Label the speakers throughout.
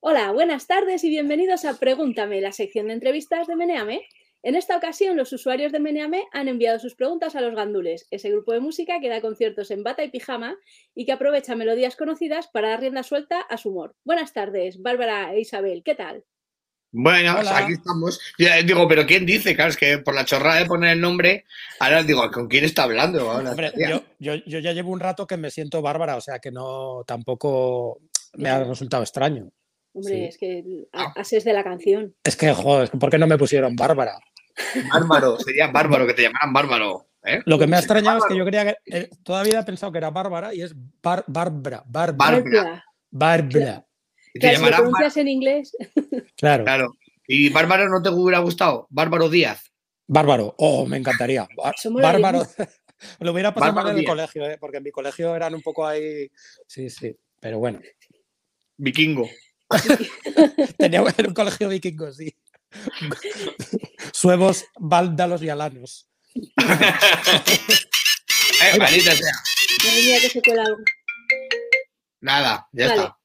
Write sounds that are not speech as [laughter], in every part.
Speaker 1: Hola, buenas tardes y bienvenidos a Pregúntame, la sección de entrevistas de Meneame. En esta ocasión, los usuarios de Meneame han enviado sus preguntas a los Gandules, ese grupo de música que da conciertos en bata y pijama y que aprovecha melodías conocidas para dar rienda suelta a su humor. Buenas tardes, Bárbara e Isabel, ¿qué tal?
Speaker 2: Bueno, o sea, aquí estamos. Yo digo, pero ¿quién dice? Claro, es que por la chorrada de poner el nombre, ahora digo, ¿con quién está hablando? Ahora,
Speaker 3: Hombre, yo, yo, yo ya llevo un rato que me siento bárbara, o sea que no tampoco me ha resultado extraño.
Speaker 1: Hombre,
Speaker 3: Sí. Ah.
Speaker 1: es que ha- haces de la canción.
Speaker 3: Es que, joder, es que ¿por qué no me pusieron bárbara?
Speaker 2: Bárbaro, sería bárbaro, que te llamaran bárbaro. ¿eh?
Speaker 3: Lo que me ha extrañado es que yo creía que eh, todavía he pensado que era bárbara y es bar- bárbara, bárbara,
Speaker 2: Bárbara.
Speaker 1: Bárbara.
Speaker 3: bárbara.
Speaker 1: Claro, si lo
Speaker 2: Y te llamarán Bárbaro,
Speaker 1: pronuncias en inglés, [laughs]
Speaker 3: Claro,
Speaker 2: claro. ¿Y Bárbaro no te hubiera gustado? Bárbaro Díaz.
Speaker 3: bárbaro. Oh, me encantaría. Bar-
Speaker 1: Eso molaría
Speaker 3: bárbaro. [laughs] Lo hubiera pasado mal
Speaker 2: Bárbaro
Speaker 3: en el
Speaker 2: Díaz.
Speaker 3: colegio, eh, porque en mi colegio eran un poco ahí. Sí, sí. Pero bueno, [laughs]
Speaker 2: Vikingo.
Speaker 3: tenía era un colegio vikingo, sí. Suevos, vándalos y alanos.
Speaker 2: Eh, maldita sea.
Speaker 1: madre mía, que se cuela algo.
Speaker 2: Nada, ya
Speaker 1: Vale.
Speaker 2: está.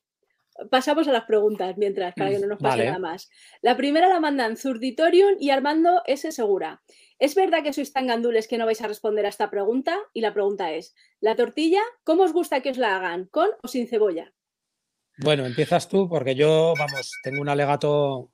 Speaker 1: Pasamos a las preguntas mientras, para que no nos pase
Speaker 3: Mm, Vale.
Speaker 1: nada más. La primera la mandan Zurditorium y Armando S. Segura. ¿Es verdad que sois tan gandules que no vais a responder a esta pregunta? Y la pregunta es, ¿la tortilla cómo os gusta que os la hagan? ¿Con o sin cebolla?
Speaker 3: Bueno, empiezas tú, porque yo, vamos, tengo un alegato.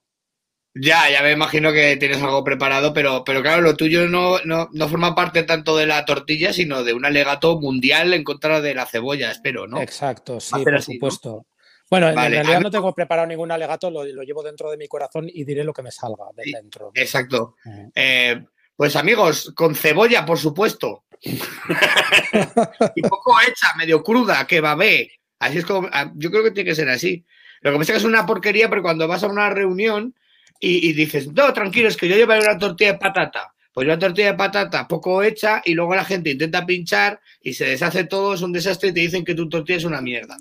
Speaker 2: Ya, ya me imagino que tienes algo preparado, pero, pero claro, lo tuyo no, no, no forma parte tanto de la tortilla, sino de un alegato mundial en contra de la cebolla, espero, ¿no?
Speaker 3: Exacto, sí,
Speaker 2: ser
Speaker 3: por
Speaker 2: así, ¿no?
Speaker 3: supuesto. Bueno, en-
Speaker 2: Vale,
Speaker 3: en realidad
Speaker 2: a-
Speaker 3: no tengo preparado ningún alegato, lo, lo llevo dentro de mi corazón y diré lo que me salga de
Speaker 2: Sí.
Speaker 3: dentro.
Speaker 2: Exacto.
Speaker 3: Ujú.
Speaker 2: Eh, pues amigos, con cebolla, por supuesto. y poco hecha, medio cruda, que babé. Así es como. ah, Yo creo que tiene que ser así. Lo que pasa es que es una porquería, pero cuando vas a una reunión y, y dices, no, tranquilo, es que yo llevaré una tortilla de patata. Pues una tortilla de patata poco hecha y luego la gente intenta pinchar y se deshace todo, es un desastre y te dicen que tu tortilla es una mierda.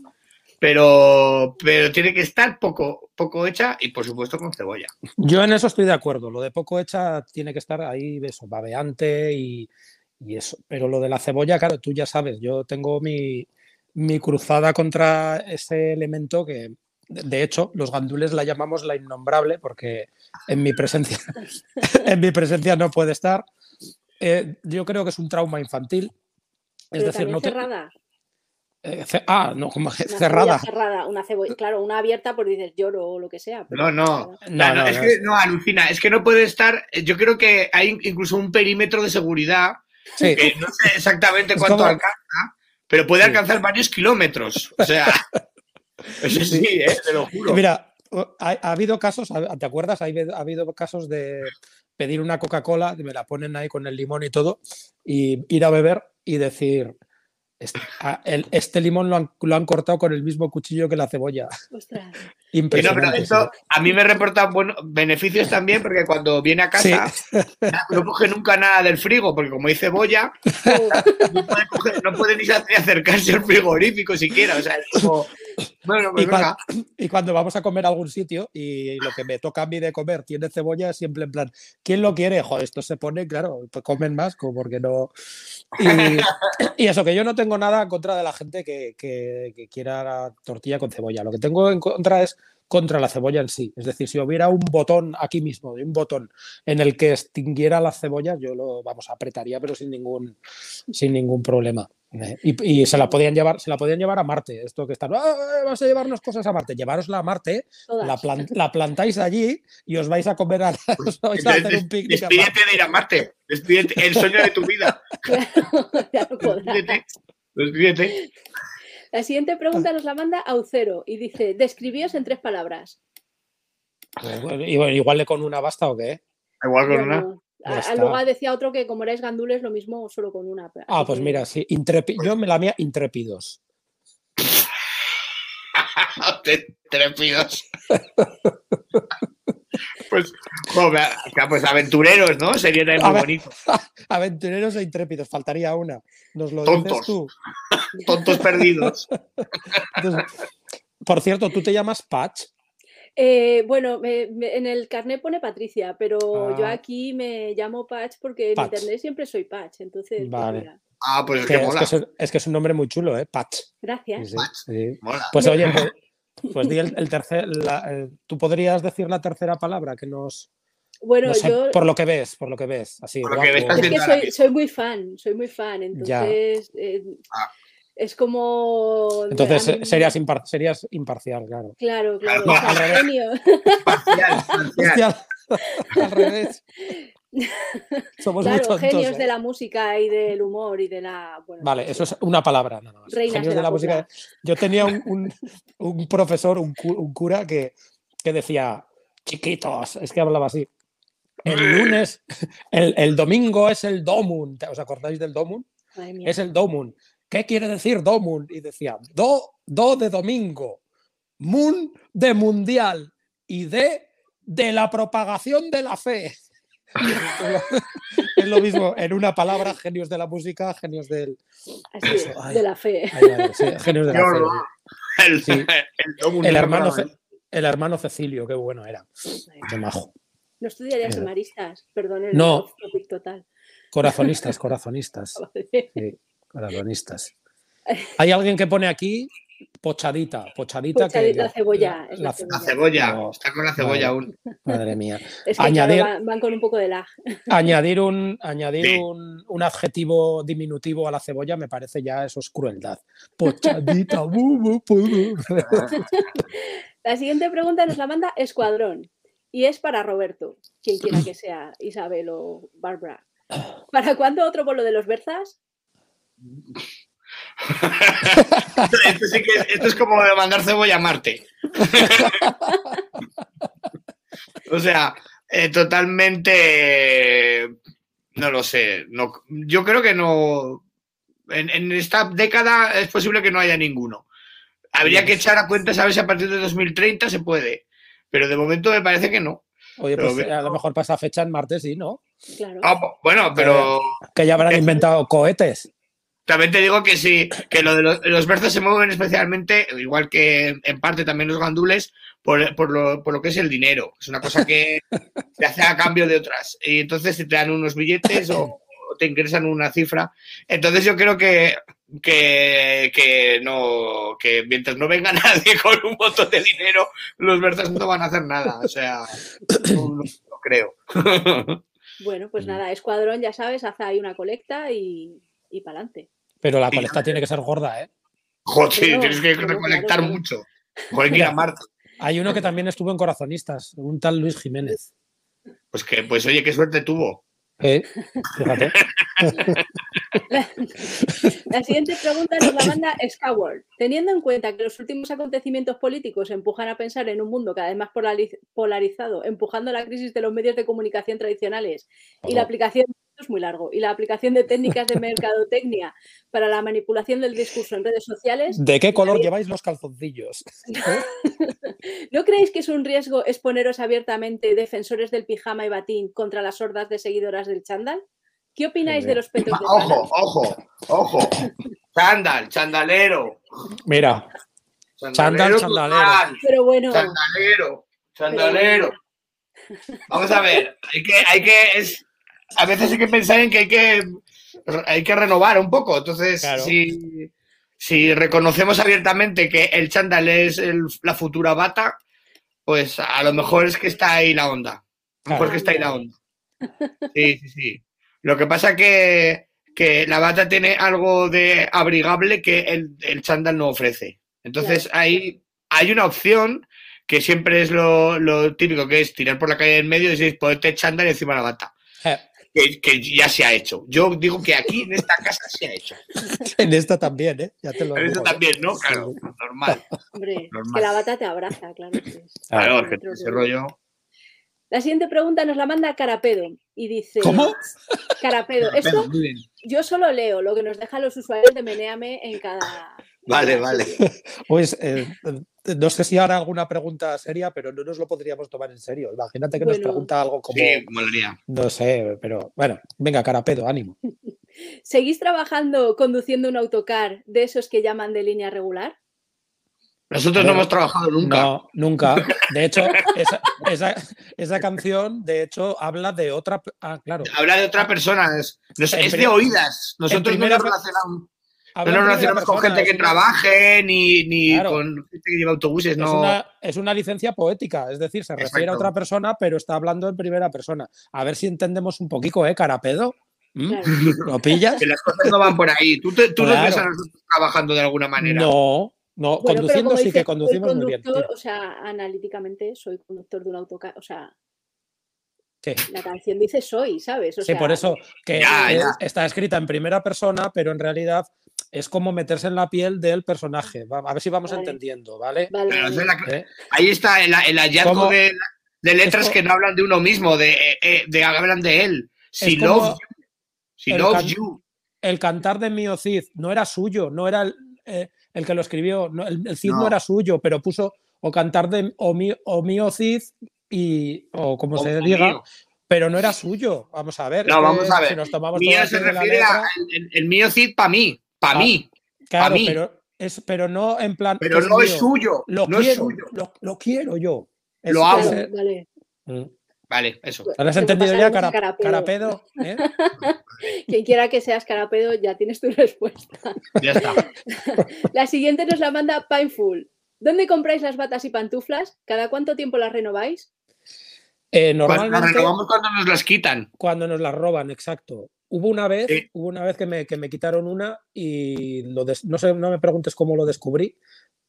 Speaker 2: Pero, pero tiene que estar poco, poco hecha y por supuesto con cebolla.
Speaker 3: Yo en eso estoy de acuerdo, lo de poco hecha tiene que estar ahí, eso, babeante y, y eso. Pero lo de la cebolla, claro, tú ya sabes, yo tengo mi, mi cruzada contra ese elemento que, de- de hecho, los gandules la llamamos la innombrable porque en mi presencia, [laughs] en mi presencia no puede estar. Eh, yo creo que es un trauma infantil. Es
Speaker 1: Pero
Speaker 3: decir,
Speaker 1: también
Speaker 3: no te-
Speaker 1: cerrada.
Speaker 3: Eh, ce- ah, no, como que
Speaker 1: Una cebolla
Speaker 3: cerrada. Eh.
Speaker 1: cerrada, una cebolla, claro, una abierta por dices lloro o lo que sea. pero
Speaker 2: No, no,
Speaker 1: cerrada.
Speaker 2: No,
Speaker 3: No,
Speaker 2: no,
Speaker 3: no,
Speaker 2: es [laughs]
Speaker 3: no.
Speaker 2: que no, alucina, es que no puede estar. Yo creo que hay incluso un perímetro de seguridad
Speaker 3: Sí,
Speaker 2: que no sé exactamente
Speaker 3: Es
Speaker 2: cuánto
Speaker 3: como-
Speaker 2: alcanza, pero puede
Speaker 3: Sí.
Speaker 2: alcanzar varios kilómetros. O
Speaker 3: [laughs]
Speaker 2: sea, eso sí, [laughs] eh, te lo juro.
Speaker 3: Mira, o- ha, ha habido casos, ha- ¿te acuerdas? Ha habido, ha habido casos de pedir una Coca-Cola, que me la ponen ahí con el limón y todo, y ir a beber y decir, este, a- el- este limón lo han, lo han cortado con el mismo cuchillo que la cebolla.
Speaker 1: Ostras.
Speaker 2: Que no, pero
Speaker 3: Impresionante.
Speaker 2: esto a mí me reporta bueno, beneficios también, porque cuando viene a
Speaker 3: sí.
Speaker 2: casa no coge nunca nada del frigo, porque como hay cebolla,
Speaker 1: Oh,
Speaker 2: no puede, coger- no puede ni acercarse al frigorífico siquiera. O sea, es como. Bueno, pues
Speaker 3: Y, cua-
Speaker 2: venga.
Speaker 3: y cuando vamos a comer a algún sitio y lo que me toca a mí de comer tiene cebolla, siempre en plan, ¿quién lo quiere? Joder, esto se pone, claro, pues comen más, como porque no. Y, [coughs] y eso, que yo no tengo nada en contra de la gente que, que- que quiera la tortilla con cebolla. Lo que tengo en contra es contra la cebolla en sí. Es decir, si hubiera un botón aquí mismo, un botón en el que extinguiera las cebollas, yo lo, vamos, apretaría, pero sin ningún, sin ningún problema. Eh, Y, y se la podían llevar, se la podían llevar a Marte. Esto que están, "Ah, vas a llevarnos cosas a Marte. Llevarosla a Marte,
Speaker 1: todas.
Speaker 3: la, plan- la plantáis allí y os vais a comer, a, os vais a
Speaker 2: Pues,
Speaker 3: hacer
Speaker 2: Entonces,
Speaker 3: un picnic. a Marte".
Speaker 2: despídete de ir a Marte. Despídete, el sueño de tu vida.
Speaker 1: [laughs] Ya no
Speaker 2: [laughs]
Speaker 1: podrás.
Speaker 2: Despídete, despídete.
Speaker 1: La siguiente pregunta nos la manda Aucero y dice, describíos en tres palabras.
Speaker 3: Y Pues bueno, Igual con una basta o qué. ¿eh?
Speaker 2: Igual con [laughs] una.
Speaker 1: Bueno, a-
Speaker 3: Ya
Speaker 1: a-
Speaker 3: está.
Speaker 1: luego decía otro que como erais gandules, lo mismo solo con una. pero-
Speaker 3: Ah, pues mira, sí. intrepi- Yo me la mía intrépidos.
Speaker 2: Te- Trepidos. pues, joder, claro, pues aventureros, ¿no? Sería también
Speaker 3: A
Speaker 2: muy
Speaker 3: ver.
Speaker 2: bonito.
Speaker 3: Aventureros e intrépidos, faltaría una. Nos lo
Speaker 2: Tontos.
Speaker 3: dices tú.
Speaker 2: Tontos perdidos.
Speaker 3: Entonces, por cierto, tú te llamas Patch.
Speaker 1: Eh, bueno, me- me- en el carnet pone Patricia, pero yo
Speaker 3: Ah.
Speaker 1: aquí me llamo Patch porque
Speaker 3: Patch.
Speaker 1: en internet siempre soy Patch, entonces pues
Speaker 3: Vale.
Speaker 1: mira,
Speaker 2: Ah, pues es que
Speaker 3: Que es, que
Speaker 2: mola.
Speaker 3: es, un- es que es un nombre muy chulo, ¿eh? Patch.
Speaker 1: gracias.
Speaker 3: Sí, sí, sí.
Speaker 2: Mola. [laughs]
Speaker 3: Pues oye, pues, Pues di el, el tercer. la- el- ¿Tú podrías decir la tercera palabra que nos.
Speaker 1: Bueno,
Speaker 3: no sé,
Speaker 1: yo
Speaker 3: por lo que ves, por lo que ves. Así,
Speaker 2: Por lo que
Speaker 3: guapo.
Speaker 2: ves,
Speaker 1: es que
Speaker 2: Haciendo
Speaker 1: soy,
Speaker 2: ahora
Speaker 1: soy muy fan, soy muy fan,
Speaker 3: Ya.
Speaker 1: entonces eh,
Speaker 2: Ah.
Speaker 1: es como...
Speaker 3: Entonces
Speaker 1: a mí-
Speaker 3: eh, serías, impar- serías imparcial, claro.
Speaker 1: Claro, claro,
Speaker 2: Claro.
Speaker 1: o sea,
Speaker 3: [laughs]
Speaker 1: genio.
Speaker 2: Parcial, parcial.
Speaker 3: Hostia, al revés. [laughs] Somos
Speaker 1: Claro,
Speaker 3: muy tontos.
Speaker 1: genios
Speaker 3: eh.
Speaker 1: de la música y del humor y de la... bueno,
Speaker 3: Vale,
Speaker 1: sí.
Speaker 3: eso es una palabra nada más.
Speaker 1: Reinas
Speaker 3: Genios
Speaker 1: de
Speaker 3: de
Speaker 1: la
Speaker 3: la música. Yo tenía un, un- un profesor, un, cu- un cura, que, que decía, chiquitos, es que hablaba así. [laughs] El lunes, el, el domingo es el domun. ¿Os acordáis del domun?
Speaker 1: Madre mía.
Speaker 3: Es el domun. ¿Qué quiere decir domun? Y decía, do, do de domingo, mun de mundial y de de la propagación de la fe. [laughs] es lo mismo, en una palabra, genios de la música, genios del,
Speaker 1: Así es,
Speaker 3: Eso, ay.
Speaker 1: de la fe.
Speaker 3: Ahí va, sí, genios de
Speaker 2: Qué
Speaker 3: la fe,
Speaker 2: horror. ¿eh? El, [laughs]
Speaker 3: Sí.
Speaker 2: el Domun,
Speaker 3: El
Speaker 2: no
Speaker 3: hermano
Speaker 2: me acuerdo.
Speaker 3: El hermano Cecilio, qué bueno era. Qué majo.
Speaker 1: No estudiarías
Speaker 3: Eh.
Speaker 1: en Maristas, perdón el
Speaker 3: No.
Speaker 1: off topic total. [laughs]
Speaker 3: Corazonistas, corazonistas. Sí, corazonistas. Hay alguien que pone aquí pochadita, pochadita. que-
Speaker 1: Pochadita, cebolla, es la
Speaker 3: la-
Speaker 2: La
Speaker 1: cebolla.
Speaker 2: cebolla,
Speaker 3: No.
Speaker 2: está con la cebolla aún.
Speaker 3: madre mía.
Speaker 1: Es que
Speaker 3: Añadir-
Speaker 1: claro, van, van con un poco de lag.
Speaker 3: Añadir, un, añadir
Speaker 2: Sí.
Speaker 3: un, un adjetivo diminutivo a la cebolla me parece ya eso es crueldad. Pochadita. [laughs] bu, bu, bu, bu.
Speaker 1: La siguiente pregunta nos la manda Escuadrón y es para Roberto, quien quiera que sea Isabel o Barbara. ¿Para cuándo otro bolo de los Berzas?
Speaker 2: esto, Este sí que es, esto es como de mandar cebolla a Marte. [laughs] o sea, eh, totalmente. eh, No lo sé. No, yo creo que no. En, en esta década es posible que no haya ninguno. Habría que echar a cuenta, ¿sabes? A partir de 2030 se puede. Pero de momento me parece que no.
Speaker 3: Oye,
Speaker 2: Pero
Speaker 3: pues
Speaker 2: que-
Speaker 3: a lo mejor pasa fecha en martes, sí, ¿no?
Speaker 1: Claro.
Speaker 2: Ah, bueno, pero.
Speaker 3: Que ya habrán inventado cohetes.
Speaker 2: También te digo que sí, que lo de los, los berzas se mueven especialmente, igual que en parte también los gandules, por, por lo, por lo que es el dinero. Es una cosa que
Speaker 1: [laughs]
Speaker 2: se hace a cambio de otras. Y entonces te dan unos billetes o, o te ingresan una cifra. Entonces yo creo que, que, que no, que mientras no venga [laughs] nadie con un montón de dinero, los berzas no van a hacer nada. O sea, no, no- no
Speaker 1: [laughs]
Speaker 2: creo.
Speaker 1: Bueno, pues
Speaker 3: Mm.
Speaker 1: nada, Escuadrón, ya sabes, haz ahí una colecta y, y para adelante.
Speaker 3: Pero la colecta tiene que ser gorda, ¿eh?
Speaker 2: Joder,
Speaker 1: Pero,
Speaker 2: tienes que
Speaker 1: pero
Speaker 2: recolectar
Speaker 1: claro.
Speaker 2: mucho. Joder, que ir a Marte.
Speaker 3: Hay uno que también estuvo en Corazonistas, un tal Luis Jiménez.
Speaker 2: Pues que, pues oye, qué suerte tuvo.
Speaker 3: Eh, Fíjate.
Speaker 1: La siguiente pregunta nos la manda Scoward. Teniendo en cuenta que los últimos acontecimientos políticos empujan a pensar en un mundo cada vez más polariz- polarizado, empujando la crisis de los medios de comunicación tradicionales [laughs] y la aplicación esto es muy largo y la aplicación de técnicas de mercadotecnia para la manipulación del discurso en redes sociales,
Speaker 3: ¿De qué color lleváis los calzoncillos?
Speaker 1: ¿no creéis que es un riesgo exponeros abiertamente defensores del pijama y batín contra las hordas de seguidoras del chándal? ¿Qué opináis de los petos de pana?
Speaker 2: [laughs] [laughs] Ojo, ojo, ojo. Chándal, chandalero.
Speaker 3: Mira, Chándal, chandalero.
Speaker 2: total,
Speaker 1: Pero bueno,
Speaker 2: Chandalero, chandalero. Vamos a ver, hay que, hay que, es, a veces hay que pensar en que hay que, hay que renovar un poco. Entonces,
Speaker 3: Claro.
Speaker 2: si, si reconocemos abiertamente que el chándal es el- la futura bata, pues a lo mejor es que está ahí la onda.
Speaker 3: claro,
Speaker 2: Porque está ahí la onda. Sí, sí, sí. Lo que pasa que, que la bata tiene algo de abrigable que el, el chándal no ofrece. Entonces ahí hay una opción que siempre es lo, lo típico, que es tirar por la calle del medio y decir, ponte chándal encima de la bata.
Speaker 3: Eh,
Speaker 2: Que, que ya se ha hecho. Yo digo que aquí, en esta casa, se ha hecho.
Speaker 3: en esta también, ¿eh? Ya te lo
Speaker 2: Pero eso
Speaker 3: digo, ¿eh?
Speaker 2: también, ¿no? Claro, normal.
Speaker 1: hombre, es que
Speaker 2: Normal.
Speaker 1: la bata te abraza, claro. que sí.
Speaker 2: Claro, es que ese rollo...
Speaker 1: La siguiente pregunta nos la manda Carapedo y dice...
Speaker 3: ¿Cómo?
Speaker 1: Carapedo, esto
Speaker 2: Muy bien.
Speaker 1: yo solo leo lo que nos dejan los usuarios de Meneame en cada...
Speaker 2: Vale,
Speaker 1: en cada
Speaker 2: vale.
Speaker 1: sitio.
Speaker 3: Pues, eh, eh, no sé si ahora alguna pregunta seria, pero no nos lo podríamos tomar en serio. Imagínate que nos
Speaker 1: Bueno.
Speaker 3: pregunta algo como,
Speaker 2: Sí, molaría.
Speaker 3: no sé, pero bueno, venga, carapedo, ánimo.
Speaker 1: ¿Seguís trabajando conduciendo un autocar de esos que llaman de línea regular?
Speaker 2: Nosotros no hemos trabajado nunca.
Speaker 3: No, nunca.
Speaker 2: [laughs]
Speaker 3: De hecho, esa, esa- esa canción, de hecho, habla de otra... Ah, claro.
Speaker 2: Habla de otra persona. Es, no sé,
Speaker 3: En
Speaker 2: es
Speaker 3: pri-
Speaker 2: de oídas. Nosotros no
Speaker 3: primera
Speaker 2: nos
Speaker 3: per-
Speaker 2: relacionamos. No nos relacionamos con gente que trabaje, ni, ni claro. con gente que lleva autobuses. No.
Speaker 3: Es, una, es una licencia poética, es decir, se refiere Exacto. a otra persona, pero está hablando en primera persona. A ver si entendemos un poquito, ¿eh, carapedo? ¿Mm? Claro. ¿Lo
Speaker 2: [laughs]
Speaker 3: pillas?
Speaker 2: Que las cosas no van por ahí. ¿Tú, te, tú claro. nos ves a nosotros trabajando de alguna manera?
Speaker 3: No, no, bueno, conduciendo sí dice, que conducimos
Speaker 1: muy
Speaker 3: bien.
Speaker 1: O sea, analíticamente soy conductor de un autocar, o sea, Sí. La canción dice soy, ¿sabes? O
Speaker 3: sí, sea, por eso que ya, ya. está escrita en primera persona, pero en realidad es como meterse en la piel del personaje. A ver si vamos vale. entendiendo, ¿vale? vale.
Speaker 2: Pero, o sea, la, ¿Eh? Ahí está el, el hallazgo de, de, letras Esto, que no hablan de uno mismo, de, de, de hablan de él. Si love you. Si love you.
Speaker 3: El cantar de Mio Cid no era suyo, no era el, eh, el que lo escribió. No, el, el, Cid no. no. era suyo, pero puso o cantar de o, mi, o Mio Cid y, o como
Speaker 2: Oh,
Speaker 3: o se diga, mío. pero no era suyo. Vamos a ver.
Speaker 2: No,
Speaker 3: que,
Speaker 2: vamos a ver.
Speaker 3: Si nos tomamos
Speaker 2: mío se refiere letra, a el, el, mío Cid para mí, para ah, mí.
Speaker 3: Claro,
Speaker 2: pa mí.
Speaker 3: pero es, pero no en plan.
Speaker 2: Pero es no mío. es suyo.
Speaker 3: Lo
Speaker 2: no
Speaker 3: quiero,
Speaker 2: es suyo.
Speaker 3: Lo, lo quiero yo.
Speaker 2: Es, lo hago. Vale. vale. Mm. Vale, eso.
Speaker 3: ¿Lo Ah, has entendido ya, cara, carapedo? carapedo [laughs] ¿eh?
Speaker 1: Quien quiera que seas carapedo, ya tienes tu [laughs] respuesta.
Speaker 2: Ya está.
Speaker 1: la siguiente nos la manda Pineful. ¿Dónde compráis las batas y pantuflas? ¿Cada cuánto tiempo las renováis?
Speaker 3: Eh, normalmente,
Speaker 2: las renovamos Pues cuando nos las quitan.
Speaker 3: Cuando nos las roban, exacto. Hubo una vez, sí. hubo una vez que me, que me quitaron una y lo des, no sé, no me preguntes cómo lo descubrí,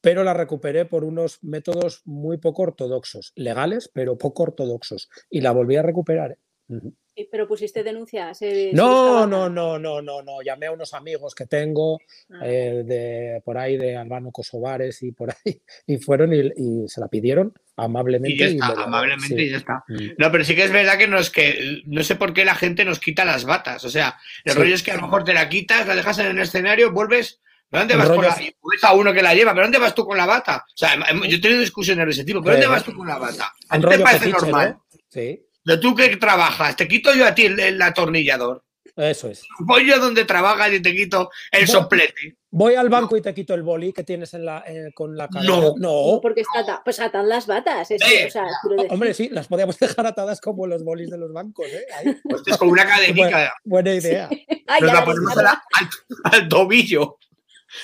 Speaker 3: pero la recuperé por unos métodos muy poco ortodoxos, legales, pero poco ortodoxos. Y la volví a recuperar. Uh -huh.
Speaker 1: Eh, Pero pusiste denuncias. Eh,
Speaker 3: no, no, no, no, no, no. Llamé a unos amigos que tengo ah. eh, de por ahí de Albano Kosovares y por ahí [laughs] y fueron y, y se la pidieron amablemente.
Speaker 2: Y ya está, y la, amablemente sí. y ya está.
Speaker 3: Mm.
Speaker 2: No, pero sí que es verdad que, nos, que no sé por qué la gente nos quita las batas. O sea, el sí. rollo es que a lo mejor te la quitas, la dejas en el escenario, vuelves. ¿Pero dónde vas con la y ves a uno que la lleva, pero ¿dónde vas tú con la bata? O sea, em, yo he tenido discusiones de ese tipo, pero ¿dónde vas tú con la bata? ¿A ti te parece fetiche, normal?
Speaker 3: ¿no? Sí.
Speaker 2: ¿De tú que trabajas? Te quito yo a ti el, el, atornillador.
Speaker 3: Eso es.
Speaker 2: Voy yo donde trabajas y te quito el
Speaker 3: voy,
Speaker 2: soplete.
Speaker 3: Voy al banco no. y te quito el boli que tienes en la, eh, con la cadera.
Speaker 2: No,
Speaker 1: no. porque está no. pues atan las batas. Es,
Speaker 2: eh.
Speaker 1: o sea,
Speaker 3: hombre, sí, las podíamos dejar atadas como los bolis de los bancos. ¿eh? Ahí.
Speaker 2: Pues es con [laughs] una cadenita.
Speaker 3: Buena, buena idea. Sí.
Speaker 2: Ay, Nos la ponemos la, al, al tobillo.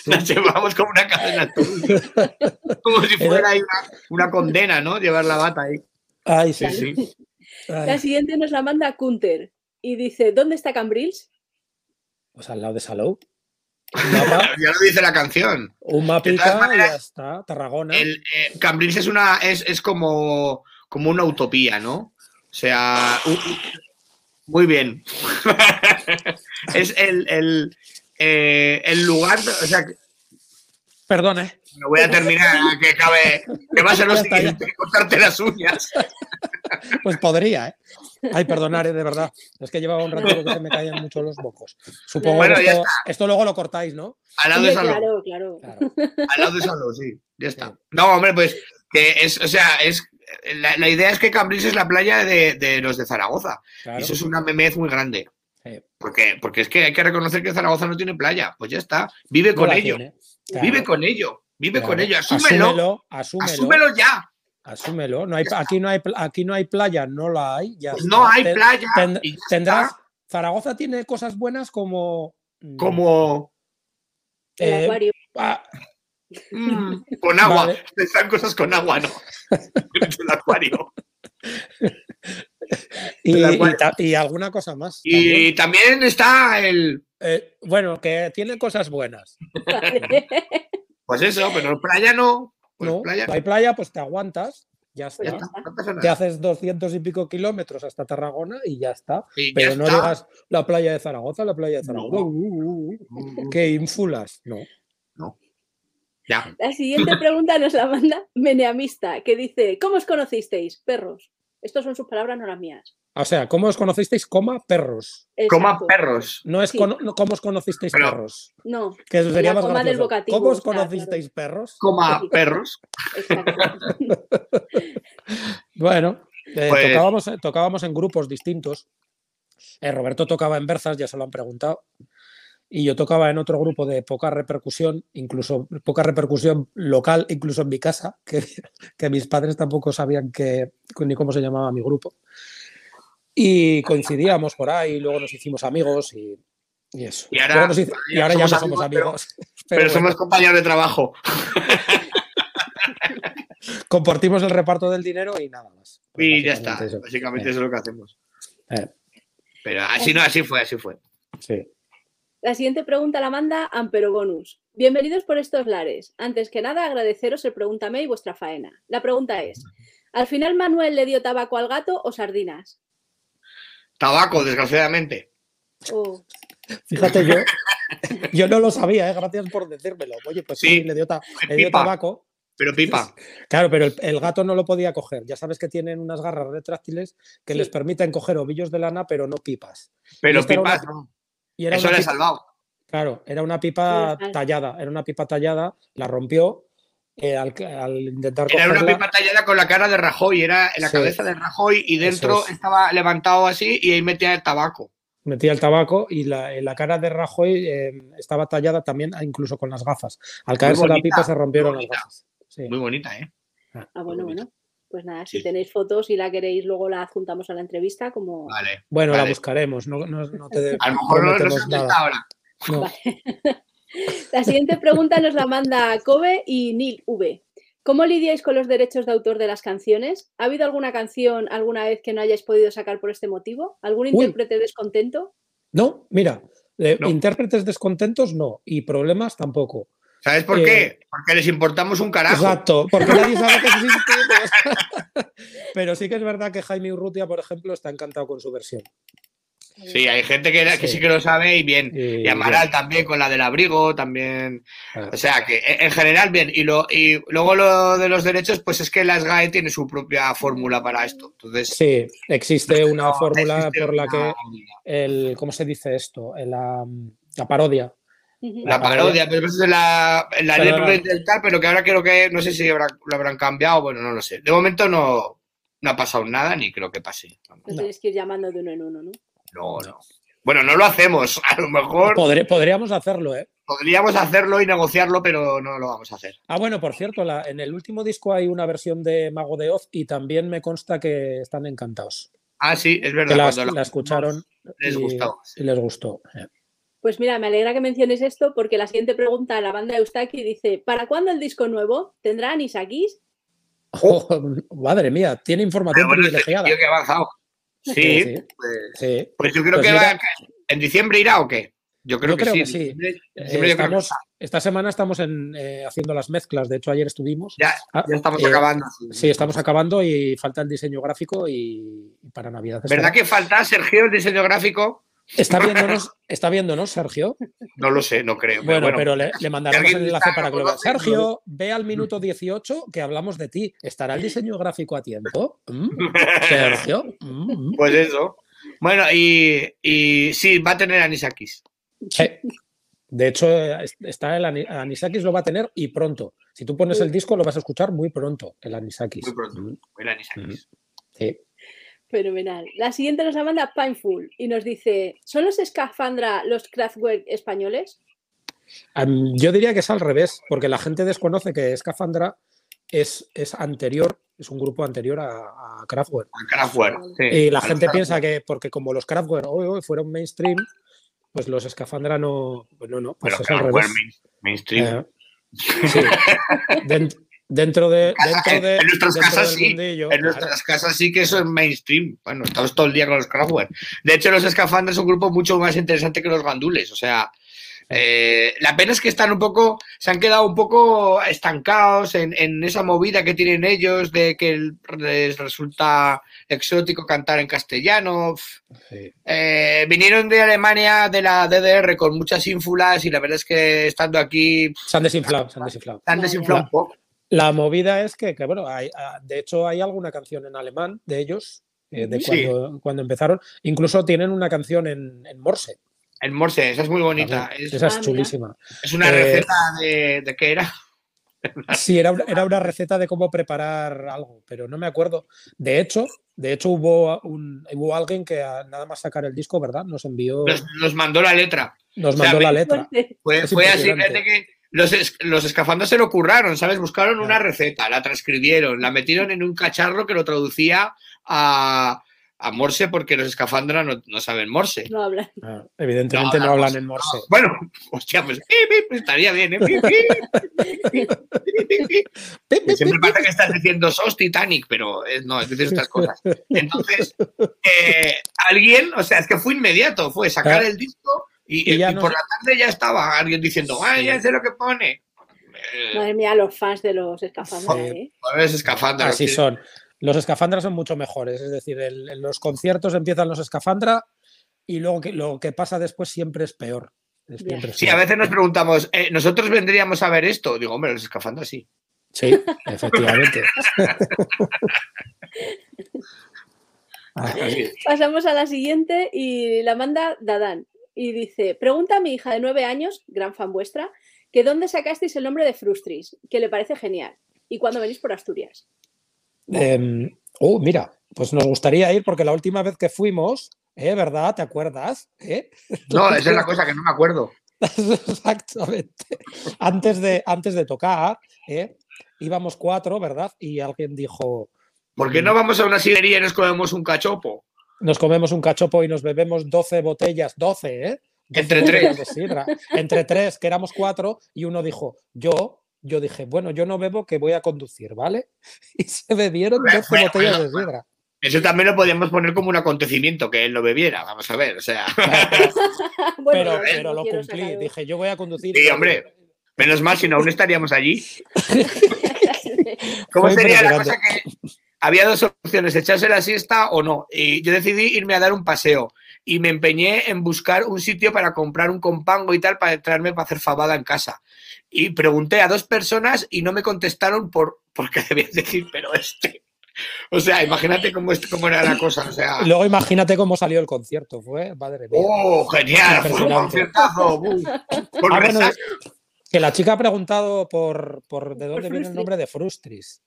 Speaker 2: Sí. Nos llevamos como una cadena [laughs] Como si fuera ahí una, una, condena, ¿no? Llevar la bata ahí.
Speaker 3: Ay, sí,
Speaker 2: sí. sí.
Speaker 1: Ay. La siguiente nos la manda Kunter y dice: ¿Dónde está Cambrils?
Speaker 3: Pues al lado de Salou.
Speaker 2: ya lo dice la canción.
Speaker 3: Un mapica, maneras, ya está, Tarragona.
Speaker 2: El, eh, Cambrils es una es, es, como, como una utopía, ¿no? O sea, u, u, muy bien. [laughs] es el, el, eh, el lugar, o sea,
Speaker 3: Perdón, ¿eh?
Speaker 2: No voy a terminar, ¿eh? que cabe. Que va a ser lo siguiente, cortarte las uñas.
Speaker 3: Pues podría, ¿eh? Ay, perdonaré, de verdad. Es que llevaba un rato que se me caían mucho los bocos. Supongo
Speaker 2: bueno,
Speaker 3: que
Speaker 2: ya
Speaker 3: esto,
Speaker 2: está.
Speaker 3: esto, luego lo cortáis, ¿no?
Speaker 2: Al lado
Speaker 1: sí,
Speaker 2: de
Speaker 1: Salón. Claro, claro, claro.
Speaker 2: Al lado de Salón, sí. Ya está. No, hombre, pues que es, o sea, es. La, la idea es que Cambrils es la playa de, de los de Zaragoza. Claro. Y eso es una memez muy grande. Sí. Porque, porque es que hay que reconocer que Zaragoza no tiene playa. Pues ya está. Vive con no ello.
Speaker 3: ¿eh?
Speaker 2: Tiene. Claro. Vive con ello, vive ¿eh? claro. con ello, asúmelo asúmelo,
Speaker 3: asúmelo.
Speaker 2: asúmelo, ya.
Speaker 3: Asúmelo. No hay, aquí, no hay, aquí no hay playa, no la hay. Ya
Speaker 2: pues no hay Ten, playa.
Speaker 3: Tend, tendrás, Zaragoza tiene cosas buenas como. mm,
Speaker 2: Como.
Speaker 1: Eh, [laughs] acuario.
Speaker 2: Ah, [laughs] mm, con agua. Vale. Están cosas con agua, ¿no? [laughs] El acuario.
Speaker 3: y, acuario. Y, y, alguna cosa más.
Speaker 2: Y también, también está el.
Speaker 3: Eh, bueno, que tiene cosas buenas.
Speaker 2: Vale. pues eso, pero playa no. Pues
Speaker 3: no,
Speaker 2: playa
Speaker 3: no, hay playa, pues te aguantas. Ya está. pues Ya está. No te haces 200 y pico kilómetros hasta Tarragona y ya está. Y pero ya no llegas la playa de Zaragoza, la playa de Zaragoza. No. Uh, uh, uh, que ínfulas. No.
Speaker 2: No. Ya.
Speaker 1: [laughs] La siguiente pregunta nos la manda Meneamista, que dice: ¿Cómo os conocisteis, perros? Estas son sus palabras, no las mías.
Speaker 3: O sea, ¿cómo os conocisteis? Coma perros.
Speaker 2: Exacto. Coma perros.
Speaker 3: No es sí. con, no, cómo os conocisteis Pero, perros.
Speaker 1: No.
Speaker 3: Que eso sería más
Speaker 1: coma del vocativo,
Speaker 3: ¿Cómo os conocisteis claro. perros? [laughs]
Speaker 2: Coma perros.
Speaker 3: bueno, eh, pues... tocábamos, tocábamos, en grupos distintos. Eh, Roberto tocaba en Berzas, ya se lo han preguntado. Y yo tocaba en otro grupo de poca repercusión, incluso poca repercusión local, incluso en mi casa, [laughs] que, que mis padres tampoco sabían que, ni cómo se llamaba mi grupo y coincidíamos por ahí, luego nos hicimos amigos y, Y eso.
Speaker 2: Y ahora-
Speaker 3: Luego nos dice- y ahora ya
Speaker 2: somos
Speaker 3: no somos
Speaker 2: amigos,
Speaker 3: amigos.
Speaker 2: Pero,
Speaker 3: [laughs] Pero bueno,
Speaker 2: somos compañeros de trabajo.
Speaker 3: compartimos el reparto del dinero y nada más.
Speaker 2: Y ya está.
Speaker 3: Básicamente eso.
Speaker 2: Básicamente
Speaker 3: Eh.
Speaker 2: eso es lo que hacemos.
Speaker 3: Eh.
Speaker 2: Pero así no, así fue, así fue.
Speaker 3: Sí.
Speaker 1: La siguiente pregunta la manda Ampero Bonus. Bienvenidos por estos lares. Antes que nada, agradeceros el Pregúntame y vuestra faena. La pregunta es, ¿al final Manuel le dio tabaco al gato o sardinas?
Speaker 2: Tabaco, desgraciadamente.
Speaker 1: Oh,
Speaker 3: Fíjate, yo, [laughs] yo no lo sabía, ¿eh? gracias por decírmelo. Oye, pues sí,
Speaker 2: Sí,
Speaker 3: le dio, ta- le dio
Speaker 2: Pipa,
Speaker 3: tabaco.
Speaker 2: pero pipa.
Speaker 3: [laughs] Claro, pero el, el gato no lo podía coger. Ya sabes que tienen unas garras retráctiles que
Speaker 1: Sí.
Speaker 3: les permiten coger ovillos de lana, pero no pipas.
Speaker 2: Pero
Speaker 3: Esta era
Speaker 2: pipa,
Speaker 3: una-
Speaker 2: no.
Speaker 3: Y era
Speaker 2: eso
Speaker 3: una
Speaker 2: le he
Speaker 3: pipa-
Speaker 2: salvado.
Speaker 3: Claro, era una pipa
Speaker 1: Sí, es
Speaker 3: tallada, era una pipa tallada, la rompió eh, al, al intentar
Speaker 2: Era una
Speaker 3: cogerla.
Speaker 2: pipa tallada con la cara de Rajoy, era la
Speaker 3: Sí.
Speaker 2: cabeza de Rajoy y dentro
Speaker 3: Eso es.
Speaker 2: estaba levantado así y ahí metía el tabaco.
Speaker 3: metía el tabaco y la, y la cara de Rajoy eh, estaba tallada también, ah, incluso con las gafas. Al caerse la
Speaker 2: bonita,
Speaker 3: pipa se rompieron las
Speaker 2: bonita.
Speaker 3: gafas. Sí.
Speaker 2: Muy bonita, ¿eh?
Speaker 1: ah, bueno, bueno. Pues nada, si
Speaker 2: Sí.
Speaker 1: tenéis fotos y la queréis, luego la adjuntamos a la entrevista como...
Speaker 2: Vale.
Speaker 3: Bueno, la
Speaker 2: Vale.
Speaker 3: buscaremos, no, no-
Speaker 2: [laughs]
Speaker 3: no te
Speaker 2: A lo mejor no, no se
Speaker 3: prometemos
Speaker 2: contesta
Speaker 3: nada.
Speaker 2: ahora.
Speaker 3: No.
Speaker 1: La siguiente pregunta nos la manda Kobe y Neil V. ¿Cómo lidiáis con los derechos de autor de las canciones? ¿Ha habido alguna canción alguna vez que no hayáis podido sacar por este motivo? ¿Algún
Speaker 3: Uy.
Speaker 1: intérprete descontento?
Speaker 3: No, mira, eh,
Speaker 2: No.
Speaker 3: intérpretes descontentos no, y problemas tampoco.
Speaker 2: ¿Sabes por
Speaker 3: Eh.
Speaker 2: qué? Porque les importamos un carajo.
Speaker 3: Exacto,
Speaker 2: [laughs]
Speaker 3: porque nadie sabe que existimos. Pero sí que es verdad que Jaime Urrutia, por ejemplo, está encantado con su versión.
Speaker 2: Sí, hay gente que, que
Speaker 3: Sí.
Speaker 2: sí que lo sabe y bien.
Speaker 3: Y-
Speaker 2: Y Amaral también con la del abrigo, también.
Speaker 3: Ah.
Speaker 2: O sea que e, en en general bien. Y, lo, y luego lo de los derechos, pues es que las GAE tiene su propia fórmula para esto. Entonces,
Speaker 3: Sí, existe una
Speaker 2: no
Speaker 3: fórmula
Speaker 2: existe
Speaker 3: por la
Speaker 2: una-
Speaker 3: que el, ¿cómo se dice esto? El, la, la parodia.
Speaker 1: Ujú.
Speaker 2: La parodia, pero eso es en la, en la
Speaker 3: Pero
Speaker 2: ley
Speaker 3: no.
Speaker 2: Rubén del tal, pero que ahora creo que no sé si habrá- lo habrán cambiado, bueno, no lo sé. De momento no, no ha pasado nada, ni creo que pase.
Speaker 1: No
Speaker 3: No.
Speaker 1: tienes que ir llamando de uno en uno, ¿no?
Speaker 2: No, no. Bueno, no lo hacemos. [laughs] A lo mejor
Speaker 3: Podré- podríamos hacerlo, ¿eh?
Speaker 2: podríamos hacerlo y negociarlo, pero no lo vamos a hacer.
Speaker 3: Ah, bueno, por cierto, la- en el último disco hay una versión de Mago de Oz y también me consta que están encantados.
Speaker 2: Ah, sí, es
Speaker 3: Que
Speaker 2: verdad.
Speaker 3: la,
Speaker 2: cuando lo
Speaker 3: la escucharon
Speaker 2: Les
Speaker 3: y,
Speaker 2: gustó.
Speaker 3: y les gustó. eh.
Speaker 1: Pues mira, me alegra que menciones esto porque la siguiente pregunta la banda Eustaki dice ¿Para cuándo el disco nuevo? ¿Tendrán Isakis?
Speaker 3: [laughs] oh, madre mía, tiene
Speaker 2: Pero
Speaker 3: información
Speaker 2: Oh. bueno, este
Speaker 3: privilegiada.
Speaker 2: tío que ha avanzado. Sí,
Speaker 3: Sí, sí.
Speaker 2: Pues,
Speaker 3: Sí.
Speaker 2: pues yo creo
Speaker 3: Pues
Speaker 2: que
Speaker 3: mira.
Speaker 2: va- que en diciembre irá o qué. Yo creo
Speaker 3: Yo
Speaker 2: que
Speaker 3: creo
Speaker 2: sí.
Speaker 3: que sí.
Speaker 2: en diciembre- en
Speaker 3: Eh,
Speaker 2: diciembre yo creo que
Speaker 3: estamos- esta semana estamos en, eh, haciendo las mezclas. De hecho, ayer estuvimos.
Speaker 2: ya,
Speaker 3: Ah,
Speaker 2: ya estamos
Speaker 3: eh,
Speaker 2: acabando.
Speaker 3: Sí, estamos acabando y falta el diseño gráfico y, y para Navidad. estará.
Speaker 2: ¿Verdad que falta Sergio el diseño gráfico?
Speaker 3: Está viéndonos, está viéndonos Sergio.
Speaker 2: No lo sé, no creo. pero
Speaker 3: Bueno,
Speaker 2: bueno.
Speaker 3: pero le, le mandaremos
Speaker 2: alguien
Speaker 3: el
Speaker 2: está-
Speaker 3: enlace para que lo veas.
Speaker 2: conoce,
Speaker 3: Sergio, ve al minuto
Speaker 2: Mm.
Speaker 3: 18 que hablamos de ti. ¿Estará el diseño gráfico a tiempo?
Speaker 2: [laughs]
Speaker 3: Mm, Sergio. mm, mm.
Speaker 2: Pues eso. Bueno, y, y sí, va a tener anisakis.
Speaker 3: Sí. De hecho, eh, es- está el Ani- Anisakis lo va a tener y pronto. Si tú pones el disco, lo vas a escuchar muy pronto, el Anisakis.
Speaker 2: Muy pronto.
Speaker 3: Mm,
Speaker 2: El anisakis.
Speaker 3: sí.
Speaker 1: Fenomenal. La siguiente nos la manda Pineful y nos dice ¿Son los Escafandra los Kraftwerk españoles?
Speaker 3: Am, yo diría que es al revés, porque la gente desconoce que Scafandra es, es anterior, es un grupo anterior a, a Kraftwerk.
Speaker 2: A Kraftwerk, sí.
Speaker 3: Y la
Speaker 2: A los
Speaker 3: gente
Speaker 2: Kraftwerk.
Speaker 3: piensa que porque como los Kraftwerk hoy, hoy fueron mainstream, pues los Escafandra no, pues no, no,
Speaker 2: Bueno,
Speaker 3: pues es al
Speaker 2: Kraftwerk
Speaker 3: revés.
Speaker 2: main- mainstream.
Speaker 3: Eh, sí. Den- dentro
Speaker 2: [laughs]
Speaker 3: de
Speaker 2: casa-
Speaker 3: dentro de
Speaker 2: en nuestras
Speaker 3: dentro
Speaker 2: casas
Speaker 3: del
Speaker 2: sí,
Speaker 3: mundillo,
Speaker 2: En
Speaker 3: claro.
Speaker 2: nuestras casas sí que eso es mainstream. Bueno, estamos todo el día con los Kraftwerk. De hecho, los Escafandra es un grupo mucho más interesante que los Gandules. O sea, eh, la pena es que están un poco, se han quedado un poco estancados en, en esa movida que tienen ellos de que el- les resulta exótico cantar en castellano.
Speaker 3: Sí.
Speaker 2: Eh, vinieron de Alemania, de la DDR, con muchas ínfulas y la verdad es que estando aquí
Speaker 3: Se han desinflado, se han desinflado.
Speaker 2: se han
Speaker 1: Vaya.
Speaker 2: desinflado un poco.
Speaker 3: La movida es que, que, bueno, hay- ah, de hecho hay alguna canción en alemán de ellos, eh, de
Speaker 1: Ujú.
Speaker 2: Sí.
Speaker 3: cuando, cuando empezaron. Incluso tienen una canción en, en morse.
Speaker 2: El Morse, esa es muy bonita.
Speaker 3: también.
Speaker 2: Es,
Speaker 3: Esa
Speaker 1: Ah,
Speaker 3: es
Speaker 1: mira.
Speaker 3: chulísima.
Speaker 2: es una
Speaker 3: Eh,
Speaker 2: receta de, de qué era.
Speaker 3: Sí, era, una- era una receta de cómo preparar algo, pero no me acuerdo. De hecho, de hecho hubo, un, hubo alguien que a- nada más sacar el disco, ¿verdad? Nos envió,
Speaker 2: Nos, nos mandó la letra.
Speaker 3: nos
Speaker 2: o sea,
Speaker 3: mandó la
Speaker 2: me-
Speaker 3: letra.
Speaker 2: Fue,
Speaker 3: Es
Speaker 2: fue así,
Speaker 3: impresionante.
Speaker 2: fíjate que los, es- los escafandros se lo curraron, ¿sabes? Buscaron una
Speaker 3: Claro.
Speaker 2: receta, la transcribieron, la metieron en un cacharro que lo traducía a, a morse porque los escafandras no, no saben morse.
Speaker 1: [laughs] No hablan.
Speaker 3: Ah, evidentemente
Speaker 2: No,
Speaker 3: no,
Speaker 2: no,
Speaker 3: hablan
Speaker 2: no.
Speaker 3: en morse.
Speaker 2: Bueno, [laughs] hostia, pues pi, pi, estaría bien, ¿eh? Pi,
Speaker 3: [laughs]
Speaker 2: pi, pi, pi, pi. Que siempre pasa que estás diciendo sos Titanic, pero eh, no, es decir estas cosas. Entonces, eh, alguien, o sea, es que fue inmediato, fue sacar el disco y,
Speaker 3: Ah. Y ya
Speaker 2: y
Speaker 3: no
Speaker 2: por
Speaker 3: sé.
Speaker 2: la tarde ya estaba alguien diciendo, ay, ya sé lo que pone. Eh,
Speaker 1: Madre mía, los fans de los escafandras,
Speaker 3: Sí.
Speaker 1: ¿eh?
Speaker 2: Colores escafandra.
Speaker 3: Así son. Los escafandras son mucho mejores. Es decir, el- en los conciertos empiezan los escafandra y luego que, lo que pasa después siempre es peor. Es
Speaker 1: Ya.
Speaker 3: siempre es
Speaker 2: Sí, a
Speaker 3: peor.
Speaker 2: veces nos preguntamos, eh, ¿nosotros vendríamos a ver esto? Digo, hombre, los escafandras sí.
Speaker 3: Sí,
Speaker 2: [laughs]
Speaker 3: efectivamente. [laughs] Ah,
Speaker 2: Así es.
Speaker 1: Pasamos a la siguiente y la manda Dadán. Y dice, pregunta a mi hija de nueve años, gran fan vuestra, que dónde sacasteis el nombre de Frustris, que le parece genial. Y cuando venís por Asturias. [laughs]
Speaker 3: em, oh, mira, pues nos gustaría ir porque la última vez que fuimos, ¿eh? ¿verdad? ¿Te acuerdas? ¿Eh? [laughs]
Speaker 2: No, esa es la cosa que no me acuerdo.
Speaker 3: Exactamente. Antes de, antes de tocar, ¿eh? íbamos cuatro, ¿verdad? Y alguien dijo,
Speaker 2: ¿Por qué no vamos a una sidrería y nos comemos un cachopo?
Speaker 3: nos comemos un cachopo y nos bebemos 12 botellas, 12, ¿eh? 12
Speaker 2: Entre
Speaker 3: botellas de sidra. Entre tres, que éramos cuatro, y uno dijo, yo, yo dije, bueno, yo no bebo que voy a conducir, ¿vale? [laughs] Y se bebieron 12
Speaker 2: Bueno,
Speaker 3: botellas
Speaker 2: bueno,
Speaker 3: de sidra.
Speaker 2: Eso también lo podíamos poner como un acontecimiento, que él lo bebiera, vamos a ver, o sea...
Speaker 3: Pero,
Speaker 2: bueno,
Speaker 3: pero lo
Speaker 1: quiero
Speaker 3: cumplí,
Speaker 1: sacar-
Speaker 3: dije, yo voy a conducir.
Speaker 2: Sí, hombre. Menos mal, si no, aún estaríamos allí. ¿Cómo
Speaker 3: Fue
Speaker 2: sería la cosa
Speaker 3: impresionante.
Speaker 2: que había dos opciones, echarse la siesta o no? Y yo decidí irme a dar un paseo y me empeñé en buscar un sitio para comprar un compango y tal para traerme para hacer fabada en casa. Y pregunté a dos personas y no me contestaron por porque debían decir, pero este. O sea, imagínate cómo, es- cómo era la cosa. O sea,
Speaker 3: Luego imagínate cómo salió el concierto, fue, madre mía.
Speaker 2: ¡oh, genial! Fue un
Speaker 3: Impresionante.
Speaker 2: conciertazo. uy, con
Speaker 3: Ah, bueno,
Speaker 2: resaca.
Speaker 3: Que la chica ha preguntado por, por de dónde viene el
Speaker 1: Frustris.
Speaker 3: nombre de Frustris.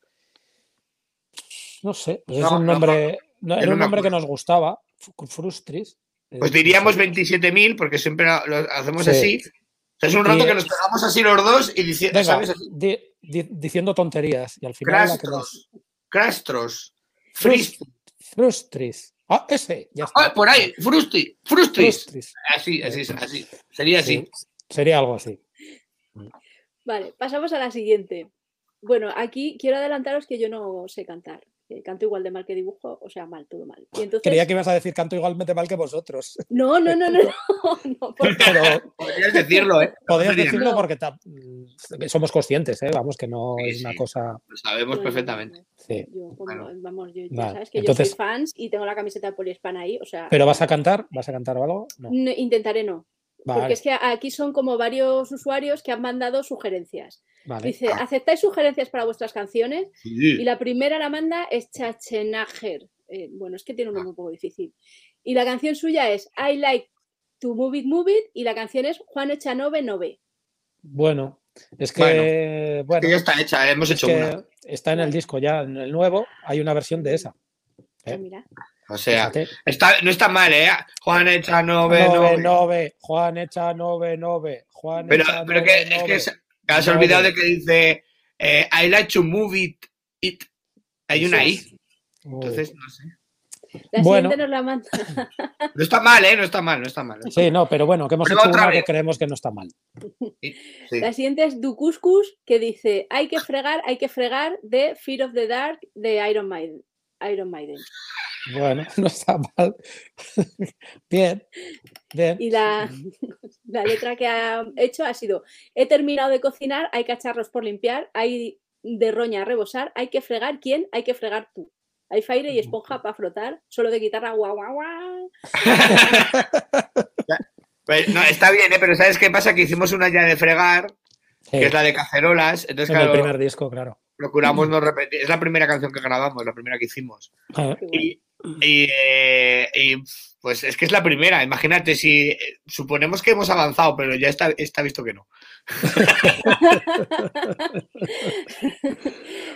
Speaker 3: No sé, pues
Speaker 2: No,
Speaker 3: es un
Speaker 2: no,
Speaker 3: nombre, no,
Speaker 2: no
Speaker 3: era un
Speaker 2: me
Speaker 3: nombre que nos gustaba, Fu- Frustris. eh,
Speaker 2: Pues diríamos
Speaker 3: no sé.
Speaker 2: 27.000 porque siempre lo hacemos
Speaker 3: Sí.
Speaker 2: así. O sea, es un
Speaker 3: Y-
Speaker 2: rato que nos pegamos así los dos y diciendo,
Speaker 3: Venga,
Speaker 2: ¿sabes? Así,
Speaker 3: di- di- diciendo tonterías y al final la que nos-
Speaker 2: Crastros. Crastros.
Speaker 3: Frust-
Speaker 2: Fris.
Speaker 3: Frustris. Ah, ese, ya está.
Speaker 2: Ah, por ahí. Frusti. Frustris.
Speaker 3: Frustris.
Speaker 2: Así, así, así. Sería así.
Speaker 3: Sí, sería algo así.
Speaker 1: Vale, pasamos a la siguiente. Bueno, aquí quiero adelantaros que yo no sé cantar. que Canto igual de mal que dibujo, o sea, mal, todo mal. Y entonces,
Speaker 3: Creía que ibas a decir canto igualmente mal que vosotros,
Speaker 1: No, no, no, [laughs] no, no, no, por-
Speaker 3: pero
Speaker 2: Podrías decirlo, ¿eh?
Speaker 3: podéis
Speaker 2: sería.
Speaker 3: decirlo
Speaker 1: No.
Speaker 3: porque ta- mm, somos conscientes, ¿eh? vamos, que no
Speaker 2: Sí,
Speaker 3: es una
Speaker 2: sí.
Speaker 3: cosa.
Speaker 2: Lo sabemos
Speaker 1: no, no,
Speaker 2: perfectamente.
Speaker 1: no,
Speaker 3: sí.
Speaker 1: no. Yo, como-
Speaker 2: Claro.
Speaker 1: vamos, yo, ya
Speaker 3: Vale,
Speaker 1: sabes que yo
Speaker 3: entonces-
Speaker 1: soy fans y tengo la camiseta de poliespan ahí, o sea,
Speaker 3: ¿Pero vas a cantar? ¿Vas a cantar o algo? No.
Speaker 1: no, intentaré no. Porque
Speaker 3: Vale,
Speaker 1: es que aquí son como varios usuarios que han mandado sugerencias.
Speaker 3: vale. Ah.
Speaker 1: Dice, ¿aceptáis sugerencias para vuestras canciones? Y la primera la manda es Chachenager. Eh, bueno, es que tiene un
Speaker 3: Ah.
Speaker 1: nombre un poco difícil. Y la canción suya es I Like to Move It, Move It. Y la canción es Juan Echanove Nove.
Speaker 3: Bueno, es que bueno,
Speaker 2: Que ya está hecha, ¿eh? hemos
Speaker 3: es
Speaker 2: hecho
Speaker 3: que
Speaker 2: una.
Speaker 3: está en el disco ya, en el nuevo hay una versión de esa.
Speaker 1: Ah,
Speaker 3: Eh,
Speaker 1: mira.
Speaker 2: O sea,
Speaker 3: Fíjate.
Speaker 2: está, no está mal, ¿eh? Juan echa nove,
Speaker 3: Nove,
Speaker 2: nove.
Speaker 3: nove, Juan echa nove, nove, Juan
Speaker 2: Pero,
Speaker 3: echa
Speaker 2: pero que,
Speaker 3: nove,
Speaker 2: es
Speaker 3: nove.
Speaker 2: que se, que has
Speaker 3: Nove.
Speaker 2: olvidado de que dice eh, I like to move it. it. Hay una
Speaker 3: Eso
Speaker 2: I.
Speaker 3: es. Uy.
Speaker 2: Entonces, no sé.
Speaker 1: La
Speaker 3: Bueno.
Speaker 1: siguiente nos la manda.
Speaker 2: No está mal, ¿eh? No está mal, no está mal.
Speaker 3: Sí, no, pero bueno, que hemos
Speaker 2: Prueba
Speaker 3: hecho
Speaker 2: otra
Speaker 3: una que
Speaker 2: vez.
Speaker 3: creemos que no está mal.
Speaker 2: Sí.
Speaker 1: La siguiente es Ducuscus, que dice Hay que fregar, hay que fregar de Fear of the Dark de Iron Maiden. Iron Maiden.
Speaker 3: Bueno, [laughs] no está mal. Bien, bien.
Speaker 1: Y
Speaker 3: [laughs]
Speaker 1: la, [laughs] la letra que ha hecho ha sido, he terminado de cocinar, hay cacharros por limpiar, hay de roña a rebosar, hay que fregar quién, hay que fregar tú. Hay faire y esponja para frotar, solo de guitarra, guau, guau, guau.
Speaker 2: Pues, no, está bien, ¿eh? Pero ¿sabes qué pasa? Que hicimos una ya de fregar,
Speaker 3: Sí,
Speaker 2: que es la de cacerolas. Entonces,
Speaker 3: en el
Speaker 2: claro,
Speaker 3: primer disco, claro.
Speaker 2: procuramos no repetir. Es la primera canción que grabamos, la primera que hicimos.
Speaker 3: Ah,
Speaker 1: Qué guay.
Speaker 2: Y, y, eh, y, pues es que es la primera. Imagínate si eh, suponemos que hemos avanzado, pero ya está, está visto que no.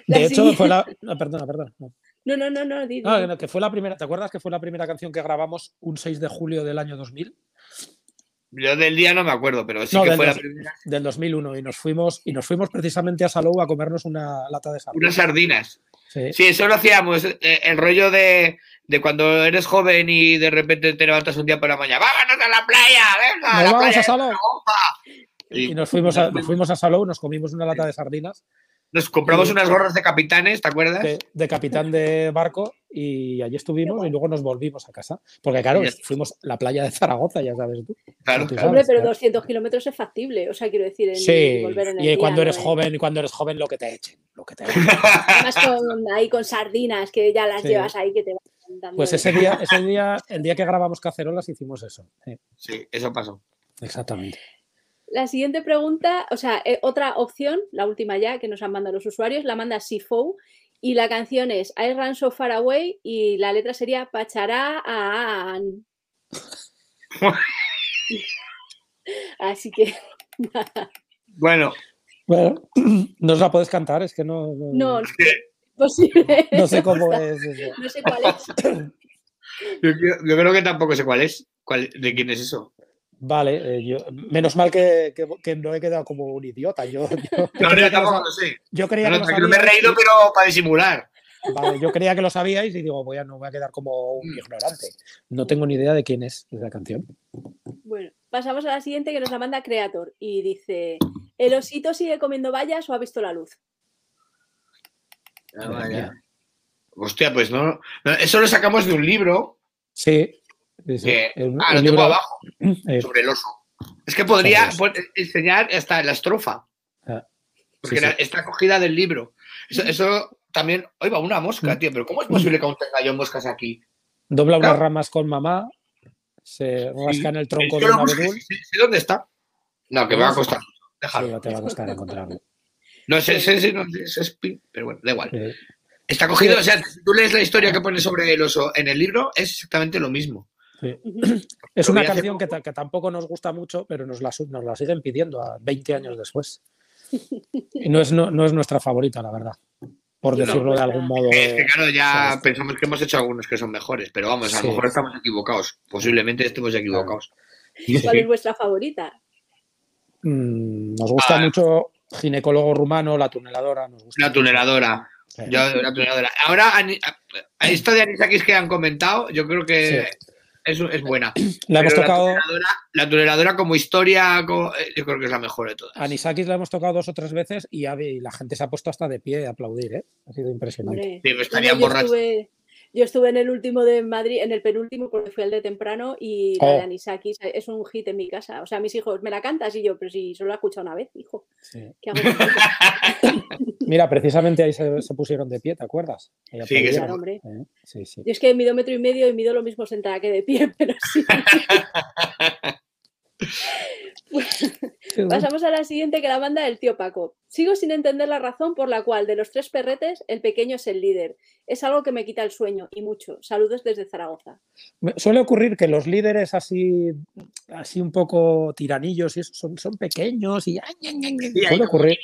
Speaker 1: La
Speaker 3: De hecho,
Speaker 1: siguiente-
Speaker 3: fue la. no, perdona, perdona. no.
Speaker 1: [laughs] No, no, no, no, di, di,
Speaker 3: No,
Speaker 1: di.
Speaker 3: que no, que fue la primera, ¿te acuerdas que fue la primera canción que grabamos un 6 de julio del año 2000?
Speaker 2: Yo del día no me acuerdo, pero sí
Speaker 3: No,
Speaker 2: que
Speaker 3: del
Speaker 2: fue la
Speaker 3: dos-
Speaker 2: primera.
Speaker 3: del 2001 y nos fuimos y nos fuimos precisamente a Salou a comernos una lata de salou.
Speaker 2: Unas sardinas.
Speaker 3: Sí.
Speaker 2: Sí, eso lo hacíamos. eh, el rollo de, de cuando eres joven y de repente te levantas un día por la mañana. ¡Vámonos a la playa! ¡Venga! a
Speaker 3: Nos
Speaker 2: la
Speaker 3: vamos
Speaker 2: playa,
Speaker 3: a Salou
Speaker 2: Y
Speaker 3: y nos fuimos a,
Speaker 2: nos
Speaker 3: nos fuimos a Salou, nos comimos una lata de sardinas
Speaker 2: Nos compramos
Speaker 3: y-
Speaker 2: unas gorras de capitanes, ¿te acuerdas?
Speaker 3: de, de capitán de barco y allí estuvimos y luego nos volvimos a casa. Porque claro,
Speaker 2: Ya está.
Speaker 3: fuimos a la playa de Zaragoza, ya sabes tú.
Speaker 2: Claro,
Speaker 3: tú
Speaker 2: claro.
Speaker 1: Hombre,
Speaker 3: sabes,
Speaker 1: pero
Speaker 3: claro.
Speaker 1: 200 kilómetros es factible. O sea, quiero decir, en,
Speaker 3: Sí,
Speaker 1: volver en el
Speaker 3: y
Speaker 1: día,
Speaker 3: cuando
Speaker 1: ¿no?
Speaker 3: eres
Speaker 1: Eh,
Speaker 3: joven, y cuando eres joven lo que te echen, lo que te echen.
Speaker 1: Además, con, ahí con sardinas que ya las
Speaker 3: Sí.
Speaker 1: llevas ahí que te van dando.
Speaker 3: Pues ese día, ese día, el día que grabamos cacerolas hicimos eso. Sí,
Speaker 2: Sí, eso pasó.
Speaker 3: exactamente.
Speaker 1: La siguiente pregunta, o sea, eh, otra opción, la última ya que nos han mandado los usuarios, la manda Sifou y la canción es I Ran So Far Away y la letra sería Pachará Aan. Así que
Speaker 2: Bueno,
Speaker 3: Bueno, [clears throat] no os la puedes cantar, es que no.
Speaker 1: no, no es posible.
Speaker 3: no sé cómo es eso.
Speaker 1: [laughs] No sé cuál es.
Speaker 2: yo, creo- yo creo que tampoco sé cuál es. cuál- ¿De quién es eso?
Speaker 3: Vale, eh, yo- menos mal que, que- que no he quedado como un idiota. Yo, yo-
Speaker 2: No,
Speaker 3: creía
Speaker 2: yo
Speaker 3: que lo
Speaker 2: tampoco
Speaker 3: sab-
Speaker 2: lo sé.
Speaker 3: yo creía
Speaker 2: No, no,
Speaker 3: que lo
Speaker 2: tranquilo, me he
Speaker 3: sabíais
Speaker 2: reído,
Speaker 3: y-
Speaker 2: pero para disimular.
Speaker 3: vale, yo creía que lo sabíais y digo, voy a, no voy a quedar como un
Speaker 2: Mm.
Speaker 3: ignorante. No tengo ni idea de quién es esa canción.
Speaker 1: Bueno, pasamos a la siguiente que nos la manda Creator y dice, ¿el osito sigue comiendo vallas o ha visto la luz?
Speaker 2: Ah, vaya. Hostia, pues no, no, Eso lo sacamos de un libro.
Speaker 3: Sí. sí, sí,
Speaker 2: que-
Speaker 3: el-
Speaker 2: ah,
Speaker 3: el
Speaker 2: lo
Speaker 3: libro-
Speaker 2: tengo abajo,
Speaker 3: eh,
Speaker 2: sobre el oso. Es que podría
Speaker 3: Sobre
Speaker 2: pon- enseñar hasta la estrofa.
Speaker 3: Ah,
Speaker 2: Porque
Speaker 3: sí,
Speaker 2: la-
Speaker 3: sí.
Speaker 2: está cogida del libro. Eso, eso también. Hoy va una
Speaker 3: Mm.
Speaker 2: mosca, tío. Pero ¿cómo es posible que aún tenga yo moscas aquí?
Speaker 3: dobla unas
Speaker 2: Claro.
Speaker 3: ramas con mamá, se rasca en el
Speaker 2: Yo
Speaker 3: tronco de
Speaker 2: lo
Speaker 3: un
Speaker 2: busqué,
Speaker 3: abedul.
Speaker 2: sí, sí, ¿Dónde está? No, que me va a
Speaker 3: Sí.
Speaker 2: costar.
Speaker 3: Sí,
Speaker 2: Déjalo.
Speaker 3: va- te va a costar encontrarlo.
Speaker 2: No sé, sé, sé, no sé, eso es pin- pero bueno, da igual.
Speaker 3: Eh,
Speaker 2: Está cogido, o sea, si tú lees la historia que pone sobre el oso en el libro, es exactamente lo mismo.
Speaker 3: Es
Speaker 2: Lo vi
Speaker 3: una
Speaker 2: hace
Speaker 3: canción que, ta- que tampoco nos gusta mucho, pero nos la, su- nos la siguen pidiendo a 20 años después. Y no es, no, no es nuestra favorita, la verdad. Por
Speaker 1: No,
Speaker 3: decirlo de
Speaker 1: pues,
Speaker 3: algún modo.
Speaker 2: Es que
Speaker 3: eh,
Speaker 2: claro, ya
Speaker 3: sabes.
Speaker 2: pensamos que hemos hecho algunos que son mejores, pero vamos, a
Speaker 3: Sí.
Speaker 2: lo mejor estamos equivocados. Posiblemente estemos equivocados.
Speaker 1: ¿Cuál es vuestra favorita?
Speaker 3: Mm, nos gusta
Speaker 2: Ah.
Speaker 3: mucho ginecólogo rumano, la tuneladora. Nos gusta
Speaker 2: La tuneladora.
Speaker 3: Sí.
Speaker 2: Yo, la tuneladora. Ahora, Ani- a- esto de Anisakis que han comentado, yo creo que es, es buena.
Speaker 3: la hemos
Speaker 2: Pero
Speaker 3: tocado,
Speaker 2: tuneladora, la tuneladora como historia, como- eh, yo creo que es la mejor de todas.
Speaker 3: Anisakis la hemos tocado dos o tres veces y, ha- y la gente se ha puesto hasta de pie a aplaudir. ¿eh? Ha sido impresionante.
Speaker 1: Hombre.
Speaker 2: Sí, me estaría
Speaker 1: Bueno, yo,
Speaker 2: borracho.
Speaker 1: estuve, yo estuve en el último de Madrid, en el penúltimo, porque fui al de temprano y la
Speaker 3: Oh.
Speaker 1: de Anisakis es un hit en mi casa. O sea, mis hijos, ¿me la cantas? Y yo, pero si solo la he escuchado una vez, hijo,
Speaker 3: Sí.
Speaker 1: ¿qué hago?
Speaker 2: [laughs]
Speaker 1: con ella?".
Speaker 3: Mira, precisamente ahí se, se pusieron de pie, ¿te acuerdas? Ahí
Speaker 2: Sí, que se-
Speaker 1: Claro,
Speaker 3: aplaudieron,
Speaker 1: hombre.
Speaker 3: ¿eh? sí, sí.
Speaker 1: Yo es que mido metro y medio y mido lo mismo sentada que de pie, [laughs] pero sí.
Speaker 2: [laughs]
Speaker 1: Pasamos a la siguiente que la banda del tío Paco. Sigo sin entender la razón por la cual de los tres perretes el pequeño es el líder. Es algo que me quita el sueño y mucho. Saludos desde Zaragoza.
Speaker 3: Me- Suele ocurrir que los líderes así, así un poco tiranillos y eso, son, son pequeños y
Speaker 2: Sí, ahí
Speaker 3: suele
Speaker 2: como-
Speaker 3: ocurrir.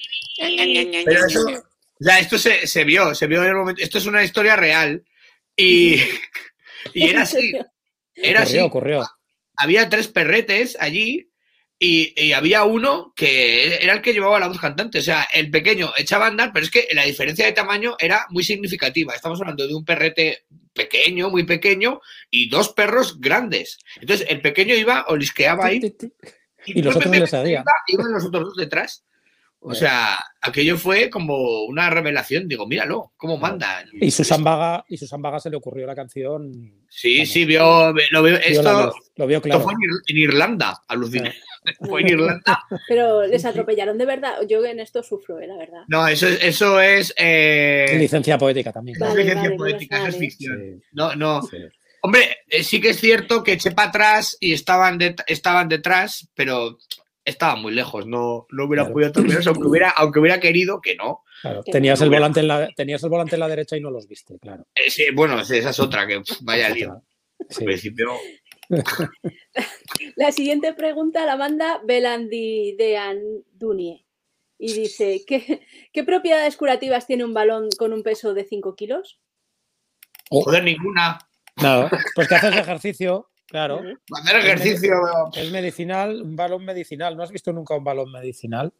Speaker 2: Pero eso, o sea, esto se, se vio, se vio en el momento. Esto es una historia real. Y,
Speaker 1: [laughs]
Speaker 2: y era así, era así. Ah,
Speaker 3: Ocurrió, ocurrió.
Speaker 2: Había tres perretes allí y, y había uno que era el que llevaba la voz cantante. O sea, el pequeño echaba a andar, pero es que la diferencia de tamaño era muy significativa. Estamos hablando de un perrete pequeño, muy pequeño, y dos perros grandes. Entonces, el pequeño iba, olisqueaba ahí.
Speaker 3: Y los otros les Eh.
Speaker 2: iba-
Speaker 3: seguían.
Speaker 2: Iban los otros dos detrás. O sea, aquello fue como una revelación. Digo, míralo, cómo manda.
Speaker 3: Y Susan Vaga, y Susan Vaga se le ocurrió la canción.
Speaker 2: Sí, sí, vio, lo vio.
Speaker 3: vio la
Speaker 2: Esto,
Speaker 3: luz, lo vio
Speaker 2: esto
Speaker 3: claro.
Speaker 2: fue en Ir- en Irlanda, aluciné. [laughs] Fue en Irlanda.
Speaker 1: Pero les atropellaron de verdad. Yo en esto sufro, eh, la verdad.
Speaker 2: No, eso es. Eso es
Speaker 3: Y
Speaker 2: eh,
Speaker 3: licencia poética también.
Speaker 2: no es
Speaker 1: Vale,
Speaker 2: ciencia
Speaker 1: vale,
Speaker 2: poética,
Speaker 1: menos
Speaker 2: eso es
Speaker 1: mal, ¿eh?
Speaker 2: ficción.
Speaker 3: Sí,
Speaker 2: No, no.
Speaker 3: sí.
Speaker 2: Hombre, eh, sí que es cierto que eché para atrás y estaban, det- estaban detrás, pero estaban muy lejos. No, no hubiera
Speaker 3: Claro.
Speaker 2: podido atropellarlos, aunque hubiera, aunque hubiera querido que no.
Speaker 3: Claro,
Speaker 1: Que
Speaker 3: Tenías
Speaker 2: no
Speaker 3: el
Speaker 2: hubiera-
Speaker 3: volante en la, tenías el volante en la derecha y no los viste, claro. Pues
Speaker 2: Eh, sí, bueno, sí, esa es otra que
Speaker 3: [laughs]
Speaker 2: pf, vaya lío. Pues
Speaker 3: Sí.
Speaker 2: En principio.
Speaker 1: La siguiente pregunta la manda Belandi de Andunie. Y dice, ¿qué, ¿qué propiedades curativas tiene un balón con un peso de 5 kilos?
Speaker 2: Joder, ninguna.
Speaker 3: Nada, pues que haces ejercicio, Claro.
Speaker 2: Hacer ejercicio.
Speaker 3: Es medicinal, un balón medicinal. ¿No has visto nunca un balón medicinal?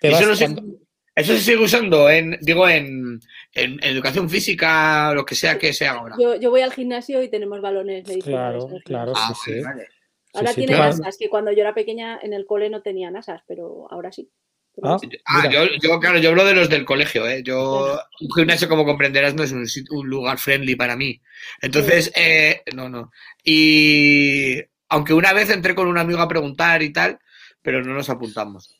Speaker 3: Te vas
Speaker 2: Eso, no se,
Speaker 3: cuando-
Speaker 2: eso se sigue usando en, digo, en, en educación física, lo que sea que sea ahora.
Speaker 1: Yo, yo voy al gimnasio y tenemos balones medicinales.
Speaker 3: Claro,
Speaker 1: en el
Speaker 3: claro,
Speaker 2: Ah,
Speaker 3: sí,
Speaker 2: vale,
Speaker 3: sí.
Speaker 2: vale.
Speaker 1: Ahora
Speaker 3: Sí, sí,
Speaker 1: tiene
Speaker 3: claro.
Speaker 1: asas, que cuando yo era pequeña en el cole no tenía asas, pero ahora sí.
Speaker 3: Ah,
Speaker 2: Ah,
Speaker 3: mira.
Speaker 2: yo, yo, claro, yo hablo de los del colegio, ¿eh? Yo, un gimnasio, como comprenderás, no es un, sit- un lugar friendly para mí. Entonces, eh, no, no. Y aunque una vez entré con un amigo a preguntar y tal, pero no nos apuntamos.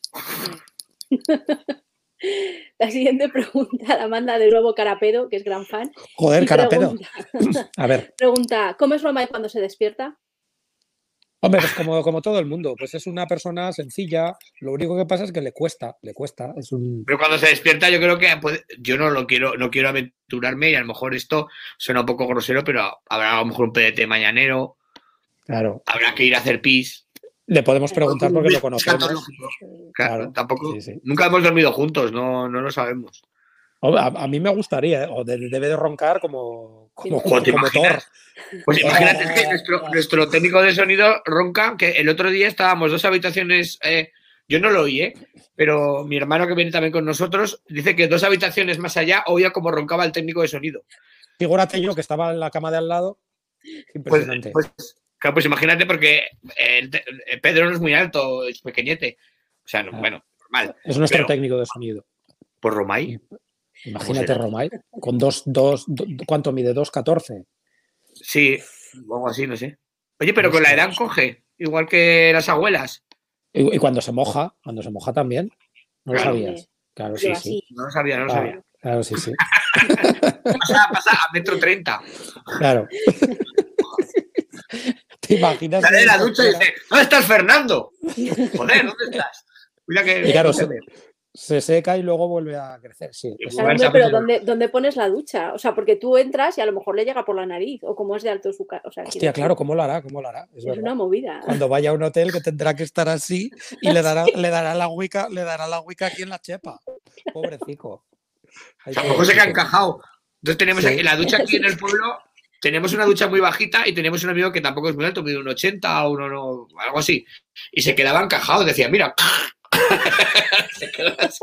Speaker 1: La siguiente pregunta la manda de nuevo Carapedo, que es gran fan.
Speaker 3: Joder,
Speaker 1: y
Speaker 3: carapedo.
Speaker 1: Pregunta,
Speaker 3: A ver,
Speaker 1: pregunta, ¿comes Roma y cuando se despierta?
Speaker 3: hombre, pues como, como todo el mundo, pues es una persona sencilla. Lo único que pasa es que le cuesta, le cuesta. Es un.
Speaker 2: Pero cuando se despierta, yo creo que puede- yo no lo quiero, no quiero aventurarme y a lo mejor esto suena un poco grosero, pero habrá a lo mejor un PDT mañanero,
Speaker 3: Claro.
Speaker 2: habrá que ir a hacer pis.
Speaker 3: Le podemos preguntar porque lo conocemos.
Speaker 2: Escatológico.
Speaker 1: Eh,
Speaker 2: Claro,
Speaker 3: Claro,
Speaker 2: tampoco.
Speaker 3: sí, sí.
Speaker 2: Nunca hemos dormido juntos, no, no lo sabemos.
Speaker 3: Hombre, A, a mí me gustaría, ¿eh? o de- debe de roncar como, como,
Speaker 2: Joder, ¿te
Speaker 3: como Thor.
Speaker 2: imaginas? Pues imagínate es que nuestro, nuestro técnico de sonido ronca, que el otro día estábamos dos habitaciones, eh, yo no lo oí, ¿eh? pero mi hermano que viene también con nosotros dice que dos habitaciones más allá oía como roncaba el técnico de sonido.
Speaker 3: Figúrate yo que estaba en la cama de al lado.
Speaker 2: Pues,
Speaker 3: Impresionante.
Speaker 2: pues, claro, pues imagínate porque el te- el Pedro no es muy alto, es pequeñete. O sea, no,
Speaker 3: Claro.
Speaker 2: bueno, normal.
Speaker 3: es nuestro
Speaker 2: pero-
Speaker 3: técnico de sonido.
Speaker 2: Por Romay,
Speaker 3: Imagínate
Speaker 2: será?
Speaker 3: Romay, con dos, dos, do- ¿cuánto mide? 2,14.
Speaker 2: sí, o algo así, no sé. Oye,
Speaker 3: Pues
Speaker 2: pero con la edad coge, igual que las abuelas.
Speaker 3: Y, y cuando se moja, cuando se moja también. No lo
Speaker 2: Claro.
Speaker 3: sabías. Claro,
Speaker 1: yo
Speaker 3: sí, sí.
Speaker 1: así.
Speaker 2: No lo sabía, no lo
Speaker 3: Ah,
Speaker 2: sabía.
Speaker 3: Claro, sí, sí.
Speaker 2: Pasa, pasa a metro treinta.
Speaker 3: Claro. [laughs] ¿Te imaginas?
Speaker 2: Sale de la
Speaker 3: que-
Speaker 2: ducha y dice, ¿dónde estás, Fernando? Joder, ¿dónde estás? Mira que...
Speaker 3: Y claro,
Speaker 2: se-
Speaker 3: Se seca y luego vuelve a crecer, sí.
Speaker 2: Y
Speaker 3: Es-
Speaker 1: Claro,
Speaker 2: Igual se
Speaker 1: hombre, pero
Speaker 2: hace-
Speaker 1: ¿dónde, dónde pones la ducha? O sea, porque tú entras y a lo mejor le llega por la nariz, o como es de alto su ca- O sea,
Speaker 3: Hostia,
Speaker 1: quiero
Speaker 3: claro, ¿cómo lo hará? ¿Cómo lo hará? Es
Speaker 1: decir, es
Speaker 3: verdad.
Speaker 1: una movida.
Speaker 3: Cuando vaya a un hotel que tendrá que estar así y le dará, le dará la Wicca, le dará la Wicca aquí en la chepa. Pobrecico. Ay,
Speaker 2: A lo mejor se que ha
Speaker 3: pobrecico.
Speaker 2: encajado. Entonces tenemos
Speaker 3: Eh, Sí.
Speaker 2: aquí- la ducha aquí en el pueblo, tenemos una ducha muy bajita y tenemos un amigo que tampoco es muy alto, mide un 80 o uno, no, algo así. Y se quedaba encajado, decía, mira... se quedaba así.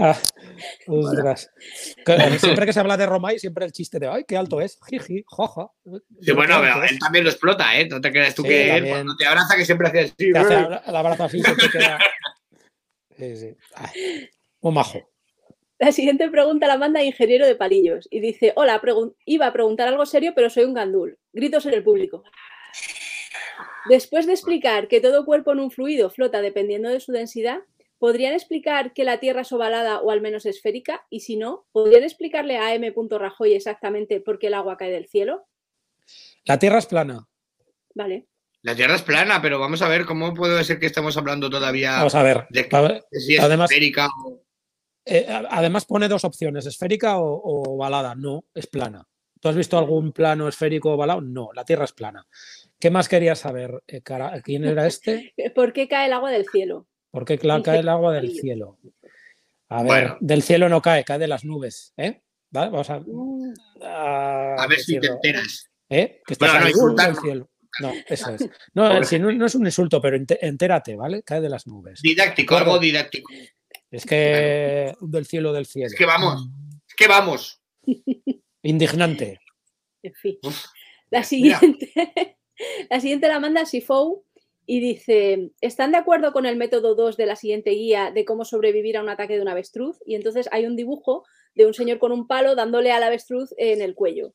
Speaker 3: Ah, ostras. Que- Siempre que se habla de Romay, siempre el chiste de ay, qué alto es, jiji, joja.
Speaker 2: Sí, bueno,
Speaker 3: Qué
Speaker 2: pero
Speaker 3: alto es.
Speaker 2: él también lo explota, ¿eh? No te creas tú
Speaker 3: pues. Sí,
Speaker 2: que él,
Speaker 3: también.
Speaker 2: cuando te abraza, que siempre hace así.
Speaker 3: Te hace
Speaker 2: "Eh".
Speaker 3: abra- el abrazo así, se te
Speaker 2: [laughs]
Speaker 3: queda. Sí, sí. Ay, un majo.
Speaker 1: La siguiente pregunta la manda Ingeniero de Palillos y dice: Hola, pregun- iba a preguntar algo serio, pero soy un gandul. Gritos en el público. Después de explicar que todo cuerpo en un fluido flota dependiendo de su densidad, ¿podrían explicar que la Tierra es ovalada o al menos esférica? Y si no, ¿podrían explicarle a M. Rajoy exactamente por qué el agua cae del cielo?
Speaker 3: La tierra es plana.
Speaker 1: Vale.
Speaker 2: La tierra es plana, pero vamos a ver cómo puede ser que estamos hablando todavía
Speaker 3: Vamos a ver.
Speaker 2: de-
Speaker 3: A ver,
Speaker 2: de si es
Speaker 3: Además-
Speaker 2: esférica o...
Speaker 3: eh, a- además pone dos opciones, esférica o, o ovalada. No, es plana. ¿Tú has visto algún plano esférico ovalado? No, la Tierra es plana. ¿Qué más querías saber? Eh, cara- ¿Quién era este?
Speaker 1: ¿Por qué cae el agua del cielo?
Speaker 3: ¿Por qué cla- cae el agua del cielo? A ver,
Speaker 2: Bueno.
Speaker 3: del cielo no cae, cae de las nubes. ¿eh? ¿Vale? Vamos a,
Speaker 1: Mm.
Speaker 3: a
Speaker 2: A ver si te
Speaker 3: ah, decirlo.
Speaker 2: enteras.
Speaker 3: ¿Eh? Que estás
Speaker 2: Bueno, no,
Speaker 3: ahí,
Speaker 2: insultar
Speaker 3: uh, del
Speaker 2: no.
Speaker 3: cielo. No, eso
Speaker 2: [laughs]
Speaker 3: es. No,
Speaker 2: Pobre.
Speaker 3: si no, no es un insulto, pero ente- entérate, ¿vale? Cae de las nubes.
Speaker 2: Didáctico,
Speaker 3: Claro.
Speaker 2: algo didáctico.
Speaker 3: Es que del cielo, del cielo.
Speaker 2: Es que vamos. Es que vamos.
Speaker 3: Indignante.
Speaker 1: En fin.
Speaker 2: Uf,
Speaker 1: La
Speaker 2: mira.
Speaker 1: siguiente, [laughs] la siguiente la manda Sifou y dice: ¿Están de acuerdo con el método 2 de la siguiente guía de cómo sobrevivir a un ataque de un avestruz? Y entonces hay un dibujo de un señor con un palo dándole al avestruz en el cuello.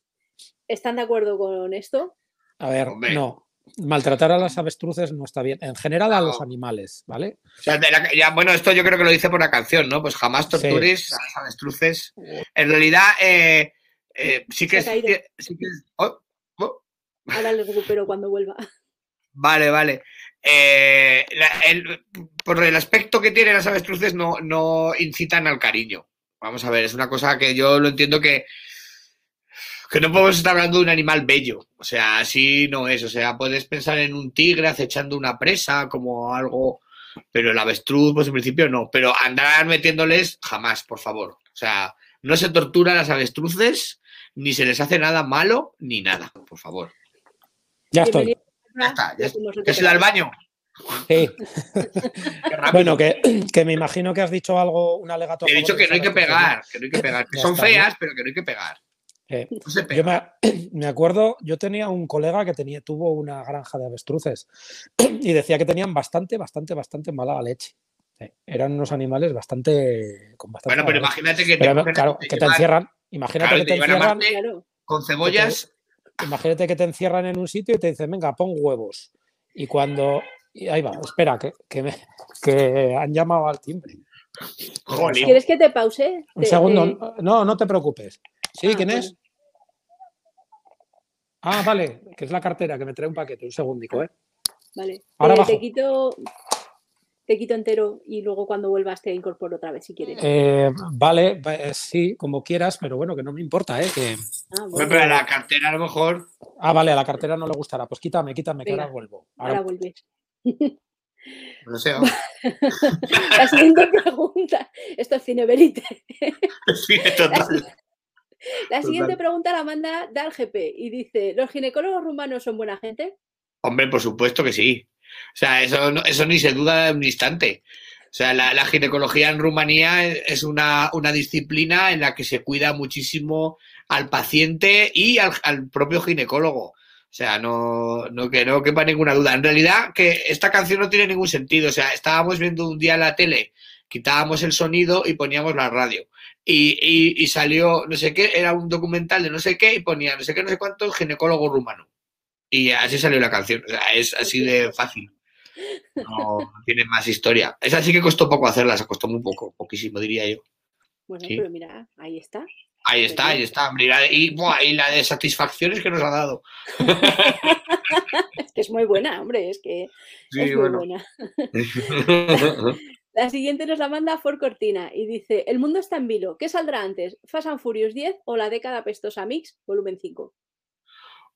Speaker 1: ¿Están de acuerdo con esto?
Speaker 3: A ver,
Speaker 2: Hombre.
Speaker 3: no. Maltratar a las avestruces no está bien. En general a los
Speaker 2: No.
Speaker 3: animales, ¿vale?
Speaker 2: O sea, de la- ya, bueno, esto yo creo que lo dice por la canción, ¿no? Pues jamás tortures a las avestruces. En realidad, eh, eh, sí que es.
Speaker 1: Se ha caído.
Speaker 2: que- sí que es- oh,
Speaker 1: Ahora lo
Speaker 3: [laughs]
Speaker 1: recupero cuando vuelva.
Speaker 2: vale, vale. Eh, la- el- por el aspecto que tienen las avestruces, no, no incitan al cariño. Vamos a ver, es una cosa que yo lo entiendo que. Que no podemos estar hablando de un animal bello. O sea, así no es. O sea, puedes pensar en un tigre acechando una presa como algo. Pero el avestruz, pues en principio no. Pero andar metiéndoles jamás, por favor. O sea, no se tortura a las avestruces, ni se les hace nada malo, ni nada, por favor.
Speaker 3: Ya estoy.
Speaker 1: Ah.
Speaker 2: Ya está, ya Que se da al baño.
Speaker 3: Sí.
Speaker 2: Qué rápido.
Speaker 3: Bueno, que, [clears throat] que me imagino que has dicho algo, un alegato.
Speaker 2: He dicho que no hay que
Speaker 3: favor,
Speaker 2: pegar, que no hay que pegar. Que
Speaker 3: Ya
Speaker 2: son
Speaker 3: está, ¿no?
Speaker 2: feas, pero que no hay que pegar.
Speaker 3: Eh,
Speaker 2: No se
Speaker 3: Yo
Speaker 2: pega.
Speaker 3: me, [clears throat] me acuerdo, yo tenía un colega que tenía, tuvo una granja de avestruces [clears throat] y decía que tenían bastante, bastante, bastante mala leche. Eh, eran unos animales bastante. Con bastante
Speaker 2: Bueno, pero
Speaker 3: mala leche.
Speaker 2: imagínate que
Speaker 3: Pero,
Speaker 2: cogen-
Speaker 3: claro, que te
Speaker 2: llevan
Speaker 3: encierran. Imagínate
Speaker 2: Claro,
Speaker 3: que
Speaker 2: te
Speaker 3: te
Speaker 2: llevan a
Speaker 3: encierran.
Speaker 2: Marte.
Speaker 1: Claro.
Speaker 2: con cebollas.
Speaker 3: Imagínate que te encierran en un sitio y te dicen, venga, pon huevos. Y cuando. y ahí va, espera, que, que, me- que han llamado al timbre.
Speaker 2: Jolín.
Speaker 1: ¿Quieres que te pause?
Speaker 3: Un
Speaker 1: Te-
Speaker 3: segundo,
Speaker 1: te-
Speaker 3: no, no te preocupes. ¿Sí?
Speaker 1: Ah,
Speaker 3: ¿Quién
Speaker 1: bueno.
Speaker 3: es? Ah, vale, que es la cartera, que me trae un paquete, un segundico, ¿eh?
Speaker 1: Vale. Eh,
Speaker 3: Ahora
Speaker 1: Te-
Speaker 3: abajo.
Speaker 1: te quito. Te quito entero y luego cuando vuelvas te incorporo otra vez si quieres.
Speaker 3: Eh, vale, va- eh, sí, como quieras, pero bueno, que no me importa, ¿eh? Que-
Speaker 1: Ah,
Speaker 2: Hombre,
Speaker 1: bueno,
Speaker 2: pero la cartera a lo mejor.
Speaker 3: Ah, vale, a la cartera no le gustará. Pues quítame, quítame, que
Speaker 1: Venga,
Speaker 3: ahora vuelvo.
Speaker 1: ahora
Speaker 3: Ahora-
Speaker 1: vuelves.
Speaker 2: No sé.
Speaker 1: [laughs] La siguiente pregunta. Esto es cine verite.
Speaker 2: [laughs] Sí, total.
Speaker 1: La siguiente
Speaker 2: Total.
Speaker 1: pregunta la manda Dal GP y dice: ¿Los ginecólogos rumanos son buena gente?
Speaker 2: Hombre, por supuesto que sí. O sea, eso, no- eso ni se duda un instante. O sea, la, la ginecología en Rumanía es una, una disciplina en la que se cuida muchísimo al paciente y al, al propio ginecólogo. O sea, no, no que no quepa ninguna duda. En realidad, que esta canción no tiene ningún sentido. O sea, estábamos viendo un día la tele, quitábamos el sonido y poníamos la radio. Y, y- y salió, no sé qué, era un documental de no sé qué y ponía no sé qué, no sé cuánto, ginecólogo rumano. Y así salió la canción. O sea, es así de fácil. No tiene más historia. Esa sí que costó poco hacerla, se costó muy poco, poquísimo diría yo.
Speaker 1: Bueno,
Speaker 2: Sí.
Speaker 1: pero mira, ahí está.
Speaker 2: Ahí está, ahí está. hombre, Y la, y, buah, y la de satisfacciones que nos ha dado.
Speaker 1: Es que es muy buena, hombre, es que
Speaker 2: Sí,
Speaker 1: es muy
Speaker 2: bueno.
Speaker 1: buena.
Speaker 2: [laughs]
Speaker 1: La siguiente nos la manda For Cortina y dice: El mundo está en vilo. ¿Qué saldrá antes? ¿Fast and Furious 10 o la década pestosa Mix, volumen 5?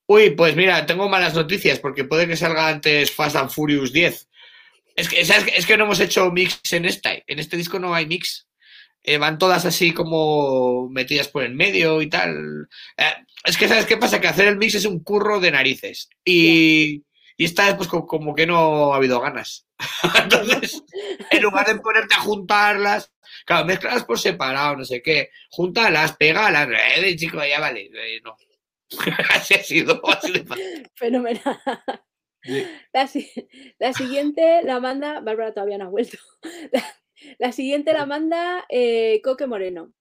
Speaker 2: Uy, pues mira, tengo malas noticias porque puede que salga antes Fast and Furious 10. Es que, ¿sabes? es que no hemos hecho mix en esta. En este disco no hay mix. Eh, van todas así como metidas por el medio y tal. Eh, es que, ¿sabes qué pasa? Que hacer el mix es un curro de narices. Y, y esta vez, pues co- como que no ha habido ganas. [laughs] Entonces, en lugar de ponerte a juntarlas, claro, mezclas por separado, no sé qué. Júntalas, pégalas. Eh, chico, ya vale. Eh, no. [laughs] así ha sido. Así de fácil.
Speaker 1: Fenomenal.
Speaker 2: Sí.
Speaker 1: [laughs] La, si- la siguiente la manda. Bárbara todavía no ha vuelto. [laughs] La, la siguiente la manda eh, Coque Moreno.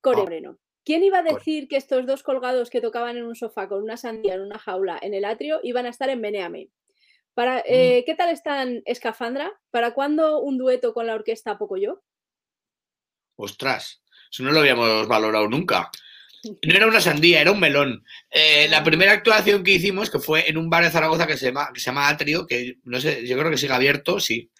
Speaker 1: Core
Speaker 2: Ah.
Speaker 1: Moreno. ¿Quién iba a
Speaker 2: Core.
Speaker 1: decir que estos dos colgados que tocaban en un sofá con una sandía en una jaula en el atrio iban a estar en Meneame?
Speaker 2: Mm.
Speaker 1: Para, eh, ¿Qué tal están Escafandra? ¿Para cuándo un dueto con la orquesta Pocoyo?
Speaker 2: Ostras, eso no lo habíamos valorado nunca. No era una sandía, era un melón. Eh, la primera actuación que hicimos, que fue en un bar de Zaragoza que se llama, que se llama Atrio, que no sé, yo creo que sigue abierto, sí.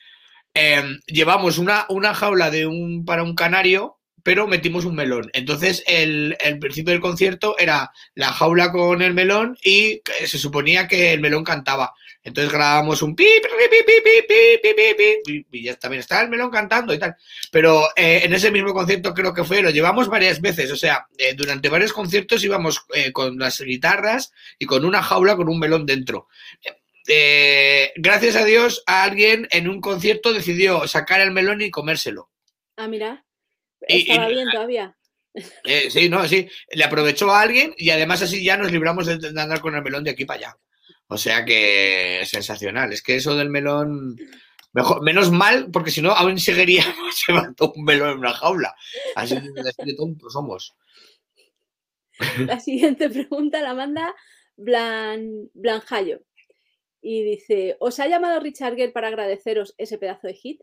Speaker 2: Eh, llevamos una, una jaula de un, para un canario, pero metimos un melón. Entonces, el, el principio del concierto era la jaula con el melón y que se suponía que el melón cantaba. Entonces grabamos un pi, pi, pi, pi, pi, pi, pi, pi, pi, y ya también está el melón cantando y tal. Pero eh, en ese mismo concierto creo que fue, lo llevamos varias veces, o sea, eh, durante varios conciertos íbamos eh, con las guitarras y con una jaula con un melón dentro. Eh, gracias a Dios, alguien en un concierto decidió sacar el melón y comérselo.
Speaker 1: Ah, mira.
Speaker 2: Y- y-
Speaker 1: Estaba bien todavía.
Speaker 2: Eh, sí, no, sí, le aprovechó a alguien y además así ya nos libramos de, de andar con el melón de aquí para allá. O sea que sensacional, es que eso del melón... Mejor, menos mal, porque si no, aún seguiríamos [laughs] llevando un melón en una jaula. Así, de- así de tontos somos.
Speaker 1: La siguiente [laughs] pregunta la manda Blan, Blanjallo. Y dice, ¿os ha llamado Richard Gere para agradeceros ese pedazo de
Speaker 2: [laughs]
Speaker 1: hit?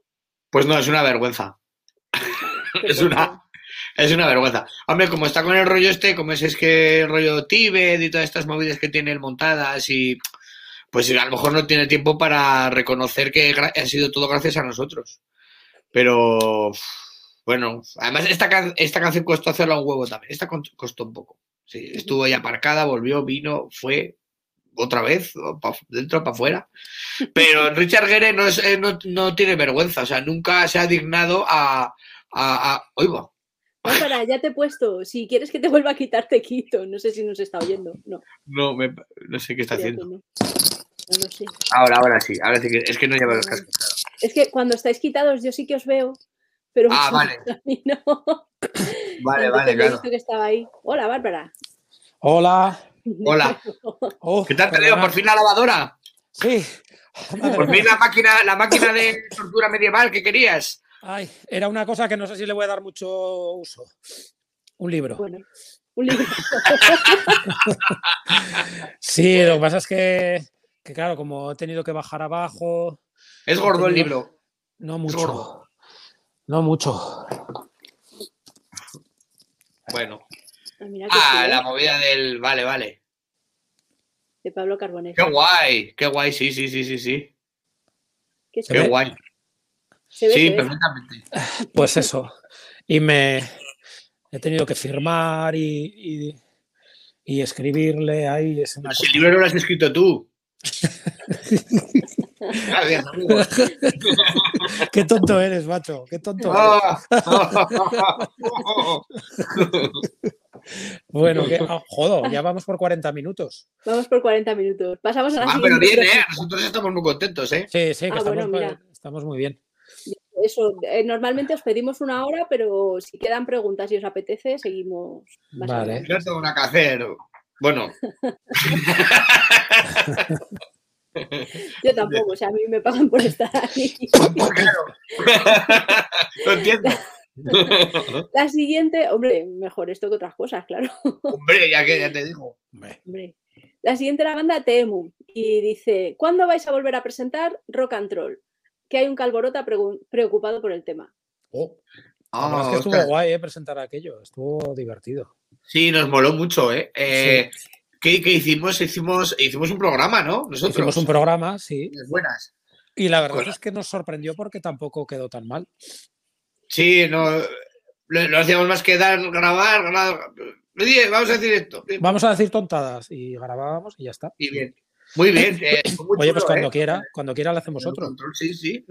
Speaker 1: Pues
Speaker 2: Pues no, es una vergüenza.
Speaker 1: Qué
Speaker 2: Es una-
Speaker 1: fuerte.
Speaker 2: Es una vergüenza. Hombre, como está con el rollo este, como es, es que el rollo Tíbet y todas estas movidas que tiene él montadas y pues a lo mejor no tiene tiempo para reconocer que gra- ha sido todo gracias a nosotros. Pero uf, bueno, además esta, can- esta canción costó hacerla un huevo también. Esta con- costó un poco. Sí, estuvo ahí aparcada, volvió, vino, fue otra vez, o pa- dentro, para afuera. Pero Richard Gere no, es- eh, no, no tiene vergüenza, o sea, nunca se ha dignado a... a, a- oigo,
Speaker 1: Bárbara, ya te he puesto. Si quieres que te vuelva a quitar, te quito. No sé si nos está oyendo. No,
Speaker 2: No, me- no sé qué está
Speaker 1: creo que
Speaker 2: haciendo.
Speaker 1: no. No lo sé.
Speaker 2: Ahora, ahora sí. Ahora sí que es que no lleva los cascos. claro.
Speaker 1: Es que cuando estáis quitados yo sí que os veo, pero [laughs]
Speaker 2: Ah,
Speaker 1: vosotros a mí no.
Speaker 2: Vale,
Speaker 1: Entonces
Speaker 2: vale,
Speaker 1: he
Speaker 2: claro.
Speaker 1: visto que estaba ahí. Hola, Bárbara. [laughs]
Speaker 3: Hola.
Speaker 2: Hola.
Speaker 3: Uf,
Speaker 2: ¿Qué tal, te
Speaker 3: perdona.
Speaker 2: ¿Por fin la lavadora?
Speaker 3: Sí. Madre
Speaker 2: ¿Por
Speaker 3: mía.
Speaker 2: fin la máquina, la máquina de tortura medieval que querías?
Speaker 3: Ay, era una cosa que no sé si le voy a dar mucho uso. Un libro.
Speaker 1: Bueno, un libro.
Speaker 3: Sí, pues lo que pasa es que, que, claro, como he tenido que bajar abajo,
Speaker 2: Es gordo el libro.
Speaker 3: no
Speaker 2: gordo.
Speaker 3: mucho. No mucho.
Speaker 2: Bueno.
Speaker 1: Ah, mira qué
Speaker 2: Ah,
Speaker 1: chulo,
Speaker 2: la movida del. Vale, vale.
Speaker 1: de Pablo Carbonell.
Speaker 2: Qué guay. Qué guay, sí, sí, sí, sí, sí.
Speaker 1: Qué
Speaker 3: Se
Speaker 2: Qué
Speaker 1: chulo.
Speaker 3: ve.
Speaker 2: guay.
Speaker 1: Se ve,
Speaker 2: sí,
Speaker 1: se ve.
Speaker 2: perfectamente.
Speaker 3: Pues eso. Y me he tenido que firmar y, y- y escribirle ahí. Es una
Speaker 2: Pero si
Speaker 3: [laughs] cosa.
Speaker 2: el libro no lo has escrito
Speaker 3: [laughs]
Speaker 2: tú. Gracias, amigo.
Speaker 3: [laughs] Qué tonto eres, macho. Qué tonto. eres.
Speaker 2: Ah.
Speaker 3: Bueno, que, ah, jodo, ya vamos por 40 minutos.
Speaker 1: Vamos por 40 minutos. Pasamos a la
Speaker 2: [laughs] Ah,
Speaker 1: siguiente
Speaker 2: pero bien,
Speaker 1: pregunta.
Speaker 2: ¿eh? Nosotros estamos muy contentos, ¿eh?
Speaker 3: Sí, sí, que
Speaker 1: Ah,
Speaker 3: estamos,
Speaker 1: bueno,
Speaker 3: pa-
Speaker 1: mira.
Speaker 3: estamos muy bien.
Speaker 1: Eso, eh, normalmente os pedimos una hora, pero si quedan preguntas y os apetece, seguimos. más
Speaker 3: Vale.
Speaker 1: adelante.
Speaker 2: Yo tengo una que hacer. Bueno, [laughs]
Speaker 1: Yo tampoco, o sea, a mí me pagan por estar aquí.
Speaker 2: claro. [laughs] Lo entiendo.
Speaker 1: La siguiente, hombre, mejor esto que otras cosas, claro. [laughs]
Speaker 2: Hombre, ya que ya te digo.
Speaker 3: Hombre,
Speaker 1: Hombre. La siguiente la banda Temu y dice, ¿cuándo vais a volver a presentar Rock and Troll? Que hay un calborota pregun- preocupado por el tema.
Speaker 3: oh, la verdad
Speaker 2: Ah,
Speaker 3: es que estuvo
Speaker 2: ostras.
Speaker 3: guay eh, presentar aquello. Estuvo divertido.
Speaker 2: sí, nos moló mucho, ¿eh? Eh, ¿qué, qué hicimos? hicimos? Hicimos un programa, ¿no? Nosotros.
Speaker 3: Hicimos un programa, sí.
Speaker 2: Buenas.
Speaker 3: Y la verdad
Speaker 2: Bueno.
Speaker 3: es que nos sorprendió porque tampoco quedó tan mal.
Speaker 2: Sí, no. Lo, lo hacíamos más que dar, grabar, grabar. Oye, vamos a decir esto. Bien,
Speaker 3: Vamos a decir tontadas y grabábamos y ya está.
Speaker 2: Y bien. Muy bien.
Speaker 3: [laughs]
Speaker 2: eh, fue muy
Speaker 3: Oye, pues
Speaker 2: chulo,
Speaker 3: cuando
Speaker 2: ¿eh?
Speaker 3: quiera, cuando quiera lo hacemos
Speaker 2: Control,
Speaker 3: otro.
Speaker 2: control, sí, sí.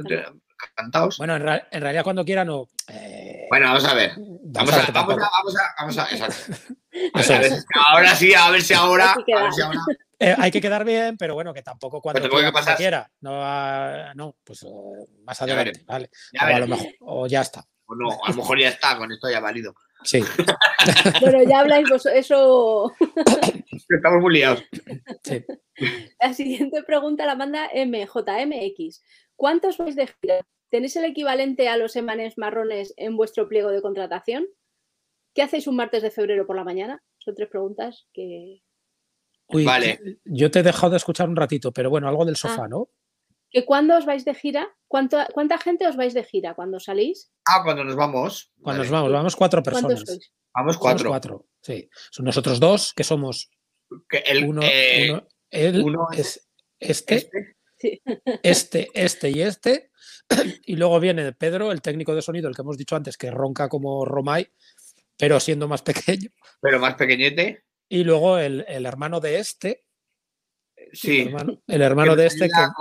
Speaker 2: Encantados.
Speaker 3: Bueno, en, ra- en realidad cuando quiera no. Eh,
Speaker 2: Bueno, vamos a ver. Vamos a, vamos
Speaker 3: ver tampoco.
Speaker 2: a, vamos a, vamos a, exacto. A
Speaker 3: Eso
Speaker 2: ver,
Speaker 3: es.
Speaker 2: es que ahora sí, a ver si ahora,
Speaker 1: Hay que
Speaker 2: a ver si ahora.
Speaker 3: Eh, hay que quedar bien, pero bueno, que tampoco cuando
Speaker 2: Pero tampoco hay que
Speaker 3: cuando
Speaker 2: pasar.
Speaker 3: quiera. No, ah, no pues eh, más
Speaker 2: Ya
Speaker 3: adelante, Ah, ¿vale?
Speaker 2: Ya
Speaker 3: o, a lo
Speaker 2: veremos.
Speaker 3: mejor, o ya está.
Speaker 2: O pues no, a lo mejor ya está, con esto ya válido.
Speaker 3: Sí.
Speaker 2: [laughs]
Speaker 1: Bueno, ya habláis vos, eso.
Speaker 2: Estamos muy liados.
Speaker 3: sí.
Speaker 1: La siguiente pregunta la manda MJMX. ¿Cuántos vais de gira? ¿Tenéis el equivalente a los emanes marrones en vuestro pliego de contratación? ¿Qué hacéis un martes de febrero por la mañana? Son tres preguntas que...
Speaker 3: Uy,
Speaker 2: Vale.
Speaker 3: Yo te he dejado de escuchar un ratito, pero bueno, algo del sofá, ¿no?
Speaker 1: ¿Que ¿Cuándo os vais de gira? ¿Cuánto- ¿Cuánta gente os vais de gira cuando salís?
Speaker 2: Ah, cuando nos vamos. Vale.
Speaker 3: Cuando nos vamos, vamos cuatro personas.
Speaker 1: ¿Cuántos
Speaker 3: Somos
Speaker 1: sois?
Speaker 2: Vamos cuatro.
Speaker 3: cuatro. Sí. Son nosotros dos, que somos
Speaker 2: Que el,
Speaker 3: uno,
Speaker 2: eh,
Speaker 3: uno- él
Speaker 2: uno
Speaker 3: es este,
Speaker 2: este,
Speaker 3: este, este y este. [clears throat] Y luego viene Pedro, el técnico de sonido, el que hemos dicho antes, que ronca como Romay, pero siendo más [laughs] pequeño.
Speaker 2: pero más pequeñete.
Speaker 3: Y luego el, el hermano de este, el
Speaker 2: Sí.
Speaker 3: hermano, el hermano
Speaker 2: Que
Speaker 3: de
Speaker 2: nos
Speaker 3: este
Speaker 2: ayuda
Speaker 3: que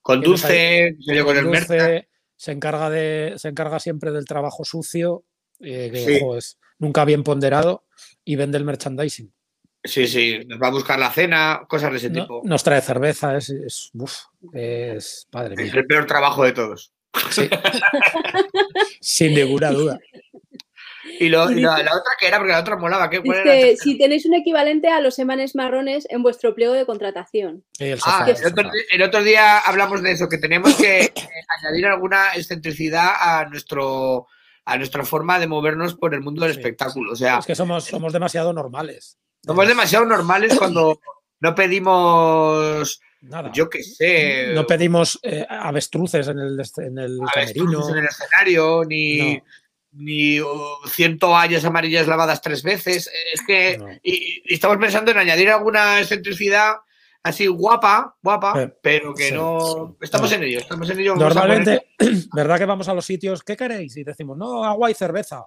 Speaker 2: Con,
Speaker 3: que nos
Speaker 2: conduce, yo con el
Speaker 3: conduce,
Speaker 2: Merta.
Speaker 3: se encarga de, se encarga siempre del trabajo sucio, eh, que
Speaker 2: Sí.
Speaker 3: jo, es nunca bien ponderado, y vende el merchandising.
Speaker 2: Sí, sí. Nos va a buscar la cena, cosas de ese
Speaker 3: No-
Speaker 2: tipo.
Speaker 3: nos trae cerveza, es, es, uf, es padre
Speaker 2: Es
Speaker 3: mía.
Speaker 2: el peor trabajo de todos.
Speaker 3: Sí. Sin
Speaker 2: [laughs]
Speaker 3: ninguna duda.
Speaker 2: Y, lo,
Speaker 1: Y
Speaker 2: y la,
Speaker 1: dice-
Speaker 2: la otra que era, porque la otra molaba. ¿qué? ¿Cuál era la
Speaker 1: Dice,
Speaker 2: tercera?
Speaker 1: si tenéis un equivalente a los emanes marrones en vuestro pliego de contratación.
Speaker 3: El
Speaker 2: Ah,
Speaker 3: sofá, el
Speaker 2: el otro,
Speaker 3: sofá.
Speaker 2: el otro día hablamos de eso, que tenemos que eh, [laughs] añadir alguna excentricidad a nuestro a nuestra forma de movernos por el mundo del
Speaker 3: Sí.
Speaker 2: espectáculo. O sea,
Speaker 3: Es que somos, somos demasiado normales.
Speaker 2: somos demasiado normales cuando no pedimos,
Speaker 3: Nada.
Speaker 2: yo qué sé,
Speaker 3: Ah. no pedimos eh, avestruces en el, dest- en el
Speaker 2: avestruces
Speaker 3: camerino.
Speaker 2: en el escenario, ni,
Speaker 3: No.
Speaker 2: ni oh, 100 toallas amarillas lavadas tres veces. Es que
Speaker 3: No.
Speaker 2: y, y estamos pensando en añadir alguna excentricidad así guapa, guapa,
Speaker 3: Eh,
Speaker 2: pero que
Speaker 3: sí.
Speaker 2: no... Estamos
Speaker 3: No.
Speaker 2: en ello, estamos en ello. vamos a poner-
Speaker 3: Normalmente, [clears throat] ¿verdad que vamos a los sitios? ¿Qué queréis? Y decimos, no, agua y cerveza.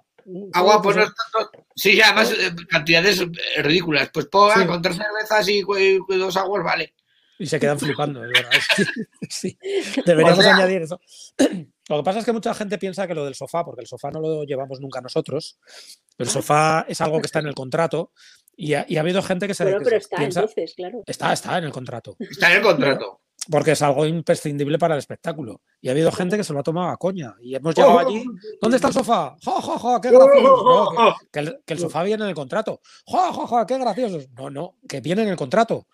Speaker 2: Agua, pues
Speaker 3: pues,
Speaker 2: no es tanto. Sí, ya, además, eh, cantidades eh, ridículas. Pues ponga
Speaker 3: Sí.
Speaker 2: con tres cervezas y, cu- y cu- dos aguas, vale.
Speaker 3: Y se quedan flipando, es
Speaker 2: [laughs]
Speaker 3: verdad. [laughs] Sí, deberíamos
Speaker 2: O sea-
Speaker 3: añadir eso. [clears throat] Lo que pasa es que mucha gente piensa que lo del
Speaker 1: Ah.
Speaker 3: sofá, porque el sofá no lo llevamos nunca nosotros. El sofá es algo que está en el contrato Y ha, y ha habido gente que se.
Speaker 1: Bueno,
Speaker 3: que
Speaker 1: pero
Speaker 3: se
Speaker 1: está
Speaker 3: piensa-
Speaker 1: entonces, claro.
Speaker 3: está, está en
Speaker 1: [laughs]
Speaker 3: el contrato.
Speaker 2: Está en el contrato.
Speaker 3: Porque es algo imprescindible para el espectáculo. Y ha
Speaker 1: Pues
Speaker 3: habido gente que se lo ha tomado a coña. Y hemos llegado
Speaker 2: Oh.
Speaker 3: allí. ¿Dónde está el sofá? ¡Jo, jo, jo! ¡Qué
Speaker 2: [laughs]
Speaker 3: gracioso! No, que- que, el, que el sofá viene en el contrato. ¡Jo, jo, jo! ¡Qué gracioso! No, no, que viene en el contrato.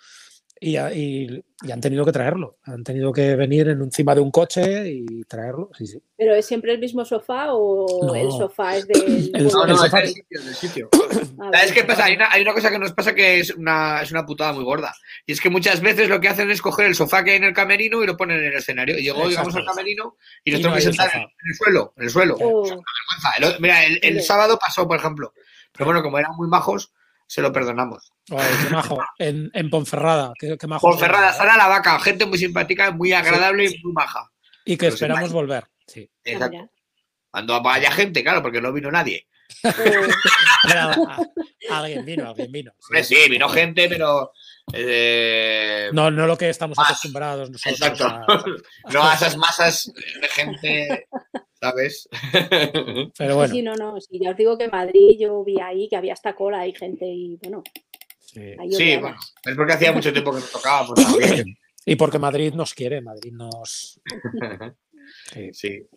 Speaker 3: Y, ha- y- y han tenido que traerlo. Han tenido que venir en encima de un coche y traerlo. Sí, sí.
Speaker 1: Pero es siempre el mismo sofá o
Speaker 3: No.
Speaker 1: el sofá es del.
Speaker 3: El-
Speaker 2: No,
Speaker 1: pueblo?
Speaker 2: no,
Speaker 3: el
Speaker 2: está
Speaker 3: sofá.
Speaker 2: en el sitio, en el sitio.
Speaker 1: Ah,
Speaker 2: ¿Sabes
Speaker 1: vale.
Speaker 2: qué pasa? Hay una, hay una cosa que nos pasa que es una, es una putada muy gorda. Y es que muchas veces lo que hacen es coger el sofá que hay en el camerino y lo ponen en el escenario. Y llegó, digamos, al
Speaker 3: Exacto.
Speaker 2: camerino y
Speaker 3: Y
Speaker 2: nos
Speaker 3: no
Speaker 2: tenemos que
Speaker 3: hay
Speaker 2: sentar en,
Speaker 3: sofá.
Speaker 2: en el suelo. En el suelo.
Speaker 1: O-
Speaker 2: Vergüenza. El- mira, el, el
Speaker 1: Bien.
Speaker 2: sábado pasó, por ejemplo. Pero bueno, como eran muy majos, se lo perdonamos.
Speaker 3: Ay, qué majo. En, en Ponferrada. Qué, qué majo.
Speaker 2: Ponferrada,
Speaker 3: Sí.
Speaker 2: Sara la Vaca, gente muy simpática, muy agradable y muy maja.
Speaker 3: Y que
Speaker 2: Pero
Speaker 3: esperamos
Speaker 2: sin
Speaker 3: volver. Sí.
Speaker 1: ah,
Speaker 2: Exacto.
Speaker 1: mira.
Speaker 2: Cuando vaya gente, claro, porque no vino nadie.
Speaker 1: O-
Speaker 3: Era- a- alguien vino, alguien vino.
Speaker 2: Hombre, sí, vino gente, pero. eh,
Speaker 3: No, no lo que estamos
Speaker 2: Más.
Speaker 3: acostumbrados nosotros.
Speaker 2: Exacto.
Speaker 3: a-
Speaker 2: no a esas masas de gente, ¿sabes?
Speaker 3: Pero
Speaker 1: [laughs]
Speaker 3: bueno.
Speaker 1: Sí, no, no. Sí, ya os digo que en Madrid yo vi ahí que había hasta cola y gente y bueno,
Speaker 3: sí.
Speaker 1: ahí
Speaker 2: Sí,
Speaker 1: odiaba.
Speaker 2: bueno, es porque hacía mucho tiempo que nos tocábamos también.
Speaker 3: Y porque Madrid nos quiere, Madrid nos. Sí.
Speaker 2: [laughs] Sí.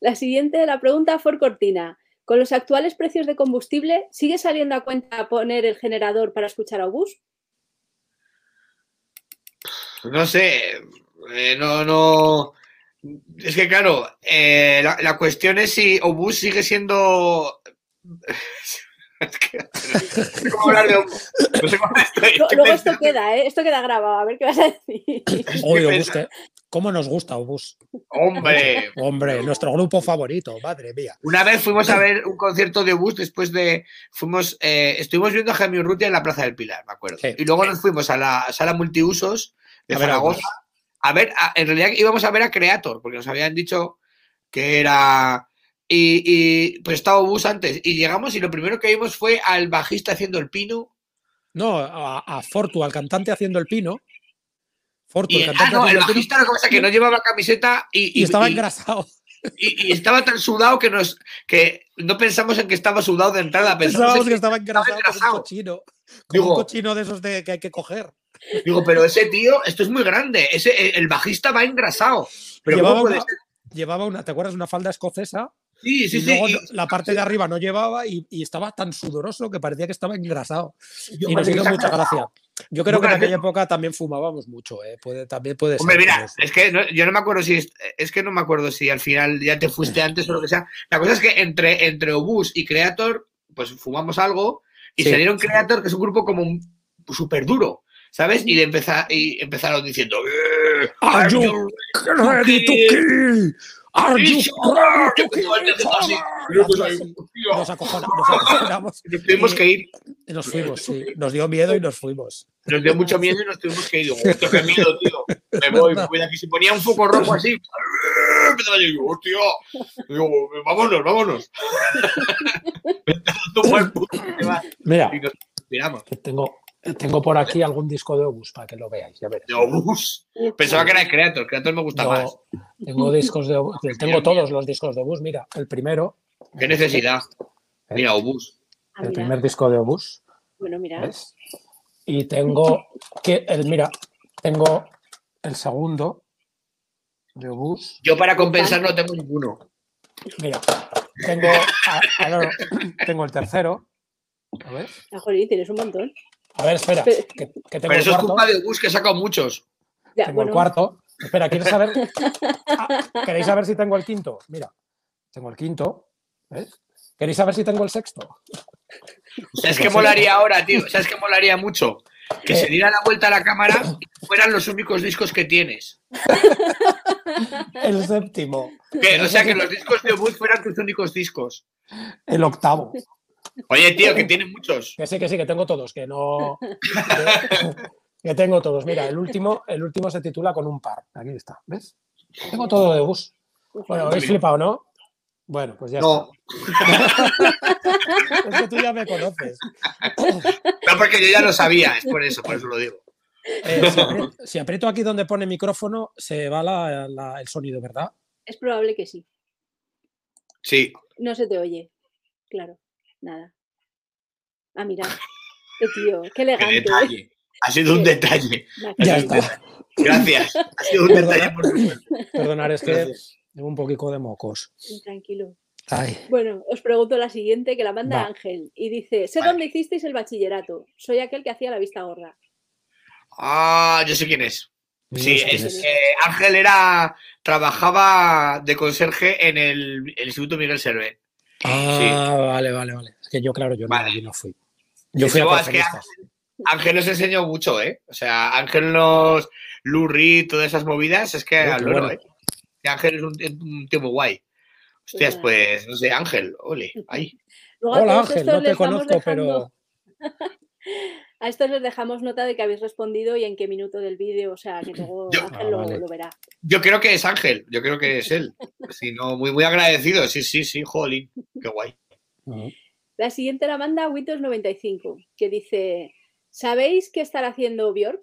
Speaker 1: La siguiente, la pregunta for Cortina. Con los actuales precios de combustible, ¿sigue saliendo a cuenta poner el generador para escuchar a Obús?
Speaker 2: No sé, eh, no, no. Es que claro, eh, la, la cuestión es si Obús sigue siendo. [laughs] Es que- no sé cómo hablar de Obús.
Speaker 1: [laughs]
Speaker 2: No sé cómo estoy-
Speaker 1: Lu-
Speaker 2: estoy
Speaker 1: Luego esto
Speaker 2: pensando.
Speaker 1: queda, ¿eh? Esto queda grabado, a ver qué vas a
Speaker 3: [laughs]
Speaker 1: decir.
Speaker 3: Oye,
Speaker 2: pena.
Speaker 3: Obús, que- ¿cómo nos gusta Obús?
Speaker 2: Hombre,
Speaker 3: Hombre, nuestro grupo favorito, madre mía.
Speaker 2: Una vez fuimos a ver un concierto de Obús después de. Fuimos, eh, estuvimos viendo a Jaime Urrutia en la Plaza del Pilar, me acuerdo.
Speaker 3: Sí.
Speaker 2: Y luego nos fuimos a la sala multiusos de
Speaker 3: A ver a
Speaker 2: Zaragoza. A ver, a- en realidad íbamos a ver a Creator, porque nos habían dicho que era. Y, y pues estaba Obús antes. Y llegamos y lo primero que vimos fue al bajista haciendo el pino.
Speaker 3: No, a, a Fortu, al cantante haciendo el pino. Fortu,
Speaker 2: Y,
Speaker 3: Pues el
Speaker 2: ah,
Speaker 3: cantante
Speaker 2: no, el
Speaker 3: haciendo el pino.
Speaker 2: bajista lo que pasa es que no llevaba camiseta y,
Speaker 3: Y estaba
Speaker 2: y- [laughs]
Speaker 3: engrasado.
Speaker 2: y- y estaba tan sudado que nos que no pensamos en que estaba sudado de entrada, pensamos en
Speaker 3: Pensábamos que estaba engrasado como
Speaker 2: engrasado.
Speaker 3: un cochino. Como
Speaker 2: Digo-
Speaker 3: un cochino de esos de, que hay que coger.
Speaker 2: Digo, pero ese tío, esto es muy grande. Ese, eh, el- el bajista va engrasado. Pero ¿cómo
Speaker 3: Llevaba
Speaker 2: puede
Speaker 3: una,
Speaker 2: ser?
Speaker 3: llevaba una, ¿te acuerdas? Una falda escocesa.
Speaker 2: Sí, sí,
Speaker 3: y
Speaker 2: sí.
Speaker 3: luego
Speaker 2: y-
Speaker 3: no- la parte de arriba no llevaba y, y estaba tan sudoroso que parecía que estaba engrasado.
Speaker 2: yo
Speaker 3: y nos
Speaker 2: pensé que
Speaker 3: hizo
Speaker 2: se ha
Speaker 3: mucha
Speaker 2: engrasado.
Speaker 3: gracia. Yo creo que en
Speaker 2: Nunca-
Speaker 3: aquella época también fumábamos mucho, ¿eh? Puede, también puede ser.
Speaker 2: Hombre, mira,
Speaker 3: puede ser.
Speaker 2: es que no- yo no me acuerdo si es, es que no me acuerdo si al final ya te fuiste antes o lo que sea. La cosa es que entre, entre Obús y Creator, pues fumamos algo y
Speaker 3: Sí.
Speaker 2: salieron Creator, que es un grupo como súper duro, ¿sabes? Y, empeza- y empezaron diciendo. "Eh,
Speaker 3: Are
Speaker 2: are
Speaker 3: you
Speaker 2: you
Speaker 3: Ready to kill. Are you ready to kill each other?
Speaker 2: ready?"
Speaker 3: Así, Nos, acojona- nos acojonamos
Speaker 2: Y Nos tuvimos que ir.
Speaker 3: y nos fuimos, sí. Nos dio miedo y nos fuimos.
Speaker 2: Nos dio mucho miedo y nos tuvimos que ir. Digo, "Hostia, qué miedo, tío. Me voy, me voy de aquí. Si ponía un foco rojo así, empezaba yo, digo, hostia. Digo, vámonos, vámonos. [laughs] Tú, buen puto, te vas.
Speaker 3: Mira,
Speaker 2: Y nos tiramos.
Speaker 3: que tengo, tengo por aquí algún disco de Obus para que lo veáis. Ya veréis.
Speaker 2: Digo, "Ups". Pensaba que era el Creator. El Creator me gusta
Speaker 3: Yo
Speaker 2: más.
Speaker 3: tengo discos de Obus, tengo todos los discos de Obus. Mira, el primero,
Speaker 2: Qué necesidad. Mira, Obús.
Speaker 1: Ah,
Speaker 3: el
Speaker 1: mira.
Speaker 3: primer disco de Obus.
Speaker 1: Bueno, mira.
Speaker 3: ¿Ves? Y tengo que el, mira, tengo el segundo de Obús.
Speaker 2: Yo para compensar no tengo ninguno.
Speaker 3: Mira, tengo, a- a ver, tengo el tercero. A ver,
Speaker 1: Ah, jolín, tienes un montón.
Speaker 3: a ver, espera,
Speaker 1: Pero-
Speaker 3: que, que tengo
Speaker 2: Pero
Speaker 3: el
Speaker 2: eso es
Speaker 3: cuarto.
Speaker 2: culpa de Obús que he sacado muchos.
Speaker 1: Ya,
Speaker 3: Tengo
Speaker 1: bueno,
Speaker 3: el cuarto. Espera, ¿quieres saber? Ah, ¿Queréis saber si tengo el quinto? Mira, tengo el quinto. ¿Ves? ¿Queréis saber si tengo el sexto?
Speaker 2: ¿Sabes qué molaría ahora, tío? ¿Sabes qué molaría mucho? Que
Speaker 3: ¿Qué?
Speaker 2: se diera la vuelta a la cámara y fueran los únicos discos que tienes.
Speaker 3: El séptimo.
Speaker 2: Que, o sea, que los discos de Obús fueran tus únicos discos.
Speaker 3: El octavo.
Speaker 2: Oye, tío, que tienen muchos.
Speaker 3: Que sí, que sí, que tengo todos, que no. Que, que tengo todos. Mira, el último, el último se titula con un par. Aquí está, ¿ves? Tengo todo de bus.
Speaker 1: pues,
Speaker 3: Bueno, habéis flipado, ¿no? Bueno, pues ya
Speaker 2: No,
Speaker 3: está. Es que tú ya me conoces.
Speaker 2: no, porque yo ya lo sabía, es por eso, por eso lo digo.
Speaker 3: Eh, si, aprieto, si aprieto aquí donde pone micrófono, se va la- la- el sonido, ¿verdad?
Speaker 1: Es probable que sí.
Speaker 2: Sí.
Speaker 3: [laughs]
Speaker 1: No se te oye. Claro, nada. Ah, mira. Qué tío, qué elegante. ¿eh?
Speaker 2: detalle. Ha sido un
Speaker 1: Sí.
Speaker 2: detalle.
Speaker 3: Ya
Speaker 1: Gracias.
Speaker 3: está.
Speaker 2: Gracias. Ha sido un
Speaker 3: Perdona.
Speaker 2: detalle por supuesto.
Speaker 3: Perdonar, es que
Speaker 2: Gracias.
Speaker 3: tengo un poquito de mocos.
Speaker 1: Tranquilo.
Speaker 3: Ay.
Speaker 1: Bueno, os pregunto la siguiente que la manda
Speaker 3: Va.
Speaker 1: Ángel y dice: Sé
Speaker 2: Vale.
Speaker 1: dónde hicisteis el bachillerato. Soy aquel que hacía la vista gorda.
Speaker 2: Ah, yo sé quién es. Sí,
Speaker 3: Dios,
Speaker 1: sé
Speaker 2: es-
Speaker 1: quién es.
Speaker 2: eh, Ángel era trabajaba de conserje en el, el Instituto Miguel Servet.
Speaker 3: Ah,
Speaker 2: sí.
Speaker 3: vale, vale, vale. Es que yo, claro, yo
Speaker 2: Vale.
Speaker 3: no, yo no fui. Yo fui a
Speaker 2: Yo, es que
Speaker 3: coleccionistas.
Speaker 2: Ángel nos enseñó mucho, ¿eh? O sea, Ángel nos. Lurri, todas esas movidas, es que
Speaker 3: Uy, qué
Speaker 2: al loro,
Speaker 3: bueno.
Speaker 2: ¿eh? Y Ángel es un, es un tío muy guay. Hostias,
Speaker 1: Pues nada.
Speaker 2: pues, no sé, Ángel, ole, ahí.
Speaker 1: Luego a
Speaker 3: Hola
Speaker 1: todos
Speaker 3: Ángel,
Speaker 1: estos
Speaker 3: no te
Speaker 1: les vamos
Speaker 3: conozco,
Speaker 1: dejando-
Speaker 3: pero
Speaker 1: A estos les dejamos nota de que habéis respondido y en qué minuto del vídeo, o
Speaker 3: [clears throat]
Speaker 1: sea, que luego
Speaker 2: Yo-
Speaker 1: Ángel
Speaker 3: Ah,
Speaker 1: lo,
Speaker 3: vale.
Speaker 1: lo verá.
Speaker 2: Yo creo que es Ángel, yo creo que es él. Si no, muy, muy agradecido, sí, sí, sí, jolín, qué guay.
Speaker 3: Ujú.
Speaker 1: La siguiente la manda Witos95, que dice: ¿Sabéis qué estará haciendo Bjork?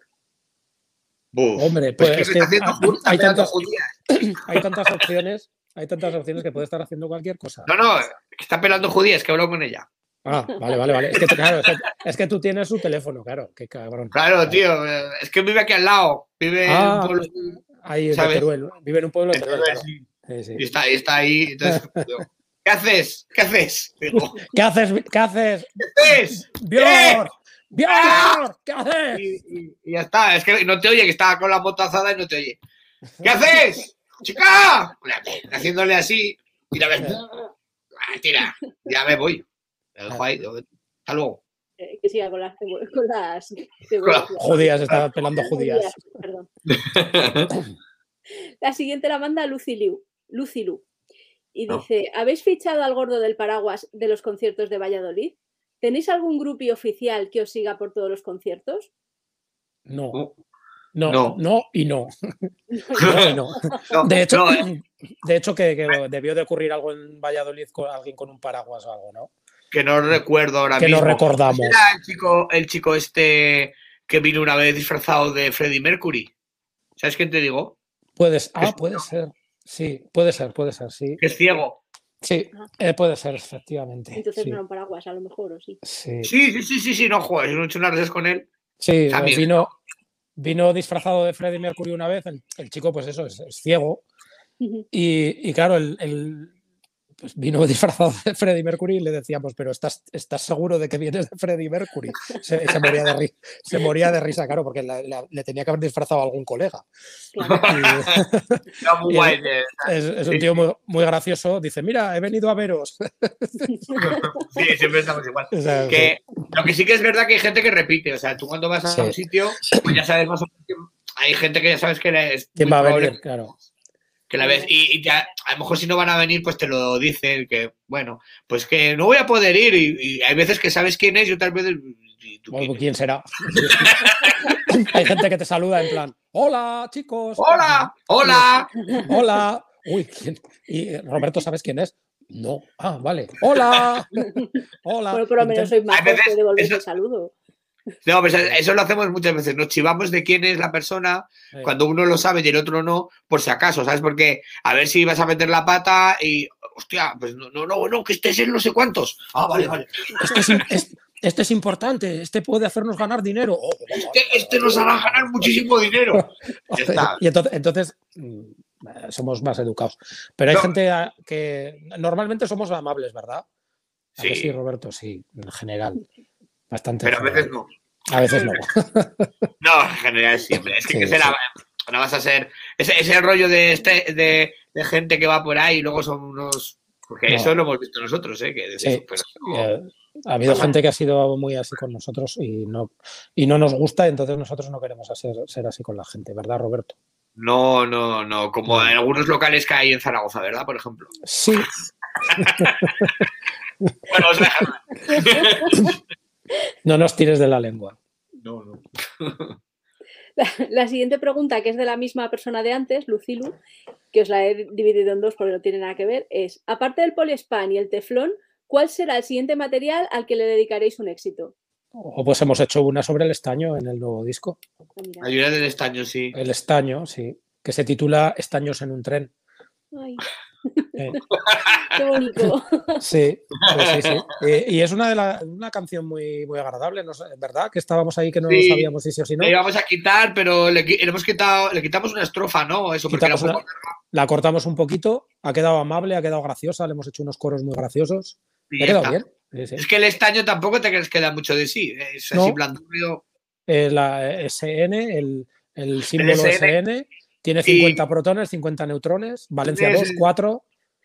Speaker 2: Buf.
Speaker 3: hombre,
Speaker 2: Pues
Speaker 3: pues,
Speaker 2: que
Speaker 3: es
Speaker 2: se
Speaker 3: que
Speaker 2: está haciendo
Speaker 3: ha-
Speaker 2: justa,
Speaker 3: hay,
Speaker 2: pedazo
Speaker 3: tantas,
Speaker 2: judía.
Speaker 3: hay tantas opciones, hay tantas opciones que puede estar haciendo cualquier cosa.
Speaker 2: No, no, que está pelando judía, es que hablo con ella.
Speaker 3: Ah, vale, vale, vale. Es que, claro, es que, es que tú tienes su teléfono, claro, qué cabrón.
Speaker 2: Claro, tío, eh, es que vive aquí al lado, vive en
Speaker 3: Ah,
Speaker 2: un pueblo
Speaker 3: Ahí en
Speaker 2: ¿sabes?
Speaker 3: Teruel, vive en un pueblo de Teruel, claro.
Speaker 2: Sí,
Speaker 3: Sí, sí.
Speaker 2: y está, y está ahí.
Speaker 3: [laughs]
Speaker 2: Entonces, digo, ¿qué haces? ¿Qué haces? Digo,
Speaker 3: ¿Qué haces? ¿Qué haces?
Speaker 2: ¿qué haces?
Speaker 3: ¡Bjorn!
Speaker 2: ¡Ah!
Speaker 3: ¡Bjorn! ¿Qué haces?
Speaker 2: Y, y- y ya está, es que no te oye, que estaba con la bota azada y no te oye. ¿Qué haces? ¡Chica! Haciéndole así, y la vez. Ah, tira, ya me voy. Lo dejo ahí, digo, hasta luego.
Speaker 1: Eh, que siga con las, cebo- con las
Speaker 2: las
Speaker 1: cebollas.
Speaker 3: Judías, estaba
Speaker 2: Ah,
Speaker 3: pelando judías.
Speaker 1: perdón. La siguiente la manda Lucy Liu. Lucy Lu. Y
Speaker 2: No.
Speaker 1: dice, ¿habéis fichado al gordo del paraguas de los conciertos de Valladolid? ¿Tenéis algún grupi oficial que os siga por todos los conciertos?
Speaker 3: No,
Speaker 2: No.
Speaker 3: no,
Speaker 2: No.
Speaker 3: no,
Speaker 2: [laughs]
Speaker 3: y no. No y no.
Speaker 2: No,
Speaker 3: De hecho,
Speaker 2: no, eh,
Speaker 3: [clears throat] de hecho que, que debió de ocurrir algo en Valladolid con alguien con un paraguas o algo, ¿no?
Speaker 2: que no recuerdo ahora
Speaker 3: que
Speaker 2: mismo.
Speaker 3: no recordamos.
Speaker 2: Era el chico, el chico este que vino una vez disfrazado de Freddie Mercury. ¿Sabes qué te digo?
Speaker 3: Puedes,
Speaker 2: Es-
Speaker 3: ah, puede ser. Sí, puede ser, puede ser, sí.
Speaker 2: Que es ciego.
Speaker 3: Sí, eh, puede ser,
Speaker 2: Eh,
Speaker 3: efectivamente.
Speaker 1: Entonces
Speaker 3: sí,
Speaker 1: no era un paraguas, a lo mejor, o sí.
Speaker 3: sí.
Speaker 2: Sí, sí, sí, sí, sí, no joder, no he hecho unas veces con él.
Speaker 3: Sí,
Speaker 2: También.
Speaker 3: vino, vino disfrazado de Freddie Mercury una vez. El, el chico, pues eso, es, es ciego. Y, y claro, el, el- pues vino [laughs] disfrazado de Freddie Mercury y le decíamos, pero estás, estás seguro de que vienes de Freddie Mercury. Se, se moría, de ri- se moría de risa, claro, porque la- la- le tenía que haber disfrazado a algún colega.
Speaker 1: Claro.
Speaker 3: Y [laughs]
Speaker 2: Era muy
Speaker 3: Y
Speaker 2: guay.
Speaker 3: el-
Speaker 2: eh,
Speaker 3: es, es un
Speaker 2: Sí,
Speaker 3: tío muy, muy gracioso. Dice, mira, he venido a veros. [laughs]
Speaker 2: Sí, siempre estamos igual.
Speaker 3: O sea,
Speaker 2: Que, lo que sí que es verdad que hay gente que repite. O sea, tú cuando vas a
Speaker 3: Sí.
Speaker 2: un sitio, pues ya sabes más o menos que hay gente que ya sabes que la- es
Speaker 3: ¿Quién
Speaker 2: muy
Speaker 3: va a
Speaker 2: probable
Speaker 3: venir? Claro.
Speaker 2: que la ves. Y, y ya, a lo mejor si no van a venir, pues te lo dicen. Que bueno, pues que no voy a poder ir. Y, y hay veces que sabes quién es y otras veces. y tú quién
Speaker 3: Bueno, pues
Speaker 2: eres.
Speaker 3: ¿Quién será? [laughs] Hay gente que te saluda en plan, hola chicos.
Speaker 2: ¡Hola! ¡Hola!
Speaker 3: Hola. Uy, ¿quién? ¿Y eh, Roberto sabes quién es? No. Ah, vale. Hola. Hola.
Speaker 1: Bueno, por lo menos sois majos
Speaker 2: veces
Speaker 1: que devolvéis
Speaker 2: eso-
Speaker 1: el saludo. [laughs]
Speaker 2: No, pues eso lo hacemos muchas veces. Nos chivamos de quién es la persona
Speaker 3: Eh,
Speaker 2: cuando uno lo sabe y el otro no, por si acaso, ¿sabes? Porque a ver si vas a meter la pata y. Hostia, pues no, no, no, no, que este es el no sé cuántos. Ah, vale, vale.
Speaker 3: Este es, im- es- este es importante. Este puede hacernos ganar dinero. Oh, vale,
Speaker 2: Este, este nos hará ganar muchísimo dinero. Ya
Speaker 3: vale.
Speaker 2: está.
Speaker 3: [laughs] Y entonces, entonces, mm, eh, somos más educados. Pero hay
Speaker 2: No.
Speaker 3: gente a- que normalmente somos amables, ¿verdad? ¿A que
Speaker 2: [laughs] Sí.
Speaker 3: sí, Roberto, sí, en general. Bastante.
Speaker 2: Pero a
Speaker 3: en
Speaker 2: veces
Speaker 3: general.
Speaker 2: no.
Speaker 3: A veces no.
Speaker 2: No, en general siempre. Es que,
Speaker 3: Sí,
Speaker 2: que se la- no vas a ser. Ese, ese rollo de, este, de, de gente que va por ahí y luego son unos. Porque
Speaker 3: No.
Speaker 2: eso lo hemos visto nosotros, ¿eh? Que decís,
Speaker 3: Sí.
Speaker 2: pero,
Speaker 3: Eh, ha habido
Speaker 2: Ajá.
Speaker 3: gente que ha sido muy así con nosotros y no, y no nos gusta, entonces nosotros no queremos hacer- ser así con la gente, ¿verdad, Roberto?
Speaker 2: No, no, no. Como en algunos locales que hay en Zaragoza, ¿verdad? Por ejemplo.
Speaker 3: Sí,
Speaker 2: Bueno, os
Speaker 3: [laughs]
Speaker 2: dejo.
Speaker 3: no nos tires de la lengua.
Speaker 2: No, no.
Speaker 1: La, la siguiente pregunta, que es de la misma persona de antes, Lucilu, que os la he dividido en dos porque no tiene nada que ver, es, aparte del poliespan y el teflón, ¿cuál será el siguiente material al que le dedicaréis un éxito?
Speaker 3: O pues hemos hecho una sobre el estaño en el nuevo disco.
Speaker 1: Ah, mira.
Speaker 2: Ayuda
Speaker 3: Eh,
Speaker 2: del estaño, sí.
Speaker 3: El estaño, sí, que se titula Estaños en un tren.
Speaker 1: Ay,
Speaker 3: Eh,
Speaker 1: [laughs] Qué bonito.
Speaker 3: sí, pues sí, sí. Eh, y es una, de la- una canción muy, muy agradable, ¿no? sé, ¿verdad? Que estábamos ahí que no
Speaker 2: Sí.
Speaker 3: sabíamos si sí o si no.
Speaker 2: Le íbamos a quitar, pero le, qui- le hemos quitado, le quitamos una estrofa, ¿no? Eso, porque era
Speaker 3: Quitamos
Speaker 2: un poco-
Speaker 3: La cortamos un poquito, ha quedado amable, ha quedado graciosa, le hemos hecho unos coros muy graciosos.
Speaker 2: y ya
Speaker 3: Ha quedado
Speaker 2: está.
Speaker 3: bien. Sí, sí.
Speaker 2: Es que el estaño tampoco te crees que da mucho de sí. Es así
Speaker 3: No.
Speaker 2: blandurrio.
Speaker 3: Eh, la SN, el, el símbolo
Speaker 2: SN.
Speaker 3: SN, tiene
Speaker 2: Y-
Speaker 3: 50 protones, 50 neutrones, Valencia
Speaker 2: Sí,
Speaker 3: 2,
Speaker 2: sí.
Speaker 3: 4.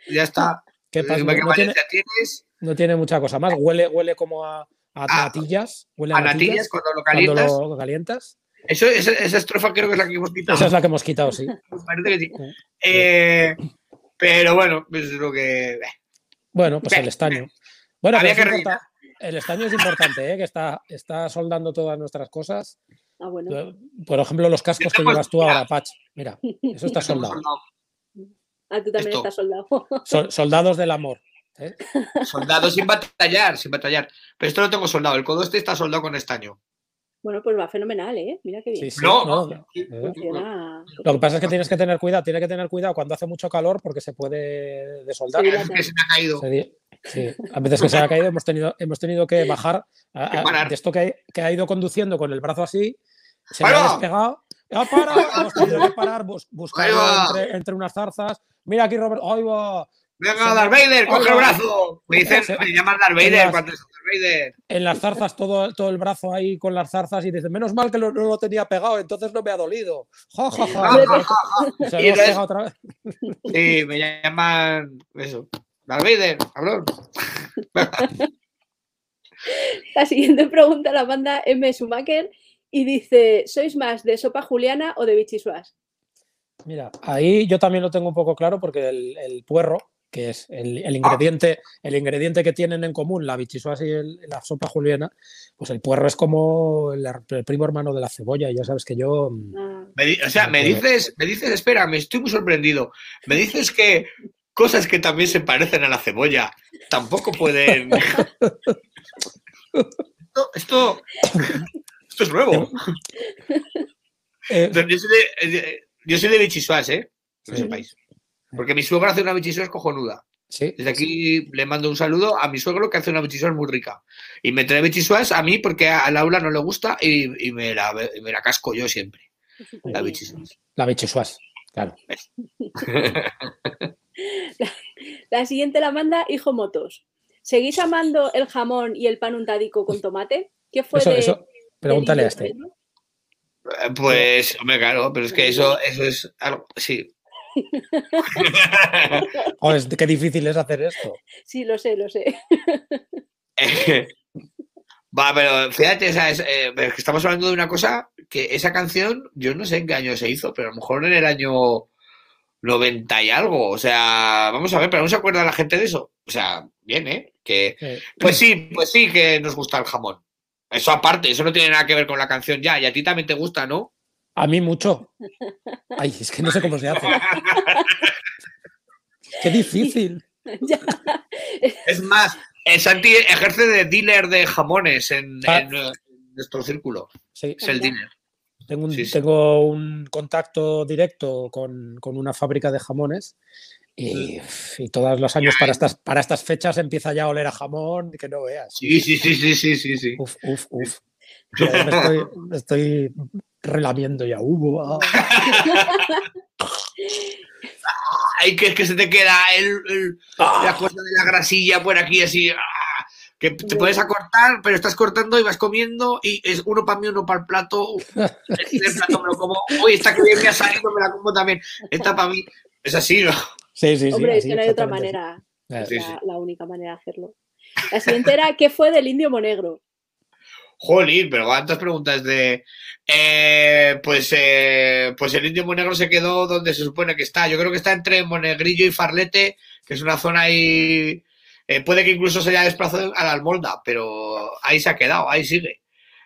Speaker 2: Ya está.
Speaker 3: ¿Qué pasa?
Speaker 2: Eh,
Speaker 3: No,
Speaker 2: ¿Qué
Speaker 3: no tiene,
Speaker 2: Valencia tienes?
Speaker 3: no tiene mucha cosa más. Huele, huele como a, a
Speaker 2: Ah,
Speaker 3: natillas. Huele a,
Speaker 2: A natillas
Speaker 3: natillas
Speaker 2: cuando lo
Speaker 3: cuando
Speaker 2: calientas.
Speaker 3: lo calientas.
Speaker 2: Eso, esa, esa estrofa creo que es la que hemos quitado.
Speaker 3: Esa es la que hemos quitado, sí.
Speaker 2: Parece que sí.
Speaker 3: Sí.
Speaker 2: Eh, pero bueno, pues es lo que.
Speaker 3: Bueno, pues
Speaker 2: Ve,
Speaker 3: el estaño. Bueno,
Speaker 2: Había
Speaker 3: pero es
Speaker 2: que
Speaker 3: importa- el estaño es importante, ¿eh? que está, está soldando todas nuestras cosas.
Speaker 1: Ah, bueno.
Speaker 3: Yo, Por ejemplo, los cascos que
Speaker 2: tengo-
Speaker 3: llevas tú
Speaker 2: mira.
Speaker 3: ahora, Pach. Mira, eso está soldado.
Speaker 1: Ah, tú también
Speaker 2: Esto.
Speaker 1: estás soldado. [laughs]
Speaker 3: Sol- soldados del amor.
Speaker 2: Soldado sin batallar, sin batallar. Pero esto lo tengo soldado. El codo este está soldado con estaño.
Speaker 1: Bueno, pues va fenomenal, ¿eh? Mira qué bien.
Speaker 3: Sí, sí,
Speaker 2: No.
Speaker 3: no,
Speaker 1: Funciona.
Speaker 3: Lo que pasa es que tienes que tener cuidado, tiene que tener cuidado cuando hace mucho calor porque se puede desoldar.
Speaker 1: Sí,
Speaker 2: Es que se me ha caído.
Speaker 3: Se di- sí, a veces que se ha caído hemos tenido, hemos tenido que bajar a-
Speaker 2: Que
Speaker 3: a-
Speaker 2: parar.
Speaker 3: de esto que, que ha ido conduciendo con el brazo así, se le ha
Speaker 2: ¡Para!
Speaker 3: despegado. ¡Ah, para! Hemos tenido que parar, bus- buscarlo
Speaker 2: Ahí va.
Speaker 3: entre, entre unas zarzas. Mira aquí, Robert. ¡Ay, va!
Speaker 2: Venga, Darth Vader, coge el brazo. Me dicen,
Speaker 3: Se-
Speaker 2: me llaman Darth Vader cuando es Darth Vader.
Speaker 3: En las zarzas, todo, todo el brazo ahí con las zarzas y dices, menos mal que lo- no lo tenía pegado, entonces no me ha dolido.
Speaker 2: [laughs]
Speaker 3: ¡Ja, ja, ja! Se
Speaker 2: Y
Speaker 3: lo has
Speaker 2: no es-
Speaker 3: pegado otra vez.
Speaker 2: Sí, me llaman eso. Darth Vader, cabrón.
Speaker 1: La siguiente pregunta la manda M. Schumacher y dice: ¿Sois más de sopa juliana o de bichisuas?
Speaker 3: Mira, ahí yo también lo tengo un poco claro porque el, el puerro, que es el, el ingrediente, el ingrediente que tienen en común la bichisuas y el- la sopa juliana, pues el puerro es como el, her- el primo hermano de la cebolla. y Ya sabes que yo mm,
Speaker 1: Ah,
Speaker 2: Me di- o sea, me dices, me dices, espera, me estoy muy sorprendido. Me dices que cosas que también se parecen a la cebolla tampoco pueden. esto, esto, esto es nuevo.
Speaker 3: eh,
Speaker 2: Yo soy de, yo soy de Vichysuas, ¿eh? Que lo
Speaker 3: Sí.
Speaker 2: sepáis. Porque mi suegra hace una bichisuas cojonuda.
Speaker 3: sí,
Speaker 2: Desde aquí le mando un saludo a mi suegro que hace una bichisuas muy rica. Y me trae bichisuas a mí porque a Laura no le gusta y, y me, la, y me la casco yo siempre.
Speaker 1: pues
Speaker 2: La bichisuas.
Speaker 3: la bichisuas. Claro.
Speaker 1: La siguiente la manda Hijo Motos. ¿Seguís amando el jamón y el pan untadico con tomate? ¿Qué fue
Speaker 3: Eso,
Speaker 1: de.? de
Speaker 3: eso, pregúntale a
Speaker 1: Lillo
Speaker 3: este.
Speaker 1: Ferro?
Speaker 2: Eh, Pues, hombre, claro, pero es que eso, eso es algo. Sí. [laughs]
Speaker 3: Oh, es- qué difícil es hacer esto.
Speaker 1: Sí, lo sé, lo sé.
Speaker 2: Va, pero fíjate, o sea, es, eh, pero es que estamos hablando de una cosa que esa canción, yo no sé en qué año se hizo, pero a lo mejor en el año 90 y algo. O sea, vamos a ver, pero no se acuerda la gente de eso. O sea, bien, ¿eh? Que,
Speaker 3: Eh,
Speaker 2: pues sí, pues sí que nos gusta el jamón. Eso aparte, eso no tiene nada que ver con la canción ya. Y a ti también te gusta, ¿no?
Speaker 3: a
Speaker 1: [laughs]
Speaker 3: mí mucho. Ay, es que no sé cómo se
Speaker 2: [laughs]
Speaker 3: hace. Qué difícil.
Speaker 1: Ya.
Speaker 2: Es más, eh, Santi ejerce de dealer de jamones en,
Speaker 3: Ah.
Speaker 2: en, eh, en nuestro círculo.
Speaker 3: Sí.
Speaker 2: Es el
Speaker 1: Anda.
Speaker 2: dealer.
Speaker 3: Tengo un,
Speaker 2: Sí, sí.
Speaker 3: tengo un contacto directo con, con una fábrica de jamones y, uf, y todos los años para estas, para estas fechas empieza ya a oler a jamón, que no veas.
Speaker 2: Sí, sí, sí, sí, sí, sí, sí.
Speaker 3: Uf, uf, uf. Ya me estoy,
Speaker 2: [laughs]
Speaker 3: me estoy relamiendo ya. Uh, ah.
Speaker 2: Ay, que es que se te queda el- el-
Speaker 3: ah.
Speaker 2: [laughs] la cosa de la grasilla por aquí así. ah, Que te puedes acortar, pero estás cortando y vas comiendo y es uno para mí, uno para el plato. Este plato me lo como. Uy, esta que bien me ha salido, me la como también. Esta para mí. Es así, ¿no?
Speaker 3: Sí, sí, sí.
Speaker 1: Hombre, es
Speaker 3: así,
Speaker 1: que no hay otra
Speaker 3: exactamente
Speaker 1: manera.
Speaker 3: así. Eh,
Speaker 2: Sí,
Speaker 1: la,
Speaker 2: sí.
Speaker 1: la única manera de hacerlo. La siguiente era: ¿Qué fue del indio monegro?
Speaker 2: Jolín, pero cuántas preguntas de. Eh, pues, eh, pues el indio Monegro se quedó donde se supone que está. Yo creo que está entre Monegrillo y Farlete, que es una zona ahí. eh, puede que incluso se haya desplazado a la Almolda, pero ahí se ha quedado, ahí sigue.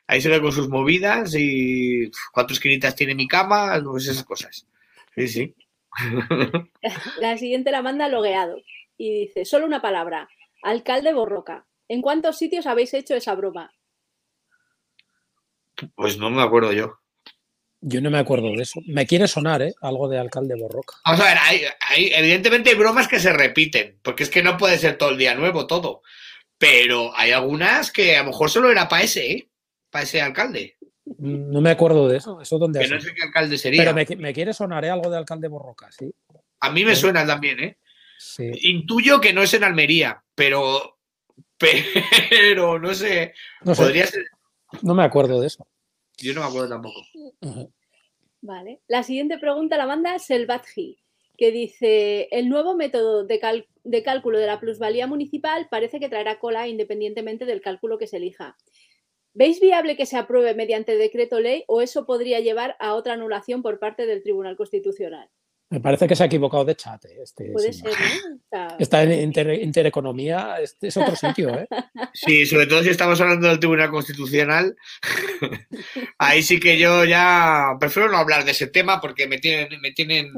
Speaker 2: Ahí sigue con sus movidas y uf, cuatro esquinitas tiene mi cama, pues esas cosas. Sí, sí.
Speaker 1: La siguiente la manda logueado y dice: Solo una palabra. Alcalde Borroca. ¿En cuántos sitios habéis hecho esa broma?
Speaker 2: Pues no me acuerdo yo.
Speaker 3: Yo no me acuerdo de eso. Me quiere sonar, ¿eh? Algo de alcalde Borroca.
Speaker 2: Vamos a ver, hay, hay- evidentemente hay bromas que se repiten, porque es que no puede ser todo el día nuevo todo. Pero hay algunas que a lo mejor solo era para ese, ¿eh? Para ese alcalde.
Speaker 3: Mm, No me acuerdo de eso. Eso es donde.
Speaker 2: Que no sé qué alcalde sería.
Speaker 3: Pero me, qui- me quiere sonar, ¿eh? Algo de alcalde Borroca, sí.
Speaker 2: A mí me suena también, ¿eh?
Speaker 3: Sí.
Speaker 2: Intuyo que no es en Almería, pero. [laughs] Pero no sé.
Speaker 3: No, sé,
Speaker 2: Podría ser.
Speaker 3: no me acuerdo de eso.
Speaker 2: Yo no me acuerdo tampoco.
Speaker 3: Ajá.
Speaker 1: Vale. La siguiente pregunta la manda Selvatji, que dice: El nuevo método de, cal- de cálculo de la plusvalía municipal parece que traerá cola independientemente del cálculo que se elija. ¿Veis viable que se apruebe mediante decreto ley o eso podría llevar a otra anulación por parte del Tribunal Constitucional?
Speaker 3: Me parece que se ha equivocado de chat. ¿eh? Este,
Speaker 1: Puede
Speaker 3: señor.
Speaker 1: ser, ¿no? O sea,
Speaker 3: Está en inter- intereconomía, este es otro sitio,
Speaker 2: [laughs]
Speaker 3: ¿eh?
Speaker 2: Sí, sobre todo si estamos hablando del Tribunal Constitucional. [laughs] Ahí sí que yo ya prefiero no hablar de ese tema porque me tienen, me tienen.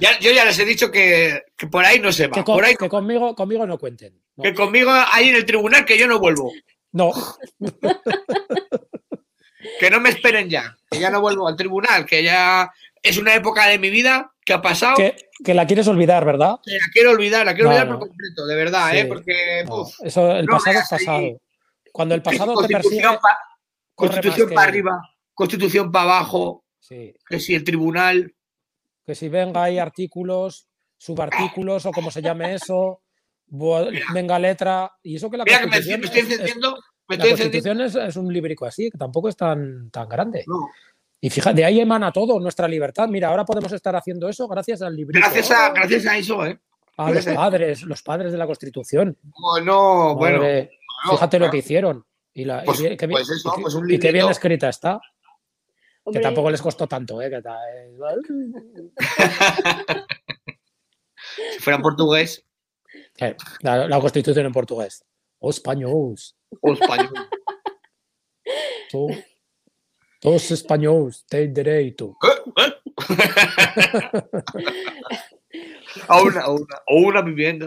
Speaker 2: Ya, yo ya les he dicho que, que por ahí no se va.
Speaker 3: Que, con-
Speaker 2: por ahí no.
Speaker 3: que conmigo, conmigo no cuenten. No.
Speaker 2: que conmigo ahí en el tribunal que yo no vuelvo.
Speaker 3: No.
Speaker 2: Que no me esperen ya. Que ya no vuelvo al tribunal. Que ya es una época de mi vida que ha pasado.
Speaker 3: Que, que la quieres olvidar, ¿verdad?
Speaker 2: que la quiero olvidar, la quiero
Speaker 3: No,
Speaker 2: olvidar
Speaker 3: no.
Speaker 2: por completo, de verdad,
Speaker 3: Sí,
Speaker 2: ¿eh? Porque.
Speaker 3: No,
Speaker 2: uf,
Speaker 3: eso, el
Speaker 2: no
Speaker 3: pasado es
Speaker 2: veas ahí.
Speaker 3: pasado. Cuando el pasado te persigue.
Speaker 2: constitución pa-
Speaker 3: corre
Speaker 2: constitución
Speaker 3: más que-
Speaker 2: para arriba, constitución para abajo,
Speaker 3: Sí.
Speaker 2: que si el tribunal.
Speaker 3: Que si venga hay artículos, subartículos o como se llame eso, bo- venga letra. Y eso que la
Speaker 2: Mira que me,
Speaker 3: Constitución
Speaker 2: me estoy
Speaker 3: es- es-
Speaker 2: encendiendo. Me
Speaker 3: la
Speaker 2: estoy encendiendo.
Speaker 3: Constitución es, es un librico así, que tampoco es tan, tan grande.
Speaker 2: No,
Speaker 3: Y fíjate, de ahí emana todo, nuestra libertad. Mira, ahora podemos estar haciendo eso gracias al librico.
Speaker 2: Gracias a,
Speaker 3: Oh,
Speaker 2: gracias a eso, ¿eh?
Speaker 3: a los
Speaker 2: gracias.
Speaker 3: padres, los padres de la Constitución.
Speaker 2: No, no, Pues bueno.
Speaker 3: Madre,
Speaker 2: no,
Speaker 3: fíjate lo
Speaker 2: claro.
Speaker 3: que hicieron. Y, la, y
Speaker 2: Pues-
Speaker 3: bien- qué bien-
Speaker 2: pues eso,
Speaker 3: y qué-
Speaker 2: pues un
Speaker 3: y qué bien
Speaker 2: librito.
Speaker 3: escrita está. Que
Speaker 1: hombre,
Speaker 3: tampoco les costó tanto, ¿eh? que ta- eh,
Speaker 2: Si fuera en portugués
Speaker 3: eh, la, la constitución en portugués. Os españoles,
Speaker 2: o
Speaker 3: [laughs]
Speaker 2: español.
Speaker 3: tú, todos españoles, tenéis derecho.
Speaker 2: o, una, o, una, o una vivienda.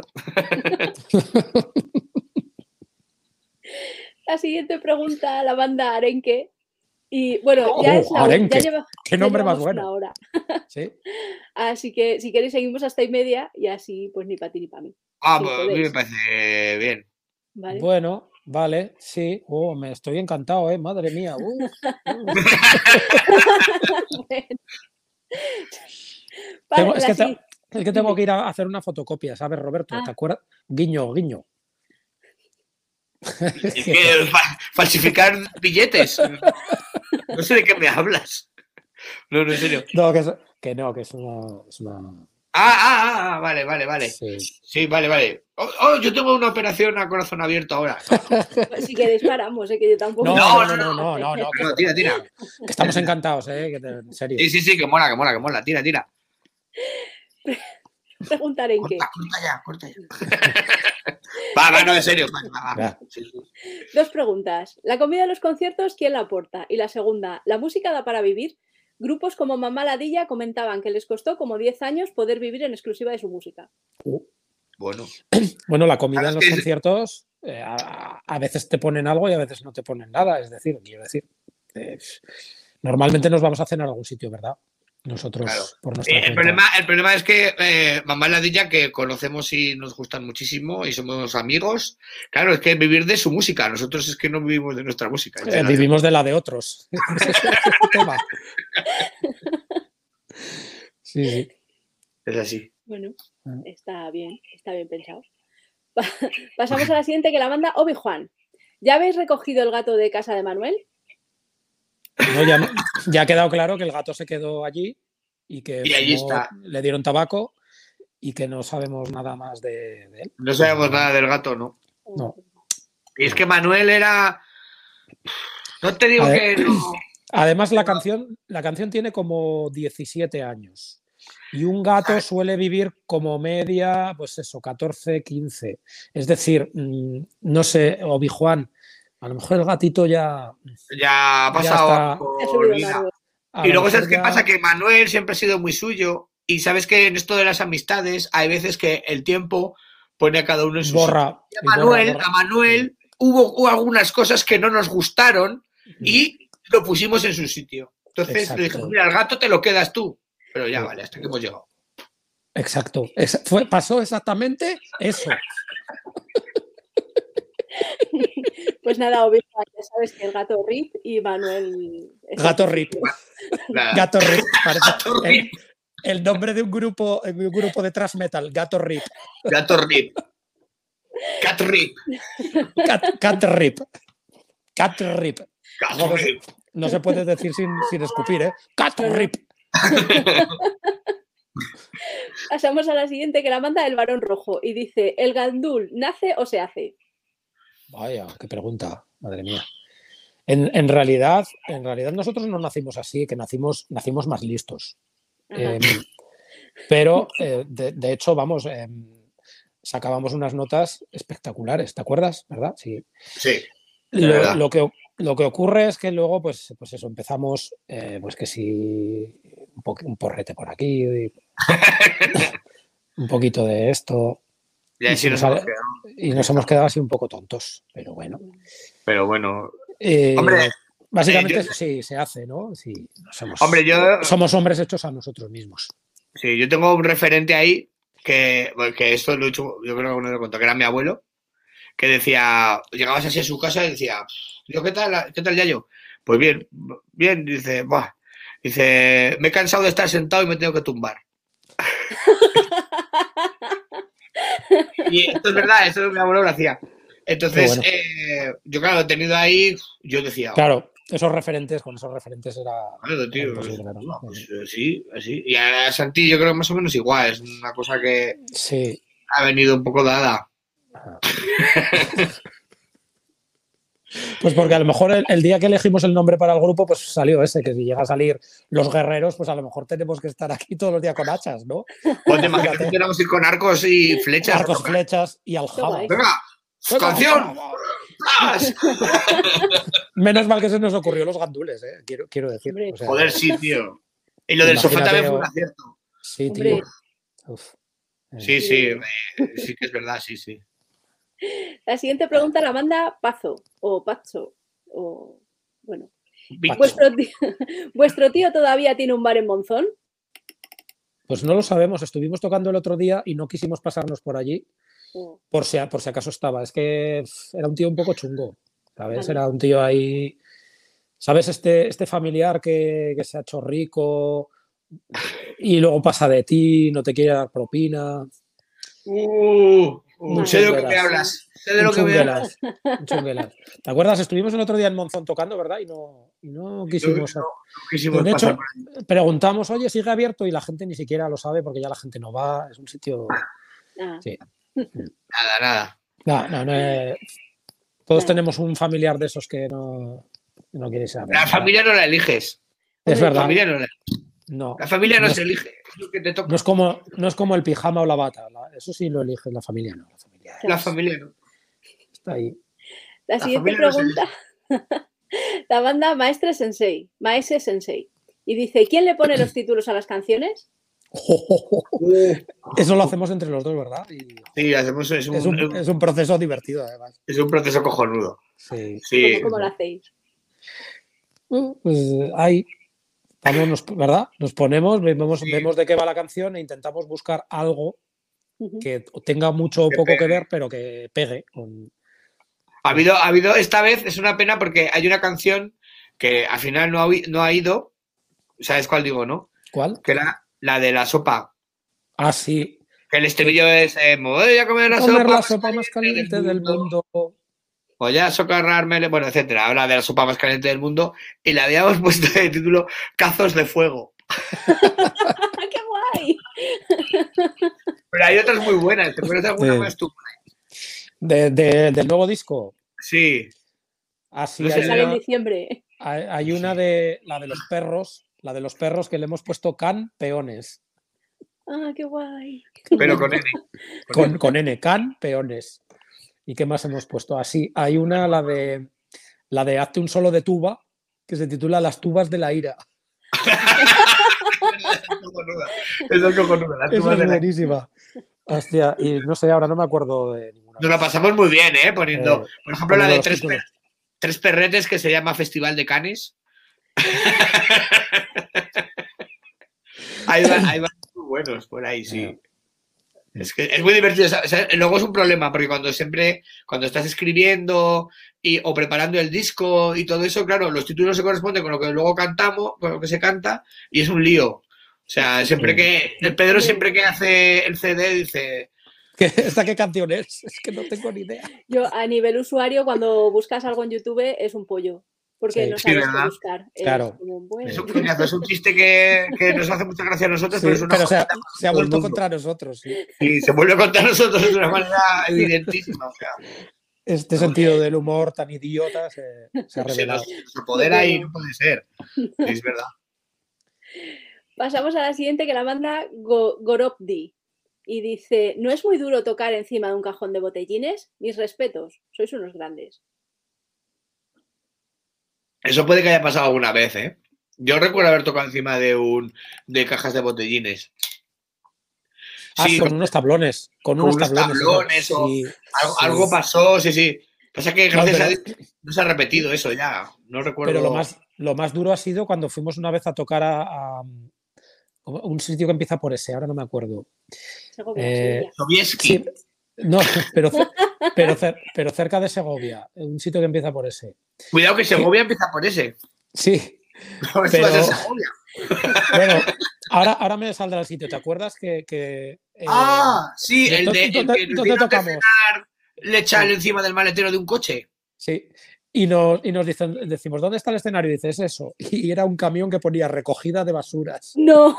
Speaker 1: La siguiente pregunta la manda Arenque. Y bueno, ya
Speaker 3: Oh,
Speaker 1: es la ya
Speaker 3: Arenque.
Speaker 1: lleva-
Speaker 3: Qué
Speaker 1: ya
Speaker 3: nombre más
Speaker 1: llevamos una
Speaker 3: bueno.
Speaker 1: hora.
Speaker 3: Sí,
Speaker 1: Así que si queréis seguimos hasta y media y así pues ni para ti ni para mí.
Speaker 2: Ah,
Speaker 1: Sí,
Speaker 2: pues a mí me
Speaker 1: podéis.
Speaker 2: parece bien.
Speaker 1: ¿vale?
Speaker 3: Bueno, vale, sí. Oh, me estoy encantado, ¿eh? Madre mía. uh.
Speaker 1: [laughs] [laughs] Vale,
Speaker 3: Tengo- es,
Speaker 1: la
Speaker 3: que te-
Speaker 1: sigui-
Speaker 3: es que tengo que ir a hacer una fotocopia, ¿sabes, Roberto?
Speaker 1: Ah.
Speaker 3: ¿Te acuerdas? Guiño, guiño. [laughs]
Speaker 2: Es que fa- falsificar billetes. No sé de qué me hablas. No, no, en serio.
Speaker 3: No, que, es- que no, que es una. es una-
Speaker 2: Ah, ah, ah, ah, vale, vale, vale.
Speaker 3: sí.
Speaker 2: Sí, vale, vale. Oh, oh, yo tengo una operación a corazón abierto ahora.
Speaker 3: Ah,
Speaker 1: si queréis paramos, eh, que yo tampoco.
Speaker 3: No,
Speaker 2: No,
Speaker 3: no, no, no, no, no, no,
Speaker 2: No, tira, tira.
Speaker 3: que estamos encantados, ¿eh? Que te- en serio.
Speaker 2: Sí, sí, sí, que mola, que mola, que mola. Tira, tira.
Speaker 1: Pregunta Arenque.
Speaker 2: Corta, corta ya, corta ya. va, va, no, en serio. Va, va, va.
Speaker 3: Ya.
Speaker 2: Sí, sí.
Speaker 1: Dos preguntas. La comida de los conciertos, ¿quién la aporta? Y la segunda, ¿la música da para vivir? Grupos como Mamá Ladilla comentaban que les costó como 10 años poder vivir en exclusiva de su música.
Speaker 2: Bueno,
Speaker 3: Bueno, la comida
Speaker 2: Claro,
Speaker 3: en
Speaker 2: es
Speaker 3: los
Speaker 2: que-
Speaker 3: conciertos, eh, a, a veces te ponen algo y a veces no te ponen nada. Es decir, quiero decir, eh, normalmente nos vamos a cenar a algún sitio, ¿verdad? Nosotros,
Speaker 2: Claro.
Speaker 3: por nuestra
Speaker 2: Eh, el,
Speaker 3: cuenta.
Speaker 2: problema, el problema es que eh, Mamá Ladilla, que conocemos y nos gustan muchísimo y somos amigos, claro, es que vivir de su música. Nosotros es que no vivimos de nuestra música.
Speaker 3: Eh, vivimos de la de otros. [laughs] Ese es el tema. Sí, sí.
Speaker 2: Es así.
Speaker 1: Bueno,
Speaker 3: Mm.
Speaker 1: está bien, está bien pensado. [laughs] Pa- Pasamos a la siguiente que la manda Obi Juan. ¿Ya habéis recogido el gato de casa de Manuel?
Speaker 3: No, ya, ya ha quedado claro que el gato se quedó allí y que
Speaker 2: Y allí
Speaker 3: fumó-
Speaker 2: está.
Speaker 3: le dieron tabaco y que no sabemos nada más de, de él.
Speaker 2: No sabemos nada del gato, ¿no?
Speaker 3: No.
Speaker 2: Y es que Manuel era. No te digo
Speaker 3: A
Speaker 2: que.
Speaker 3: ver.
Speaker 2: No...
Speaker 3: Además, la canción, la canción tiene como 17 años. Y un
Speaker 2: Ah.
Speaker 3: gato suele vivir como media, pues eso, 14, 15. Es decir, mm, no sé, Obi-Juan, a lo mejor el gatito ya.
Speaker 2: Ya ha
Speaker 3: Ya está.
Speaker 2: pasado.
Speaker 1: Ha
Speaker 2: por
Speaker 1: subido el
Speaker 2: vida.
Speaker 1: árbol.
Speaker 3: a
Speaker 2: Y
Speaker 3: lo
Speaker 2: luego,
Speaker 3: mejor
Speaker 2: ¿sabes qué
Speaker 3: ya-
Speaker 2: pasa? Que Manuel siempre ha sido muy suyo. Y sabes que en esto de las amistades hay veces que el tiempo pone a cada uno en su sitio.
Speaker 3: Borra.
Speaker 2: Y a
Speaker 3: borra,
Speaker 2: Manuel,
Speaker 3: borra.
Speaker 2: a Manuel hubo, hubo algunas cosas que no nos gustaron y lo pusimos en su sitio. Entonces le dije,
Speaker 3: Exacto.
Speaker 2: mira, el gato te lo quedas tú. Pero ya vale, hasta que hemos llegado.
Speaker 3: Exacto. Esa- fue, pasó exactamente eso.
Speaker 1: Pues nada, obvio, ya sabes que el gato Rip y Manuel. eh, es-
Speaker 3: Gato Rip.
Speaker 2: La- [laughs]
Speaker 3: Gato Rip. parece
Speaker 2: Gato
Speaker 3: el,
Speaker 2: Rip.
Speaker 3: el nombre de un grupo, de un grupo de thrash metal. Gato Rip.
Speaker 2: Gato Rip. Cat Rip.
Speaker 3: Cat, Cat Rip. Cat Rip.
Speaker 2: Cat
Speaker 3: Ojo,
Speaker 2: Rip.
Speaker 3: No se puede decir sin, sin escupir, ¿eh? Cat Rip.
Speaker 1: Pasamos a la siguiente que la manda el varón rojo y dice: ¿El gandul nace o se hace?
Speaker 3: Vaya, qué pregunta, madre mía. En, en realidad, en realidad nosotros no nacimos así, que nacimos, nacimos más listos.
Speaker 1: Ajá.
Speaker 3: Em, pero, eh, de, de hecho, vamos, em, sacábamos unas notas espectaculares, ¿te acuerdas? ¿Verdad? Sí.
Speaker 2: Sí. De
Speaker 3: Lo,
Speaker 2: verdad.
Speaker 3: lo que, lo que ocurre es que luego, pues, pues eso, empezamos, eh, pues que sí, un, po- un porrete por
Speaker 2: [laughs]
Speaker 3: aquí, y- un poquito de esto,
Speaker 2: Ya
Speaker 3: Y
Speaker 2: sí
Speaker 3: si
Speaker 2: nos
Speaker 3: nos
Speaker 2: hemos
Speaker 3: ha-
Speaker 2: quedado.
Speaker 3: y nos hemos quedado así un poco tontos, pero bueno.
Speaker 2: Pero bueno.
Speaker 3: Eh,
Speaker 2: Hombre,
Speaker 3: básicamente
Speaker 2: eh, yo-
Speaker 3: sí, se hace, ¿no? Sí, nos hemos-
Speaker 2: Hombre, yo-
Speaker 3: somos hombres hechos a nosotros mismos.
Speaker 2: Sí, yo tengo un referente ahí que, bueno, que esto lo he hecho, yo creo que alguna vez lo contó, que era mi abuelo, que decía, llegabas así a su casa y decía, yo, ¿qué tal, qué tal, Yayo? Pues bien, bien, dice, "Buah". dice, me he cansado de estar sentado y me tengo que
Speaker 3: [laughs]
Speaker 2: tumbar. y esto es verdad, esto mi abuelo lo hacía. Entonces,
Speaker 3: Qué bueno.
Speaker 2: eh, yo claro, lo he tenido ahí, yo decía,
Speaker 3: Claro, esos referentes, con esos referentes era,
Speaker 2: Claro, tío.
Speaker 3: Pues,
Speaker 2: pues,
Speaker 3: claro,
Speaker 2: no,
Speaker 3: sí.
Speaker 2: pues, eh, sí, así. Y a Santi yo creo que más o menos igual. Es una cosa que
Speaker 3: Sí.
Speaker 2: ha venido un poco dada.
Speaker 3: Pues porque a lo mejor el, el día que elegimos el nombre para el grupo, pues salió ese, que si llega a salir los guerreros, pues a lo mejor tenemos que estar aquí todos los días con hachas, ¿no?
Speaker 2: O Pues te imaginas que tuviéramos que ir con arcos y flechas.
Speaker 3: Arcos, flechas y aljaba.
Speaker 1: guay.
Speaker 2: Venga, canción. ¡Flas!
Speaker 3: Menos mal que se nos ocurrió los gandules, ¿eh? quiero, quiero decir.
Speaker 1: Hombre.
Speaker 3: O sea,
Speaker 2: Joder, sí, tío. Y lo del sofá
Speaker 3: Imagínate,
Speaker 2: también fue
Speaker 3: o-
Speaker 2: un acierto.
Speaker 3: Sí, tío.
Speaker 1: Hombre.
Speaker 3: Uf. Eh,
Speaker 2: Sí, sí, eh, sí que es verdad, sí, sí.
Speaker 1: La siguiente pregunta la manda Pazo o Pacho o. Bueno.
Speaker 2: Vic-
Speaker 3: Pues-
Speaker 1: ¿Vuestro tío, [laughs] ¿Vuestro tío todavía tiene un bar en Monzón?
Speaker 3: Pues no lo sabemos, estuvimos tocando el otro día y no quisimos pasarnos por allí,
Speaker 1: O-
Speaker 3: por si, a- por si acaso estaba. Es que pf, era un tío un poco chungo, ¿sabes?
Speaker 1: Vale.
Speaker 3: Era un tío ahí. ¿Sabes? Este, este familiar que, que se ha hecho rico y luego pasa de ti, no te quiere dar propina.
Speaker 2: Uh, uh,
Speaker 1: No,
Speaker 2: sé de lo que
Speaker 3: chungueras.
Speaker 2: me hablas. Sé de
Speaker 3: un
Speaker 2: lo que me hablas.
Speaker 3: chunguelas, un chunguelas. ¿Te acuerdas? Estuvimos el otro día en Monzón tocando, ¿verdad? Y no, y no quisimos.
Speaker 2: no.
Speaker 3: a-
Speaker 2: No quisimos
Speaker 3: De
Speaker 2: pasar
Speaker 3: hecho-
Speaker 2: por ahí.
Speaker 3: Preguntamos, oye, sigue abierto y la gente ni siquiera lo sabe porque ya la gente no va. Es un sitio.
Speaker 1: ah,
Speaker 2: Nada, nada.
Speaker 3: No, no, no, eh, Todos
Speaker 1: Claro.
Speaker 3: tenemos un familiar de esos que no, que no quiere saber.
Speaker 2: La familia no la eliges.
Speaker 3: Es
Speaker 2: La
Speaker 3: verdad.
Speaker 2: familia no, la,
Speaker 3: No,
Speaker 2: la familia no
Speaker 3: No es-
Speaker 2: se elige. Es lo que te toca.
Speaker 3: no es como, no es como el pijama o la bata. la- eso sí lo elige la familia, no. La familia
Speaker 2: La familia no.
Speaker 3: está ahí. [laughs]
Speaker 1: La
Speaker 2: La
Speaker 1: siguiente
Speaker 2: familia no se
Speaker 1: pregunta [laughs] la manda Maestre Sensei, Maese Sensei. Y dice, ¿quién le pone los títulos a las canciones?
Speaker 3: Eso lo hacemos entre los dos, ¿verdad? Y
Speaker 2: Sí, hacemos es un,
Speaker 3: Uh. es, un, es un proceso divertido, además.
Speaker 2: es un proceso cojonudo.
Speaker 3: Sí.
Speaker 2: Sí.
Speaker 1: ¿Cómo, cómo lo hacéis?
Speaker 3: Uh, Pues ahí. Vamos, nos- ¿verdad? Nos ponemos, vemos,
Speaker 2: Sí.
Speaker 3: vemos de qué va la canción e intentamos buscar algo
Speaker 1: Ujú.
Speaker 3: que tenga mucho o
Speaker 2: Que
Speaker 3: poco
Speaker 2: pegue.
Speaker 3: que ver, pero que pegue con,
Speaker 2: Ha habido, ha habido, esta vez es una pena porque hay una canción que al final no ha, hui- no ha ido. ¿Sabes cuál digo, no?
Speaker 3: ¿Cuál?
Speaker 2: Que era la de la sopa.
Speaker 3: Ah, sí.
Speaker 2: Que el estribillo es eh, me voy a comer la
Speaker 3: Comer
Speaker 2: sopa.
Speaker 3: la sopa más caliente del mundo.
Speaker 2: Voy a socarrarme, bueno, etcétera. Habla de la sopa más caliente del mundo. Y la habíamos [laughs] puesto de título Cazos de Fuego.
Speaker 1: ¡Ah, [laughs] qué
Speaker 2: [laughs]
Speaker 1: guay!
Speaker 2: Pero hay otras muy buenas. ¿Te acuerdas de alguna
Speaker 3: Sí.
Speaker 2: más tú?
Speaker 3: De- de- del nuevo disco.
Speaker 2: Sí.
Speaker 3: Ah, sí,
Speaker 2: No sé
Speaker 1: Que
Speaker 2: Sí,
Speaker 3: hay,
Speaker 1: sale en
Speaker 3: una,
Speaker 1: diciembre.
Speaker 3: hay- hay una de la de los perros, la de los perros que le hemos puesto can peones.
Speaker 1: ¡Ah, qué guay!
Speaker 2: Pero con él.
Speaker 3: [laughs] Con, con N, can peones. ¿Y qué más hemos puesto? Así, hay una, la de la de hazte un solo de tuba, que se titula Las tubas de la ira.
Speaker 2: Es lo cojonuda. La
Speaker 3: Esa
Speaker 2: tuba
Speaker 3: es
Speaker 2: de la-
Speaker 3: buenísima. Hostia, y no sé, ahora no me acuerdo de ninguna.
Speaker 2: Nos la pasamos muy bien, ¿eh? Poniendo,
Speaker 3: Eh,
Speaker 2: por ejemplo, la
Speaker 3: poniendo
Speaker 2: de
Speaker 3: los
Speaker 2: tres,
Speaker 3: títulos. [laughs]
Speaker 2: per- tres perretes que se llama Festival de Canes. Hay va- hay varios muy buenos por ahí, sí. Es que es muy divertido. o sea, luego es un problema, porque cuando siempre, cuando estás escribiendo y, o preparando el disco y todo eso, claro, los títulos se corresponden con lo que luego cantamos, con lo que se canta, y es un lío. O sea, siempre
Speaker 3: Sí.
Speaker 2: que. El Pedro siempre que hace el CD dice.
Speaker 3: ¿Qué- ¿Esta qué canción es? Es que no tengo ni idea.
Speaker 1: Yo, a nivel usuario, cuando buscas algo en YouTube, es un pollo. Porque
Speaker 3: Sí.
Speaker 1: no
Speaker 2: Sí,
Speaker 1: sabes qué
Speaker 2: ¿verdad?
Speaker 1: buscar. Es
Speaker 3: Claro.
Speaker 1: como, bueno.
Speaker 2: Es un coñazo, es un chiste que, que nos hace mucha gracia a nosotros,
Speaker 3: Sí,
Speaker 2: pero es una
Speaker 3: pero se ha,
Speaker 2: jodida
Speaker 3: se
Speaker 2: todo
Speaker 3: ha
Speaker 2: el
Speaker 3: vuelto
Speaker 2: mundo.
Speaker 3: contra nosotros. sí.
Speaker 2: y se vuelve contra nosotros de una manera
Speaker 3: [laughs]
Speaker 2: evidentísima. O sea,
Speaker 3: Este sentido del humor tan idiota se, se
Speaker 2: se
Speaker 3: ha revelado.
Speaker 2: nos, se apodera y no puede ser. Es verdad.
Speaker 1: Pasamos a la siguiente que la manda Go- Goropdi. Y dice, no es muy duro tocar encima de un cajón de botellines. Mis respetos, sois unos grandes.
Speaker 2: Eso puede que haya pasado alguna vez, ¿eh? Yo recuerdo haber tocado encima de un de cajas de botellines.
Speaker 3: Ah,
Speaker 2: Sí,
Speaker 3: con unos tablones. Con,
Speaker 2: con
Speaker 3: unos
Speaker 2: unos
Speaker 3: tablones. ¿no?
Speaker 2: tablones o
Speaker 3: Sí,
Speaker 2: algo,
Speaker 3: sí.
Speaker 2: algo pasó, sí, sí. Pasa que
Speaker 3: No,
Speaker 2: gracias
Speaker 3: pero-
Speaker 2: a Dios no se ha repetido eso ya. No recuerdo.
Speaker 3: Pero lo más, lo más duro ha sido cuando fuimos una vez a tocar a, a un sitio que empieza por ese, ahora no me acuerdo.
Speaker 1: Segovia,
Speaker 3: Eh,
Speaker 1: Sevilla.
Speaker 2: Sobieski.
Speaker 3: Sí, no, pero, ce- pero, cer- pero cerca de Segovia, un sitio que empieza por ese.
Speaker 2: Cuidado que Segovia empieza por ese. [laughs]
Speaker 3: Sí,
Speaker 2: A ver si va a ser Segovia.
Speaker 3: bueno, ahora, ahora me saldrá el sitio. ¿Te acuerdas que... que, eh,
Speaker 2: ah, sí, el de.
Speaker 3: ¿dónde-
Speaker 2: el que nos
Speaker 3: dónde- dónde
Speaker 2: vino a
Speaker 3: tocamos?
Speaker 2: Le echa
Speaker 3: Ah.
Speaker 2: el encima del maletero de un coche.
Speaker 3: Sí. Y nos, y nos dicen, decimos, ¿dónde está el escenario? Y dice, es eso. [laughs] Y era un camión que ponía recogida de basuras.
Speaker 1: [laughs] No,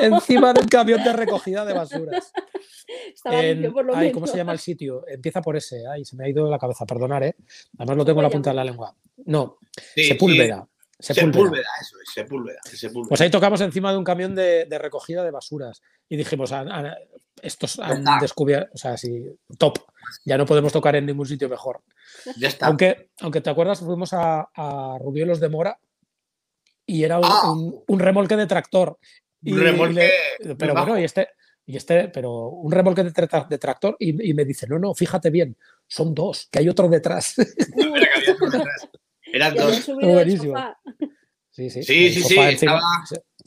Speaker 3: Encima del camión de recogida de basuras.
Speaker 1: [laughs] estaba
Speaker 3: En-
Speaker 1: limpio por lo
Speaker 3: ay,
Speaker 1: menos.
Speaker 3: ¿Cómo se
Speaker 1: [laughs]
Speaker 3: llama el sitio? Empieza por ese. Ay, se me ha ido la cabeza, perdonar, ¿eh? Además lo tengo en la punta de la lengua. No,
Speaker 2: Sí, sí.
Speaker 3: Sepúlveda.
Speaker 2: Sepúlveda.
Speaker 3: Sepúlveda.
Speaker 2: eso es, Sepúlveda. Sepúlveda.
Speaker 3: Pues ahí tocamos encima de un camión de, de recogida de basuras y dijimos, "Han- han- estos han
Speaker 2: Está.
Speaker 3: descubierto, o sea, sí, top, ya no podemos tocar en ningún sitio mejor.
Speaker 2: ya está.
Speaker 3: Aunque, aunque te acuerdas, fuimos a, a Rubielos de Mora y era un,
Speaker 2: Ah.
Speaker 3: un- un remolque de tractor. Y-
Speaker 2: Un remolque.
Speaker 3: y le-
Speaker 2: muy
Speaker 3: pero bueno,
Speaker 2: bajo.
Speaker 3: y este, y este, pero un remolque de, tra- de tractor y, y me dice, no, no, fíjate bien, son dos, que hay otro detrás. [laughs]
Speaker 2: Espera, que había por detrás. Eran
Speaker 1: Ya habían
Speaker 2: [laughs] dos.
Speaker 1: subido del
Speaker 3: Buenísimo.
Speaker 1: sofá.
Speaker 3: sí, sí,
Speaker 2: Sí,
Speaker 3: el
Speaker 2: sí,
Speaker 3: sofá
Speaker 2: sí,
Speaker 3: encima-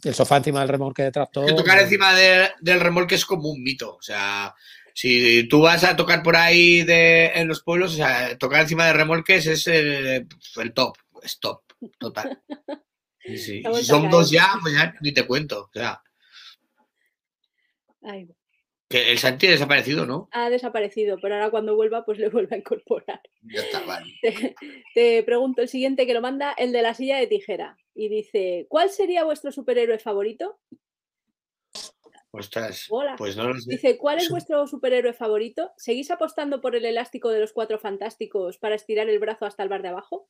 Speaker 3: El sofá encima del remolque de tractor.
Speaker 2: Que tocar encima de- del remolque es como un mito. O sea, si tú vas a tocar por ahí de, en los pueblos, o sea, tocar encima de remolques es eh, el top, es top, total. Sí, sí. Y
Speaker 1: Estamos
Speaker 2: Si son dos
Speaker 1: sacados.
Speaker 2: ya, pues ya ni te cuento. O sea,
Speaker 1: Ay,
Speaker 2: que el Santi ha desaparecido, ¿no?
Speaker 1: ha desaparecido, pero ahora cuando vuelva, pues le vuelvo a incorporar. [laughs]
Speaker 2: Ya está, vale.
Speaker 1: Te, te pregunto el siguiente que lo manda, el de la silla de tijera. Y dice, ¿cuál sería vuestro superhéroe favorito?
Speaker 2: Ostras,
Speaker 1: Hola.
Speaker 2: pues no lo sé.
Speaker 1: Dice, ¿cuál es
Speaker 3: Su-
Speaker 1: vuestro superhéroe favorito? ¿Seguís apostando por el elástico de los cuatro fantásticos para estirar el brazo hasta el bar de abajo?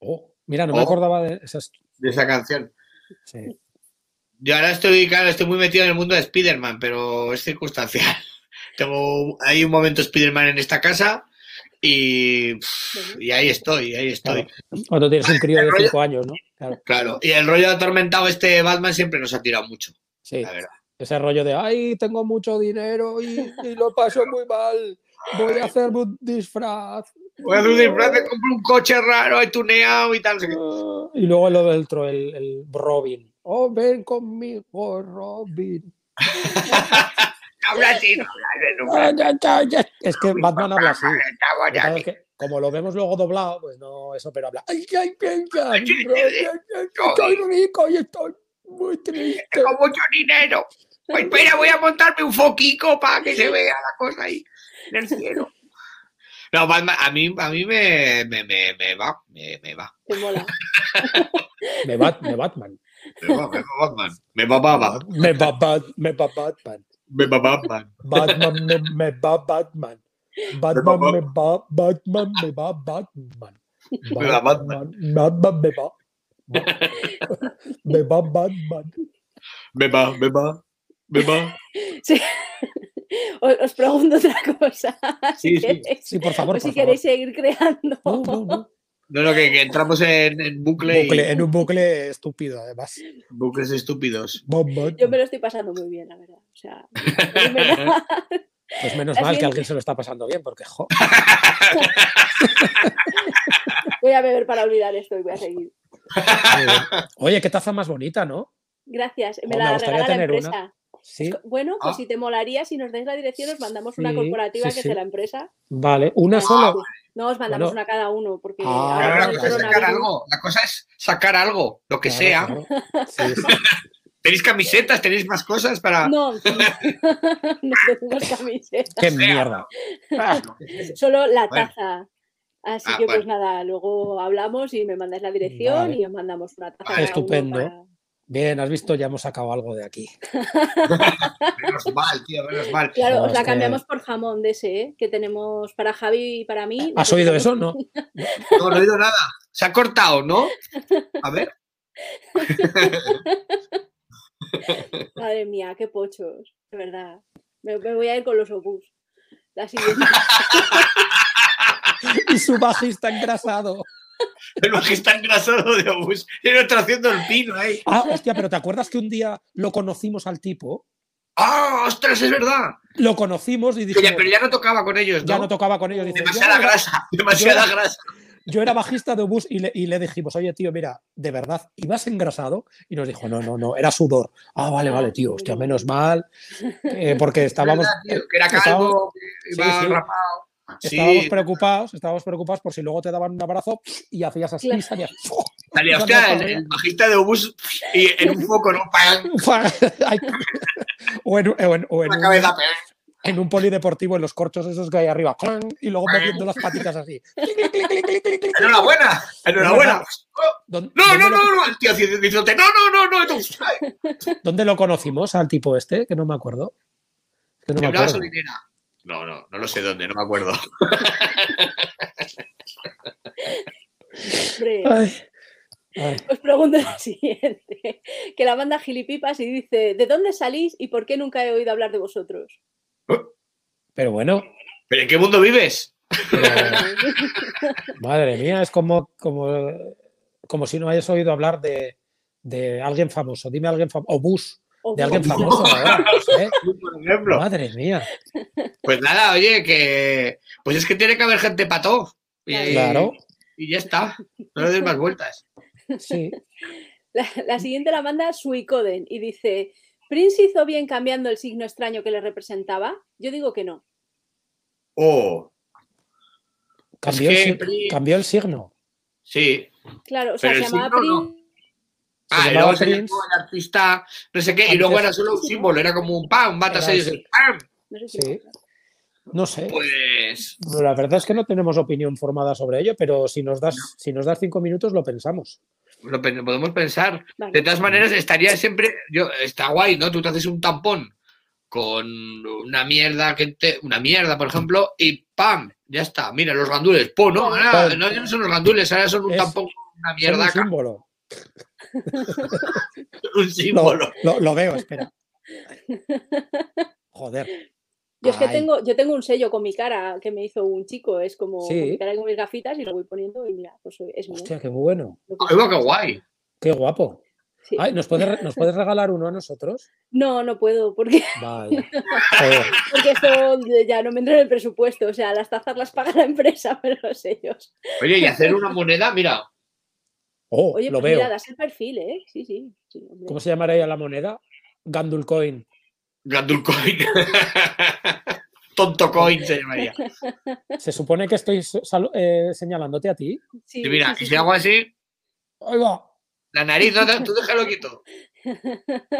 Speaker 3: Oh, mira, no me
Speaker 2: Oh.
Speaker 3: acordaba de esas.
Speaker 2: De esa canción.
Speaker 3: sí.
Speaker 2: Yo ahora estoy, claro, estoy muy metido en el mundo de Spider-Man, pero es circunstancial. [laughs] Tengo, hay un momento Spider-Man en esta casa y,
Speaker 1: Bueno,
Speaker 2: y ahí estoy, ahí estoy.
Speaker 3: Cuando tienes un crío de
Speaker 2: rollo-
Speaker 3: 5 años, ¿no? Claro,
Speaker 2: Claro, y el rollo atormentado este de Batman siempre nos ha tirado mucho,
Speaker 3: sí.
Speaker 2: la verdad.
Speaker 3: Ese rollo de, ay, tengo mucho dinero y, y lo paso muy mal. Voy a hacer un disfraz.
Speaker 2: Voy a hacer un disfraz, me compro un coche raro, he tuneado y tal. no sé qué.
Speaker 3: Ah, Y luego lo del tro- el, el Robin. Oh, ven conmigo, Robin.
Speaker 2: Habla así, no habla de nunca.
Speaker 3: Ay, ay, ay, ay. Es que Batman habla así.
Speaker 2: Está
Speaker 3: Lo que
Speaker 2: guay,
Speaker 3: pasa es que como lo vemos luego doblado, pues no, eso, pero habla. Ay, ay, ay, ay,
Speaker 2: sí,
Speaker 3: Robin,
Speaker 2: sí,
Speaker 3: ay, estoy rico y estoy muy triste.
Speaker 2: Tengo mucho dinero. Pues espera, voy a montarme un foquico para que se vea la cosa ahí en el cielo. No, Batman, a mí, a mí me, me, me, me va, me, me va.
Speaker 1: te pues mola.
Speaker 3: Me bat, me Batman.
Speaker 2: Me va, me va Batman. Me va Batman.
Speaker 3: Me va, Bat- me va Batman.
Speaker 2: Me va Batman.
Speaker 3: Batman me, me va Batman. Batman me va Batman me va Batman.
Speaker 2: [laughs] Me va Batman.
Speaker 3: Batman me va. Me va Batman.
Speaker 2: Me va, me va. Me va.
Speaker 1: Os, os pregunto [laughs] otra cosa. si
Speaker 2: Sí, sí.
Speaker 1: queréis,
Speaker 3: Sí, por favor,
Speaker 1: o Pues si
Speaker 3: por favor.
Speaker 1: queréis seguir creando.
Speaker 3: No, no, no.
Speaker 2: No, no, que, que entramos en, en bucle, y-
Speaker 3: Bucle, en un bucle estúpido, además.
Speaker 2: bucles estúpidos.
Speaker 3: Batman.
Speaker 1: Yo me lo estoy pasando muy bien, la verdad. O sea, a mí me [laughs] da-
Speaker 3: Pues menos
Speaker 1: La
Speaker 3: mal que
Speaker 1: siguiente.
Speaker 3: alguien se lo está pasando bien, porque
Speaker 2: [laughs]
Speaker 3: jo,
Speaker 1: voy a beber para olvidar esto y voy a seguir.
Speaker 3: Eh, oye, qué taza más bonita, ¿no?
Speaker 1: Gracias. Me
Speaker 3: Oh, me
Speaker 1: la
Speaker 3: gustaría
Speaker 1: regala la
Speaker 3: tener
Speaker 1: empresa.
Speaker 3: una. Sí.
Speaker 1: Bueno, pues
Speaker 2: Ah.
Speaker 1: si te molaría, si nos dais la dirección, os mandamos una
Speaker 3: Sí,
Speaker 1: corporativa
Speaker 3: sí,
Speaker 1: que es
Speaker 3: sí.
Speaker 1: de la empresa.
Speaker 3: Vale, una
Speaker 1: Ah,
Speaker 3: sola.
Speaker 1: No, os mandamos
Speaker 3: Bueno.
Speaker 1: una cada uno, porque
Speaker 3: Ah,
Speaker 2: Claro,
Speaker 3: Ah,
Speaker 2: la, cosa es
Speaker 3: claro.
Speaker 2: sacar algo, la cosa es sacar algo, lo que
Speaker 3: Claro,
Speaker 2: sea.
Speaker 3: claro. Sí,
Speaker 2: [laughs]
Speaker 3: sí.
Speaker 2: ¿Tenéis camisetas? ¿Tenéis más cosas para.?
Speaker 1: No, no [laughs] tenemos camiseta,
Speaker 3: [laughs] Qué mierda.
Speaker 2: Ah,
Speaker 1: solo la
Speaker 2: Bueno.
Speaker 1: taza. Así
Speaker 2: Ah,
Speaker 1: que
Speaker 2: bueno.
Speaker 1: pues nada, luego hablamos y me mandáis la dirección
Speaker 3: Vale.
Speaker 1: y os mandamos una taza.
Speaker 2: Vale.
Speaker 1: cada uno
Speaker 3: Estupendo.
Speaker 1: para-
Speaker 3: Bien, has visto, ya hemos sacado algo de aquí.
Speaker 2: menos mal, tío, menos mal.
Speaker 1: Claro,
Speaker 3: No,
Speaker 1: os la
Speaker 3: es que-
Speaker 1: cambiamos por jamón de ese, ¿eh? que tenemos para Javi y para mí.
Speaker 3: Ah, ¿Has oído eso? No.
Speaker 2: No, no he oído nada. Se ha cortado, ¿no? A ver.
Speaker 1: Madre mía, qué pochos, de verdad. Me, me voy a ir con los obús. La
Speaker 3: [laughs]
Speaker 1: siguiente.
Speaker 3: Y su bajista engrasado.
Speaker 2: El bajista engrasado de obús. Y otro haciendo el pino ahí.
Speaker 3: Ah, hostia, pero ¿te acuerdas que un día lo conocimos al tipo?
Speaker 2: ¡Ah, ostras, es verdad!
Speaker 3: Lo conocimos y
Speaker 2: Oye,
Speaker 3: dijimos,
Speaker 2: pero ya no tocaba con ellos, ¿no?
Speaker 3: ya no tocaba con ellos. Dice,
Speaker 2: Demasiada
Speaker 3: yo, era,
Speaker 2: grasa, demasiada
Speaker 3: yo-
Speaker 2: grasa.
Speaker 3: yo era bajista de bus y le, y le dijimos, oye, tío, mira, de verdad, ¿ibas engrasado? Y nos dijo, no, no, no, era sudor. Ah, vale, vale, tío, hostia, menos mal. eh,
Speaker 2: [laughs]
Speaker 3: porque estábamos,
Speaker 2: ¿Verdad, tío? Que era calvo,
Speaker 3: estábamos-
Speaker 2: que
Speaker 3: sí,
Speaker 2: iba
Speaker 3: sí.
Speaker 2: rapado. Sí,
Speaker 3: estábamos preocupados, estábamos preocupados por si luego te daban un abrazo y hacías así,
Speaker 1: Claro.
Speaker 3: salías, [laughs]
Speaker 2: salía, hostia, el, el bajista de obús y en un foco, ¿no? ¡Pam!
Speaker 3: Ay. [laughs] o en, un- o en- o en
Speaker 2: La
Speaker 3: un-
Speaker 2: cabeza, ¡pam!
Speaker 3: en un polideportivo en los corchos esos que hay arriba ¡clang! y luego metiendo las
Speaker 2: [laughs]
Speaker 3: patitas así.
Speaker 2: Enhorabuena, enhorabuena.
Speaker 3: ¿Dónde,
Speaker 2: No,
Speaker 3: dónde
Speaker 2: no,
Speaker 3: lo,
Speaker 2: no, no, el tío haciendo- diciéndote, no, no, no, no. tú, ay,
Speaker 3: dónde lo conocimos al tipo este? Que no me acuerdo. Que no me
Speaker 2: En una
Speaker 3: acuerdo.
Speaker 2: gasolinera. No, no, no lo sé dónde, no me acuerdo.
Speaker 1: Hombre,
Speaker 3: Ay, ay.
Speaker 1: os pregunto la siguiente. [laughs] Que la manda Gilipipas y dice, ¿de dónde salís y por qué nunca he oído hablar de
Speaker 3: [laughs]
Speaker 1: vosotros?
Speaker 3: Pero bueno,
Speaker 2: ¿Pero en qué mundo vives?
Speaker 3: pero- madre mía, es como, como, como si no hayas oído hablar de, de alguien famoso. Dime alguien famoso. O Bus,
Speaker 1: Obús.
Speaker 3: de alguien famoso.
Speaker 2: [laughs]
Speaker 3: ahora, no sé.
Speaker 2: Por ejemplo.
Speaker 3: Madre mía.
Speaker 2: Pues nada, oye, que. Pues es que tiene que haber gente pató. Y,
Speaker 3: Claro,
Speaker 2: y ya está. No le des más vueltas.
Speaker 3: sí.
Speaker 1: La, la siguiente la manda Suicoden y dice, ¿Prince hizo bien cambiando el signo extraño que le representaba? Yo digo que no.
Speaker 2: Oh,
Speaker 3: Cambió,
Speaker 2: Es que
Speaker 3: el, si-
Speaker 2: Prince-
Speaker 3: cambió el signo.
Speaker 2: sí.
Speaker 1: Claro, o sea,
Speaker 2: Pero
Speaker 1: se
Speaker 2: el
Speaker 1: llamaba
Speaker 2: signo no.
Speaker 1: Prince.
Speaker 3: Se
Speaker 2: Ah, y
Speaker 3: llamaba
Speaker 2: luego se
Speaker 3: Prince.
Speaker 2: llamó el artista, no sé qué, y luego
Speaker 3: Antes-
Speaker 2: era solo un símbolo, era como un pam, matas a
Speaker 3: Era
Speaker 2: ellos
Speaker 3: así.
Speaker 2: y pam.
Speaker 1: No sé si me
Speaker 3: Sí. No sé.
Speaker 2: Pues.
Speaker 3: Bueno, la verdad es que no tenemos opinión formada sobre ello, pero si nos das, si nos das cinco minutos lo pensamos.
Speaker 2: Lo pen- podemos pensar.
Speaker 1: Vale.
Speaker 2: De todas maneras, estaría siempre. Yo, está guay, ¿no? Tú te haces un tampón con una mierda que te. Una mierda, por ejemplo, y ¡pam! Ya está. Mira, los gandules. ¡Pum! No, ahora
Speaker 3: Pam.
Speaker 2: no, ya no son los gandules, ahora son un
Speaker 3: Es-
Speaker 2: tampón con una
Speaker 3: Es
Speaker 2: mierda,
Speaker 3: un
Speaker 2: acá,
Speaker 3: símbolo.
Speaker 2: [laughs] un
Speaker 3: Lo,
Speaker 2: símbolo.
Speaker 3: lo- lo veo,
Speaker 2: [laughs]
Speaker 3: espera. Joder.
Speaker 1: Yo es que
Speaker 3: Ay.
Speaker 1: tengo, yo tengo un sello con mi cara que me hizo un chico, es como con mi
Speaker 3: Sí.
Speaker 1: cara y con mis gafitas y lo voy poniendo y mira, pues soy- es mío.
Speaker 3: Hostia, qué bueno.
Speaker 1: Lo que-
Speaker 2: Ay, va, qué guay!
Speaker 3: Qué guapo.
Speaker 1: sí.
Speaker 3: Ay, ¿nos, puedes, re- ¿Nos puedes regalar uno a nosotros?
Speaker 1: No, no puedo, porque, [laughs]
Speaker 3: Vaya. Joder.
Speaker 1: porque esto ya no me entra en el presupuesto. O sea, las tazas las paga la empresa, [laughs] pero los sellos.
Speaker 2: Oye, y
Speaker 1: [laughs]
Speaker 2: hacer una moneda, mira.
Speaker 3: Oh,
Speaker 1: Oye,
Speaker 3: lo
Speaker 1: pues mira,
Speaker 3: veo.
Speaker 1: das el perfil, ¿eh? Sí, sí. sí, hombre.
Speaker 3: ¿Cómo se llamaría la moneda? Gandul Coin.
Speaker 2: Gandul coin. [laughs] Tonto coin
Speaker 1: [laughs]
Speaker 2: se llamaría.
Speaker 3: Se supone que estoy so- salu- eh, señalándote a ti.
Speaker 1: Sí,
Speaker 2: Y mira,
Speaker 1: sí, sí,
Speaker 2: y si hago así,
Speaker 3: Ahí va.
Speaker 2: la nariz, no, te- tú déjalo quieto.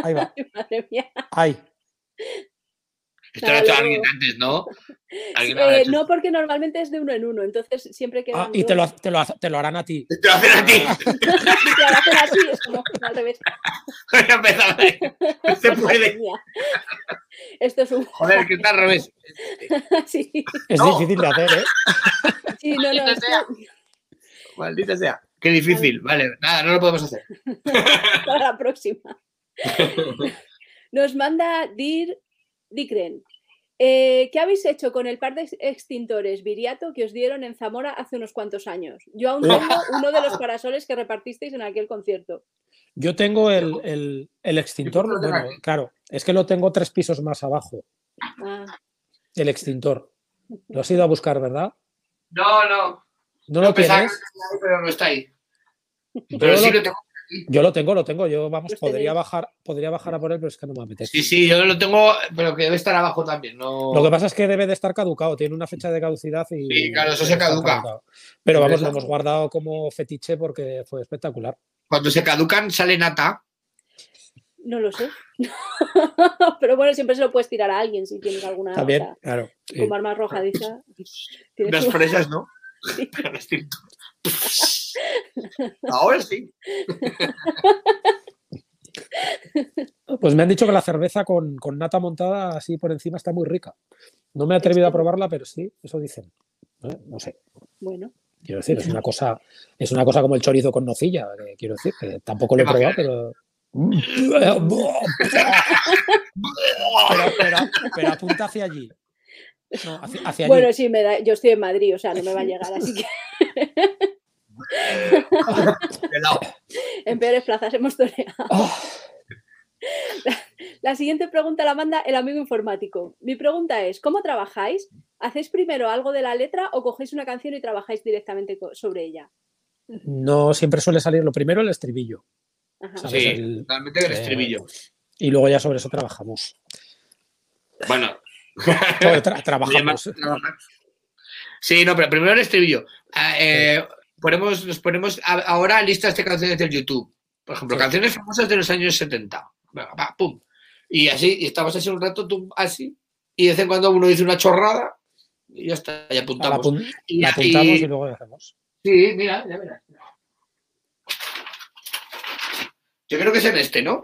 Speaker 3: Ahí va.
Speaker 1: sí. [laughs] Madre mía. [laughs]
Speaker 3: Ahí.
Speaker 2: Esto lo ha
Speaker 1: Nada,
Speaker 2: hecho
Speaker 1: luego-
Speaker 2: alguien antes, ¿no? Alguien lo habrá
Speaker 1: Eh,
Speaker 2: hecho.
Speaker 1: no, porque normalmente es de uno en uno, entonces siempre queda.
Speaker 3: Ah, y te
Speaker 1: [laughs]
Speaker 3: lo, ha- te, lo, ha- te lo harán a ti.
Speaker 2: Te lo hacen a ti.
Speaker 1: hacen así, es como al revés.
Speaker 2: [laughs] Voy a empezar ahí. Se
Speaker 1: Madre
Speaker 2: puede.
Speaker 1: mía. [laughs] Esto es un.
Speaker 2: Joder, que está al revés.
Speaker 1: [laughs] sí,
Speaker 3: Es
Speaker 2: No.
Speaker 3: difícil de hacer, ¿eh?
Speaker 1: sí, no, no.
Speaker 2: Maldita
Speaker 1: es que-
Speaker 2: sea. Maldita sea. Qué difícil. Vale, nada, no lo podemos hacer.
Speaker 1: para la
Speaker 3: [laughs]
Speaker 1: próxima. Nos manda Dir Dicren. Eh, ¿Qué habéis hecho con el par de ex- extintores Viriato que os dieron en Zamora hace unos cuantos años? Yo
Speaker 3: Eh.
Speaker 1: aún tengo uno de los parasoles que repartisteis en aquel concierto.
Speaker 3: Yo tengo el, el- el extintor.
Speaker 2: Yo creo que
Speaker 3: bueno,
Speaker 2: aquí.
Speaker 3: claro, es que lo tengo tres pisos más abajo,
Speaker 1: Ah,
Speaker 3: el extintor. Lo has ido a buscar, ¿verdad?
Speaker 2: No, no.
Speaker 3: No lo
Speaker 2: pensaba
Speaker 3: tienes.
Speaker 2: que estaba ahí, pero no está ahí. Pero sí lo tengo.
Speaker 3: Yo lo tengo, lo tengo. Yo, vamos,
Speaker 1: Los
Speaker 3: podría
Speaker 1: tenéis.
Speaker 3: bajar, podría bajar a por él, pero es que no me apetece.
Speaker 2: Sí, sí, yo lo tengo, pero que debe estar abajo también. No...
Speaker 3: Lo que pasa es que debe de estar caducado, tiene una fecha de caducidad y.
Speaker 2: Sí, claro, eso se
Speaker 3: está
Speaker 2: caduca.
Speaker 3: caducado. Pero vamos, lo
Speaker 2: Interesante.
Speaker 3: hemos guardado como fetiche porque fue espectacular.
Speaker 2: Cuando se caducan, sale nata.
Speaker 1: No lo sé. [laughs] Pero bueno, siempre se lo puedes tirar a alguien si tienes alguna.
Speaker 3: Está bien,
Speaker 1: Ah,
Speaker 3: Eh.
Speaker 1: o sea,
Speaker 3: claro. sí.
Speaker 1: Como arma arrojadiza. pues, tienes
Speaker 2: Las
Speaker 1: como-
Speaker 2: fresas, ¿no? [laughs] Al estilo. Ahora sí.
Speaker 3: Pues me han dicho que la cerveza con, con nata montada así por encima está muy rica. No me he atrevido a probarla, pero sí, eso dicen. ¿Eh? No sé.
Speaker 1: Bueno,
Speaker 3: Quiero decir, es una cosa, es una cosa como el chorizo con nocilla, que quiero decir, que tampoco lo he probado, pero. Pero, pero, pero apunta hacia allí. No, hacia, hacia allí.
Speaker 1: bueno sí, me da... yo estoy en Madrid, o sea, no me va a
Speaker 3: [laughs]
Speaker 1: llegar, así que
Speaker 2: De
Speaker 3: [laughs]
Speaker 2: lado.
Speaker 1: en peores plazas hemos toreado.
Speaker 3: Ah,
Speaker 1: La siguiente pregunta la manda el amigo informático. Mi pregunta es, ¿cómo trabajáis? ¿Hacéis primero algo de la letra o cogéis una canción y trabajáis directamente co- sobre ella?
Speaker 3: no siempre suele salir lo primero el estribillo.
Speaker 1: Ajá.
Speaker 3: ¿sabes?
Speaker 2: Sí,
Speaker 3: Pues El-
Speaker 2: totalmente el
Speaker 3: eh,
Speaker 2: estribillo.
Speaker 3: y luego ya sobre eso trabajamos.
Speaker 2: Bueno,
Speaker 3: No, tra-
Speaker 2: [laughs]
Speaker 3: trabajamos.
Speaker 2: Oye, Mar- no, Mar- Sí, no, pero primero el estribillo. Ah, eh, ponemos, nos ponemos a- ahora listas de canciones del YouTube. Por ejemplo,
Speaker 3: Sí.
Speaker 2: canciones famosas de los años 70. Venga, pa, pum. Y así, y estamos así un rato, tú, así, y de vez en cuando uno dice una chorrada y ya está, y
Speaker 3: La,
Speaker 2: apuntamos.
Speaker 3: apun-
Speaker 2: Y
Speaker 3: la
Speaker 2: así-
Speaker 3: apuntamos y luego
Speaker 2: [laughs]
Speaker 3: la hacemos.
Speaker 2: Sí, mira, ya verás. Yo creo que es en este, ¿no?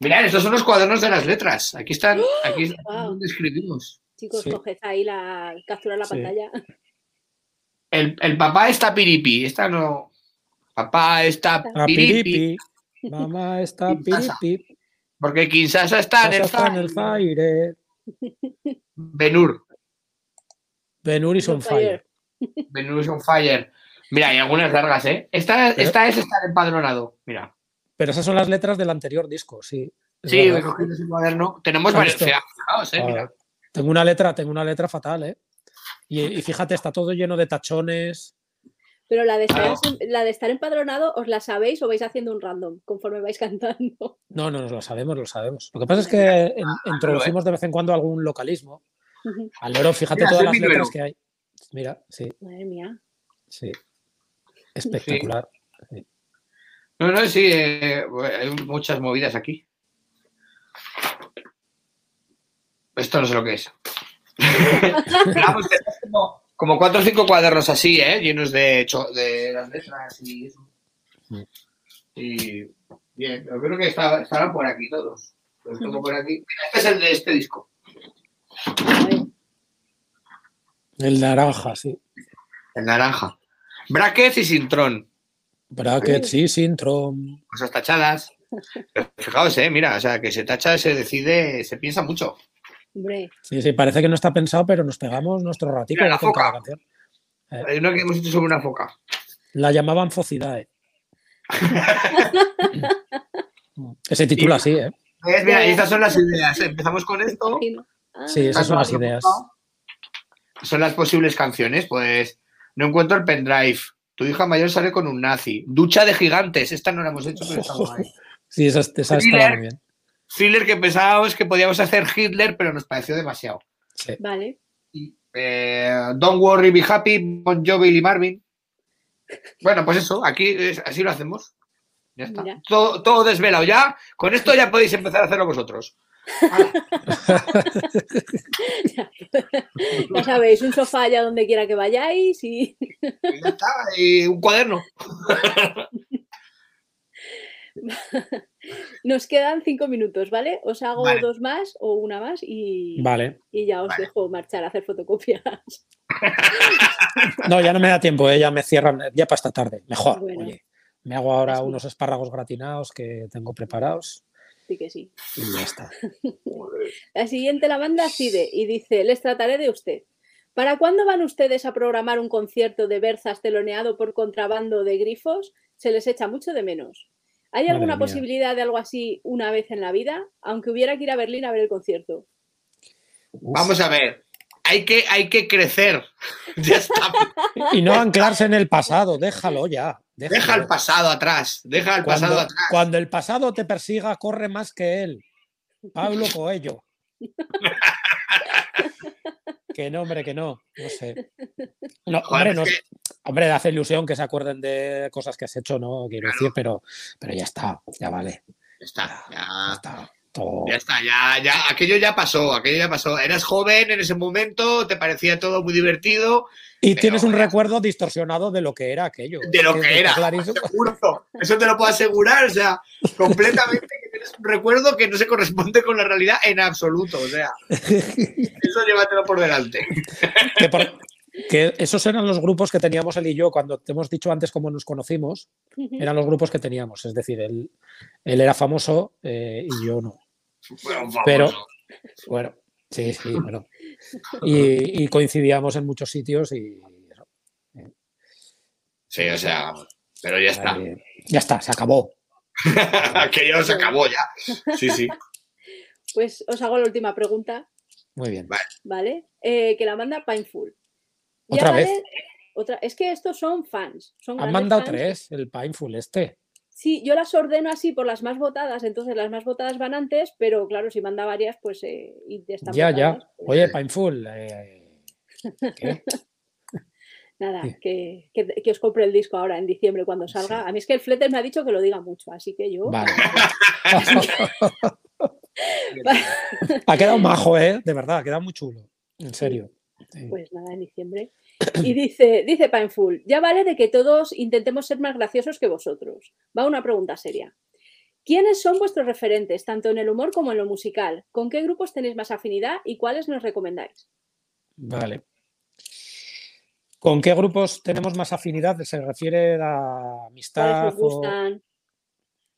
Speaker 2: Mirad, estos son los cuadernos de las letras. Aquí están, aquí están
Speaker 1: Wow.
Speaker 2: donde escribimos.
Speaker 1: Chicos,
Speaker 3: Sí.
Speaker 1: coged ahí la captura la
Speaker 3: Sí.
Speaker 1: pantalla. [laughs]
Speaker 2: El, el papá está piripi, esta no. Papá está
Speaker 3: A
Speaker 2: piripi,
Speaker 3: piripi. Mamá está
Speaker 2: Kinshasa.
Speaker 3: piripi.
Speaker 2: porque quizás está en
Speaker 3: Kinshasa
Speaker 2: el
Speaker 3: Está en el
Speaker 2: fire.
Speaker 3: fire.
Speaker 2: Benur,
Speaker 3: Benur is on fire.
Speaker 2: Benur is on fire. Mira, hay algunas largas, ¿eh? Esta,
Speaker 3: Pero-
Speaker 2: esta es estar empadronado, mira.
Speaker 3: Pero esas son las letras del anterior disco, sí. Es
Speaker 2: Sí,
Speaker 3: verdad.
Speaker 2: me cogí ese cuaderno. Tenemos
Speaker 3: Ah,
Speaker 2: varios,
Speaker 3: esto.
Speaker 2: fijaos, ¿eh?
Speaker 3: Ah,
Speaker 2: Mira.
Speaker 3: Tengo una letra, tengo una letra fatal, ¿eh? Y, y fíjate, está todo lleno de tachones.
Speaker 1: Pero la de, estar,
Speaker 2: Ah.
Speaker 1: la de estar empadronado, ¿os la sabéis o vais haciendo un random conforme vais [laughs] cantando?
Speaker 3: No, no, nos lo sabemos, lo sabemos. Lo que pasa es que en-
Speaker 2: Ah,
Speaker 3: introducimos de vez en cuando algún localismo. Al loro, fíjate
Speaker 2: Mira,
Speaker 3: todas
Speaker 2: soy
Speaker 3: las
Speaker 2: minero.
Speaker 3: letras que hay. Mira, sí,
Speaker 1: Madre mía.
Speaker 3: sí. Espectacular.
Speaker 2: No, no, sí, eh, bueno, hay muchas movidas aquí. Esto no sé lo que es. Vamos, tenemos como, como cuatro o cinco cuadernos así, ¿eh? Llenos de, cho- de las letras y eso.
Speaker 3: Mm.
Speaker 2: Y bien, yo creo que está- estarán por aquí todos. Los tengo por aquí. Mira, este es el de este disco.
Speaker 1: A ver,
Speaker 3: El naranja, sí.
Speaker 2: El naranja. Brackets y Sintrón.
Speaker 3: Bracket, sí, Sintrom.
Speaker 2: Cosas tachadas. Pero fijaos, ¿eh? Mira, o sea, que se tacha, se decide, se piensa mucho.
Speaker 1: hombre,
Speaker 3: Sí, sí, parece que no está pensado, pero nos pegamos nuestro ratito
Speaker 2: Mira, la
Speaker 3: con cada
Speaker 2: foca.
Speaker 3: canción.
Speaker 2: Hay una que hemos hecho sobre una foca.
Speaker 3: La llamaban
Speaker 2: [laughs]
Speaker 3: Focidae. Se titula así, ¿eh?
Speaker 2: ¿Ves? Mira, y estas son las ideas. Empezamos con esto.
Speaker 1: imagino. Ah,
Speaker 3: Sí, esas son las
Speaker 2: Estas
Speaker 3: ideas.
Speaker 2: Son las posibles canciones. Pues no encuentro el pendrive. Tu hija mayor sale con un nazi. Ducha de gigantes. Esta no la hemos hecho,
Speaker 3: [laughs]
Speaker 2: pero está guay.
Speaker 3: Sí, esa, esa estaba
Speaker 2: Thriller.
Speaker 3: muy bien.
Speaker 2: Thriller que pensábamos que podíamos hacer Hitler, pero nos pareció demasiado.
Speaker 3: Sí.
Speaker 1: Vale.
Speaker 2: Eh, Don't worry, be happy. Bon Jovi y Marvin. Bueno, pues eso. Aquí es- así lo hacemos. Ya está.
Speaker 1: Mira.
Speaker 2: Todo, todo desvelado ya. Con esto ya podéis empezar a hacerlo vosotros. Hala.
Speaker 1: Ya sabéis, un sofá allá donde quiera que vayáis y. [laughs]
Speaker 2: Y pues ya está, y un cuaderno.
Speaker 1: Nos quedan cinco minutos, ¿vale? Os hago
Speaker 2: Vale.
Speaker 1: dos más o una más y,
Speaker 3: Vale.
Speaker 1: y ya os
Speaker 2: Vale.
Speaker 1: dejo marchar a hacer fotocopias.
Speaker 3: No, ya no me da tiempo, ¿eh? ya me cierran, ya para esta tarde. Mejor,
Speaker 1: Bueno.
Speaker 3: oye. Me hago ahora
Speaker 1: Sí.
Speaker 3: unos espárragos gratinados que tengo preparados
Speaker 1: [laughs] Así que sí.
Speaker 3: y
Speaker 1: [laughs]
Speaker 3: ya está.
Speaker 1: La siguiente la banda Cide y dice, les trataré de usted. ¿Para cuándo van ustedes a programar un concierto de Berzas teloneado por contrabando de grifos? Se les echa mucho de menos. ¿Hay
Speaker 3: Madre
Speaker 1: alguna
Speaker 3: mía.
Speaker 1: posibilidad de algo así una [laughs] vez en la vida? Aunque hubiera que ir a Berlín a ver el concierto.
Speaker 3: Uf,
Speaker 2: Vamos a ver. hay que, hay que crecer. [laughs] Ya está.
Speaker 3: Y no anclarse en el pasado, déjalo ya. déjalo.
Speaker 2: Deja el pasado atrás. Deja el
Speaker 3: Cuando-
Speaker 2: pasado atrás.
Speaker 3: Cuando el pasado te persiga, corre más que él. Pablo Coello. que no, hombre, que no. No sé. No,
Speaker 2: Joder,
Speaker 3: hombre,
Speaker 2: es
Speaker 3: no,
Speaker 2: que-
Speaker 3: hombre, hace ilusión que se acuerden de cosas que has hecho, ¿no? Quiero
Speaker 2: Claro.
Speaker 3: decir, pero, pero ya está, ya vale.
Speaker 2: Ya está,
Speaker 3: Ya
Speaker 2: ya,
Speaker 3: está. Todo-
Speaker 2: Ah. ya está, ya, ya, aquello ya pasó, aquello ya pasó. Eras joven en ese momento, te parecía todo muy divertido,
Speaker 3: Y
Speaker 2: Pero
Speaker 3: tienes un
Speaker 2: ya-
Speaker 3: recuerdo distorsionado de lo que era aquello.
Speaker 2: De lo
Speaker 3: Es
Speaker 2: que
Speaker 3: está
Speaker 2: era.
Speaker 3: clarísimo.
Speaker 2: seguro, eso te lo puedo asegurar, o sea, completamente que tienes un recuerdo que no se corresponde con la realidad en absoluto, o sea, eso llévatelo por delante. [laughs]
Speaker 3: Que, por- que esos eran los grupos que teníamos él y yo cuando te hemos dicho antes cómo nos conocimos. Eran los grupos que teníamos. Es decir, él, él era famoso eh, y yo no.
Speaker 2: Bueno, famoso.
Speaker 3: Pero- Bueno, sí, sí, bueno. Y, y coincidíamos en muchos sitios y
Speaker 2: Sí, o sea, pero ya está,
Speaker 3: eh, ya está, se acabó.
Speaker 2: [laughs] aquello se acabó ya. Sí, sí.
Speaker 1: Pues os hago la última pregunta,
Speaker 3: Muy bien.
Speaker 1: ¿vale? Eh, que la manda Pineful.
Speaker 3: ¿Otra vez?
Speaker 1: Otra, es que estos son fans. Son
Speaker 3: Han
Speaker 1: grandes
Speaker 3: mandado
Speaker 1: fans.
Speaker 3: tres, el Painful este.
Speaker 1: Sí, yo las ordeno así por las más votadas, entonces las más votadas van antes, pero claro, si manda varias, pues eh, y están
Speaker 3: Ya, ya.
Speaker 1: votadas, pues
Speaker 3: Oye, Painful. eh, ¿qué?
Speaker 1: Nada,
Speaker 3: sí.
Speaker 1: que, que- que os compre el disco ahora en diciembre cuando salga. A mí es que el Fletter me ha dicho que lo diga mucho, así que yo.
Speaker 3: Vale. ha quedado majo, ¿eh? De verdad, ha quedado muy chulo. En serio. Sí.
Speaker 1: Pues nada, en diciembre. Y dice, dice Painful, ya vale de que todos intentemos ser más graciosos que vosotros. Va una pregunta seria. ¿Quiénes son vuestros referentes, tanto en el humor como en lo musical? ¿Con qué grupos tenéis más afinidad y cuáles nos recomendáis?
Speaker 3: Vale. ¿Con qué grupos tenemos más afinidad? ¿Se refiere a amistad?
Speaker 1: ¿Cuáles os
Speaker 3: o-
Speaker 1: gustan?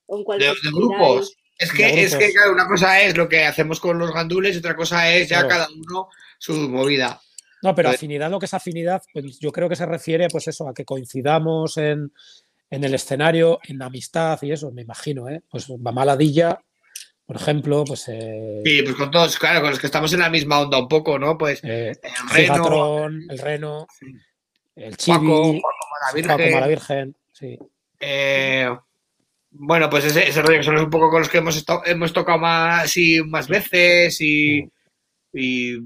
Speaker 1: ¿Con cuáles
Speaker 2: De,
Speaker 1: os
Speaker 2: de
Speaker 1: afináis?
Speaker 2: grupos. Es que,
Speaker 3: De
Speaker 2: es que
Speaker 3: grupos.
Speaker 2: claro, una cosa es lo que hacemos con los gandules y otra cosa es ya
Speaker 3: Claro.
Speaker 2: cada uno su movida.
Speaker 3: No, pero
Speaker 2: Pues-
Speaker 3: afinidad, lo que es afinidad, pues yo creo que se refiere, pues eso, a que coincidamos en, en el escenario, en la amistad y eso, me imagino, ¿eh? Pues Mamaladilla, por ejemplo, pues eh,
Speaker 2: Sí, pues con todos, claro, con los que estamos en la misma onda un poco, ¿no? Pues
Speaker 3: eh,
Speaker 2: el Reno,
Speaker 3: Gigatron, el Reno, el Chibi,
Speaker 2: Paco,
Speaker 3: Paco
Speaker 2: la Virgen.
Speaker 3: Malavirgen, sí.
Speaker 2: eh, bueno, pues ese, ese rollo que son los un poco con los que hemos, estado, hemos tocado más y más veces y,
Speaker 3: Mm.
Speaker 2: y,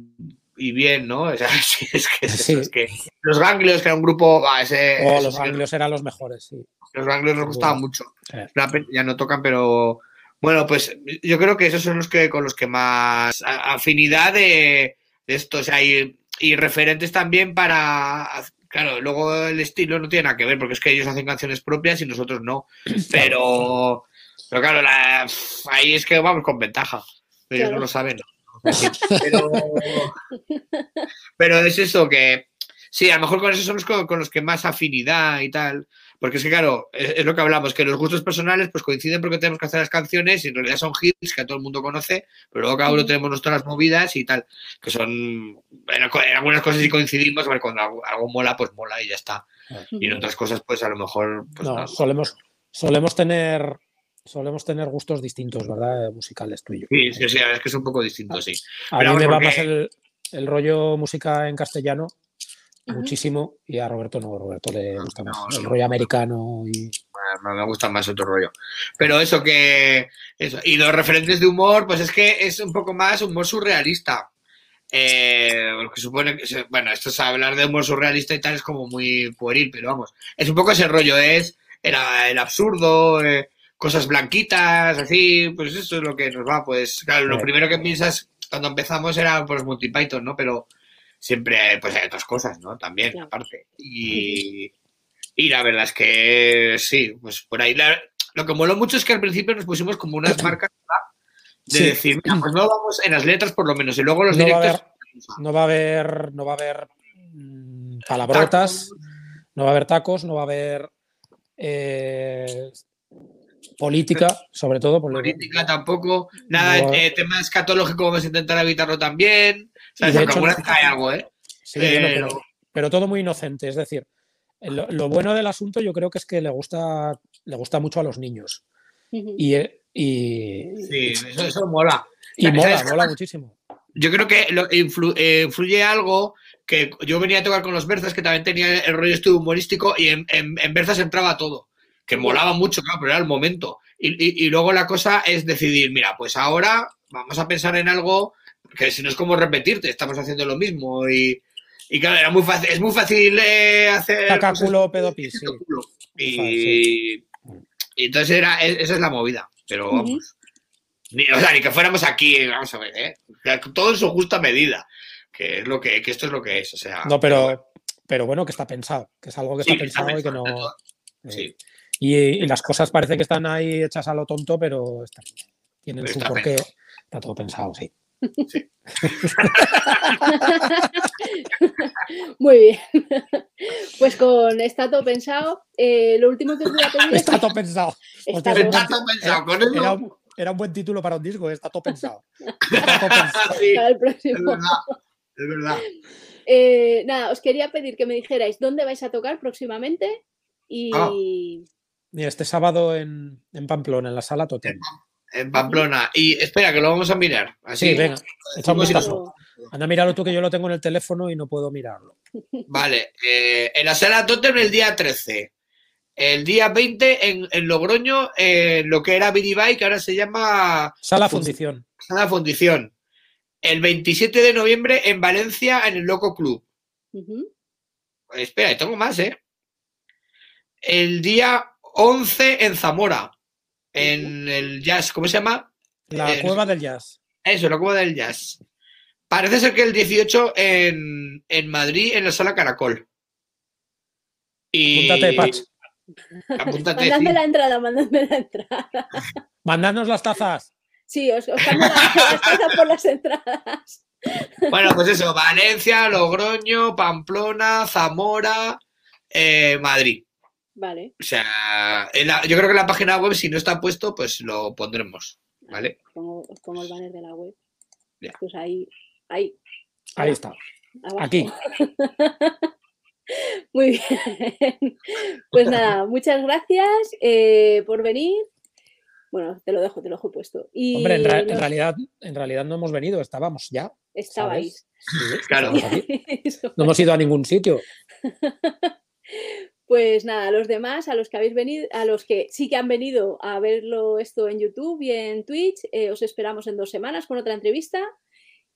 Speaker 2: y bien, ¿no? O sea, [laughs] sí, es, que, es
Speaker 3: Sí.
Speaker 2: eso, es que los ganglios, que era un grupo, ah, ese,
Speaker 3: O
Speaker 2: esos
Speaker 3: los
Speaker 2: eran-
Speaker 3: anglios eran los mejores, sí.
Speaker 2: Los Wranglers nos
Speaker 3: Sin
Speaker 2: gustaban
Speaker 3: duda.
Speaker 2: mucho.
Speaker 3: Sí.
Speaker 2: Es una pena, ya no tocan, pero bueno, pues yo creo que esos son los que con los que más a- afinidad de, de esto. O sea, y, y referentes también para. Claro, luego el estilo no tiene nada que ver, porque es que ellos hacen canciones propias y nosotros no. Pero, pero claro, la- ahí es que vamos con ventaja. Ellos
Speaker 1: Claro.
Speaker 2: no lo saben. Pero, pero es eso que. Sí, a lo mejor con esos son los co- con los que más afinidad y tal. Porque es que, claro, e, es, es lo que hablamos, que los gustos personales pues coinciden porque tenemos que hacer las canciones y en realidad son hits que a todo el mundo conoce, pero luego cada uno
Speaker 1: Ujú.
Speaker 2: tenemos nuestras movidas y tal, que son, bueno, co- en algunas cosas sí coincidimos, bueno, cuando algo, algo mola, pues mola y ya está. Y en otras cosas, pues a lo mejor, pues
Speaker 3: no,
Speaker 2: no.
Speaker 3: solemos, solemos tener solemos tener gustos distintos, ¿verdad? Eh, Musicales tú y yo.
Speaker 2: Sí, sí, sí, la verdad es que es un poco distinto, sí.
Speaker 3: A
Speaker 2: Pero
Speaker 3: mí me
Speaker 2: vamos, porque-
Speaker 3: va más el, el rollo música en castellano,
Speaker 1: Ujú.
Speaker 3: muchísimo, y a Roberto no, Roberto le gusta más.
Speaker 2: no,
Speaker 3: el
Speaker 2: no.
Speaker 3: rollo americano y.
Speaker 2: Ah, me, me gusta más otro rollo. Pero eso que. eso. Y los referentes de humor, pues es que es un poco más humor surrealista. Eh, lo que supone que. se- Bueno, esto es hablar de humor surrealista y tal, es como muy pueril, pero vamos. Es un poco ese rollo, es el, el absurdo, eh, cosas blanquitas, así, pues eso es lo que nos va. Pues claro, lo
Speaker 3: Sí.
Speaker 2: primero que piensas cuando empezamos era pues Monty Python, ¿no? Pero siempre pues hay otras cosas, ¿no? También,
Speaker 1: Claro.
Speaker 2: aparte. Y. Y la verdad es que sí, pues por ahí. la- lo que moló mucho es que al principio nos pusimos como unas
Speaker 3: [clears throat]
Speaker 2: marcas de
Speaker 3: Sí,
Speaker 2: decir, "Mira, pues no vamos en las letras por lo menos, y luego los
Speaker 3: No va a
Speaker 2: directos.
Speaker 3: no va a haber, no va a haber mm, palabrotas,
Speaker 2: Tacos.
Speaker 3: no va a haber tacos, no va a haber eh, política, sobre todo. por lo-
Speaker 2: Política tampoco, nada,
Speaker 3: No.
Speaker 2: eh, tema escatológico vamos a intentar evitarlo también. ¿Sabes?
Speaker 3: de
Speaker 2: Aunque
Speaker 3: hecho,
Speaker 2: alguna
Speaker 3: no-
Speaker 2: vez cae algo, ¿eh?
Speaker 3: Sí,
Speaker 2: Eh,
Speaker 3: bueno, pero-
Speaker 2: lo-
Speaker 3: pero todo muy inocente. Es decir, lo, lo bueno del asunto yo creo que es que le gusta, le gusta mucho a los niños.
Speaker 1: Ujú.
Speaker 3: Y, eh, y,
Speaker 2: sí, eso, eso mola.
Speaker 3: y
Speaker 2: ¿sabes?
Speaker 3: mola,
Speaker 2: ¿Sabes? [laughs]
Speaker 3: mola muchísimo.
Speaker 2: Yo creo que lo- influ- eh, influye algo que yo venía a tocar con los Berzas, que también tenía el rollo estudio humorístico, y en, en, en Berzas entraba todo, que molaba mucho, claro, pero era el momento. Y, y- y luego la cosa es decidir, mira, pues ahora vamos a pensar en algo que si no es como repetirte, estamos haciendo lo mismo y, y claro, era muy fácil, es muy fácil eh, hacer...
Speaker 3: Caca,
Speaker 2: cosas-
Speaker 3: culo, pedopis, sí.
Speaker 2: Haciendo culo.
Speaker 3: Muy
Speaker 2: Y, y entonces era, e- esa es la movida, pero
Speaker 1: Ujú.
Speaker 2: vamos. Ni, o sea, ni que fuéramos aquí, eh, vamos a ver, ¿eh? O sea, Todo en su justa medida, que es lo que, que esto es lo que es, o sea.
Speaker 3: No, pero, pero bueno, que está pensado, que es algo que
Speaker 2: Sí,
Speaker 3: está
Speaker 2: que está
Speaker 3: pensado y que no. eh,
Speaker 2: pensado, sí.
Speaker 3: Y, y las cosas parece que están ahí hechas a lo tonto, pero están- tienen
Speaker 2: Pero
Speaker 3: su
Speaker 2: está
Speaker 3: porqué. Está todo pensado, sí.
Speaker 1: Muy bien. [laughs] Pues con está todo pensado, eh, lo último que os voy a pedir es
Speaker 3: Está todo pensado.
Speaker 1: está todo-
Speaker 3: Hostia,
Speaker 2: Pues, Está todo pensado, con eso.
Speaker 3: Era un, era un buen título para un disco, eh, está todo pensado. Está todo pensado.
Speaker 2: Sí,
Speaker 1: para el
Speaker 2: es
Speaker 1: próximo.
Speaker 2: verdad, es verdad.
Speaker 1: Eh, nada, os quería pedir que me dijerais dónde vais a tocar próximamente y
Speaker 2: Ah.
Speaker 3: Mira, este sábado en, en Pamplona, en la sala Totem.
Speaker 2: En Pamplona. Y espera, que lo vamos a mirar. Así.
Speaker 3: Sí, venga, echa un
Speaker 2: Bueno,
Speaker 3: vistazo. Anda, míralo tú que yo lo tengo en el teléfono y no puedo mirarlo.
Speaker 2: Vale. eh, en la sala Totem el día 13. El día 20 en, en Logroño, eh, lo que era Biribai, que ahora se llama
Speaker 3: Sala
Speaker 2: Pues-
Speaker 3: Fundición.
Speaker 2: Sala Fundición. El 27 de noviembre en Valencia, en el Loco Club.
Speaker 1: Ujú.
Speaker 2: Espera, tengo más, ¿eh? El día 11 en Zamora, en el Jazz, ¿cómo se llama?
Speaker 3: La
Speaker 2: eh,
Speaker 3: Cueva del Jazz.
Speaker 2: Eso, la Cuba del Jazz. Parece ser que el 18 en, en Madrid, en la Sala Caracol. Y...
Speaker 3: Apúntate, Pach.
Speaker 1: [laughs]
Speaker 2: Apúntate, sí.
Speaker 1: Mandadme la entrada, mandadme la entrada.
Speaker 3: Mandadnos las tazas.
Speaker 1: Sí, os, os cambio las, las cosas por las entradas. [laughs]
Speaker 2: Bueno, pues eso, Valencia, Logroño, Pamplona, Zamora, eh, Madrid.
Speaker 1: Vale,
Speaker 2: O sea, en la- yo creo que en la página web, si no está puesto, pues lo pondremos. ¿Vale?
Speaker 1: os pongo, os pongo el banner de la web.
Speaker 2: Ya.
Speaker 1: Pues ahí, ahí,
Speaker 3: Ahí está.
Speaker 1: abajo.
Speaker 3: Aquí.
Speaker 1: Muy bien. [laughs] Pues nada, muchas gracias eh, por venir. Bueno, te lo dejo, te lo dejo puesto. Y
Speaker 3: Hombre, en, ra- en
Speaker 1: nos-
Speaker 3: realidad, en realidad no hemos venido, estábamos ya.
Speaker 1: estabais.
Speaker 2: Claro.
Speaker 3: Estamos aquí.
Speaker 1: [laughs]
Speaker 3: No hemos ido a ningún sitio.
Speaker 1: Pues nada, a los demás, a los que habéis venido, a los que sí que han venido a verlo esto en YouTube y en Twitch, eh, os esperamos en dos semanas con otra entrevista.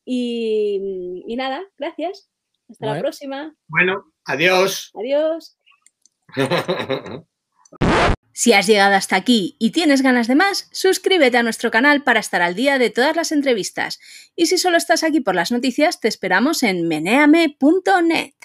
Speaker 1: Y, y nada, gracias. Hasta la
Speaker 3: Vale.
Speaker 1: próxima.
Speaker 2: Bueno, [laughs] adiós.
Speaker 1: Adiós.
Speaker 4: Si has llegado hasta aquí y tienes ganas de más, suscríbete a nuestro canal para estar al día de todas las entrevistas. Y si solo estás aquí por las noticias, te esperamos en meneame.net.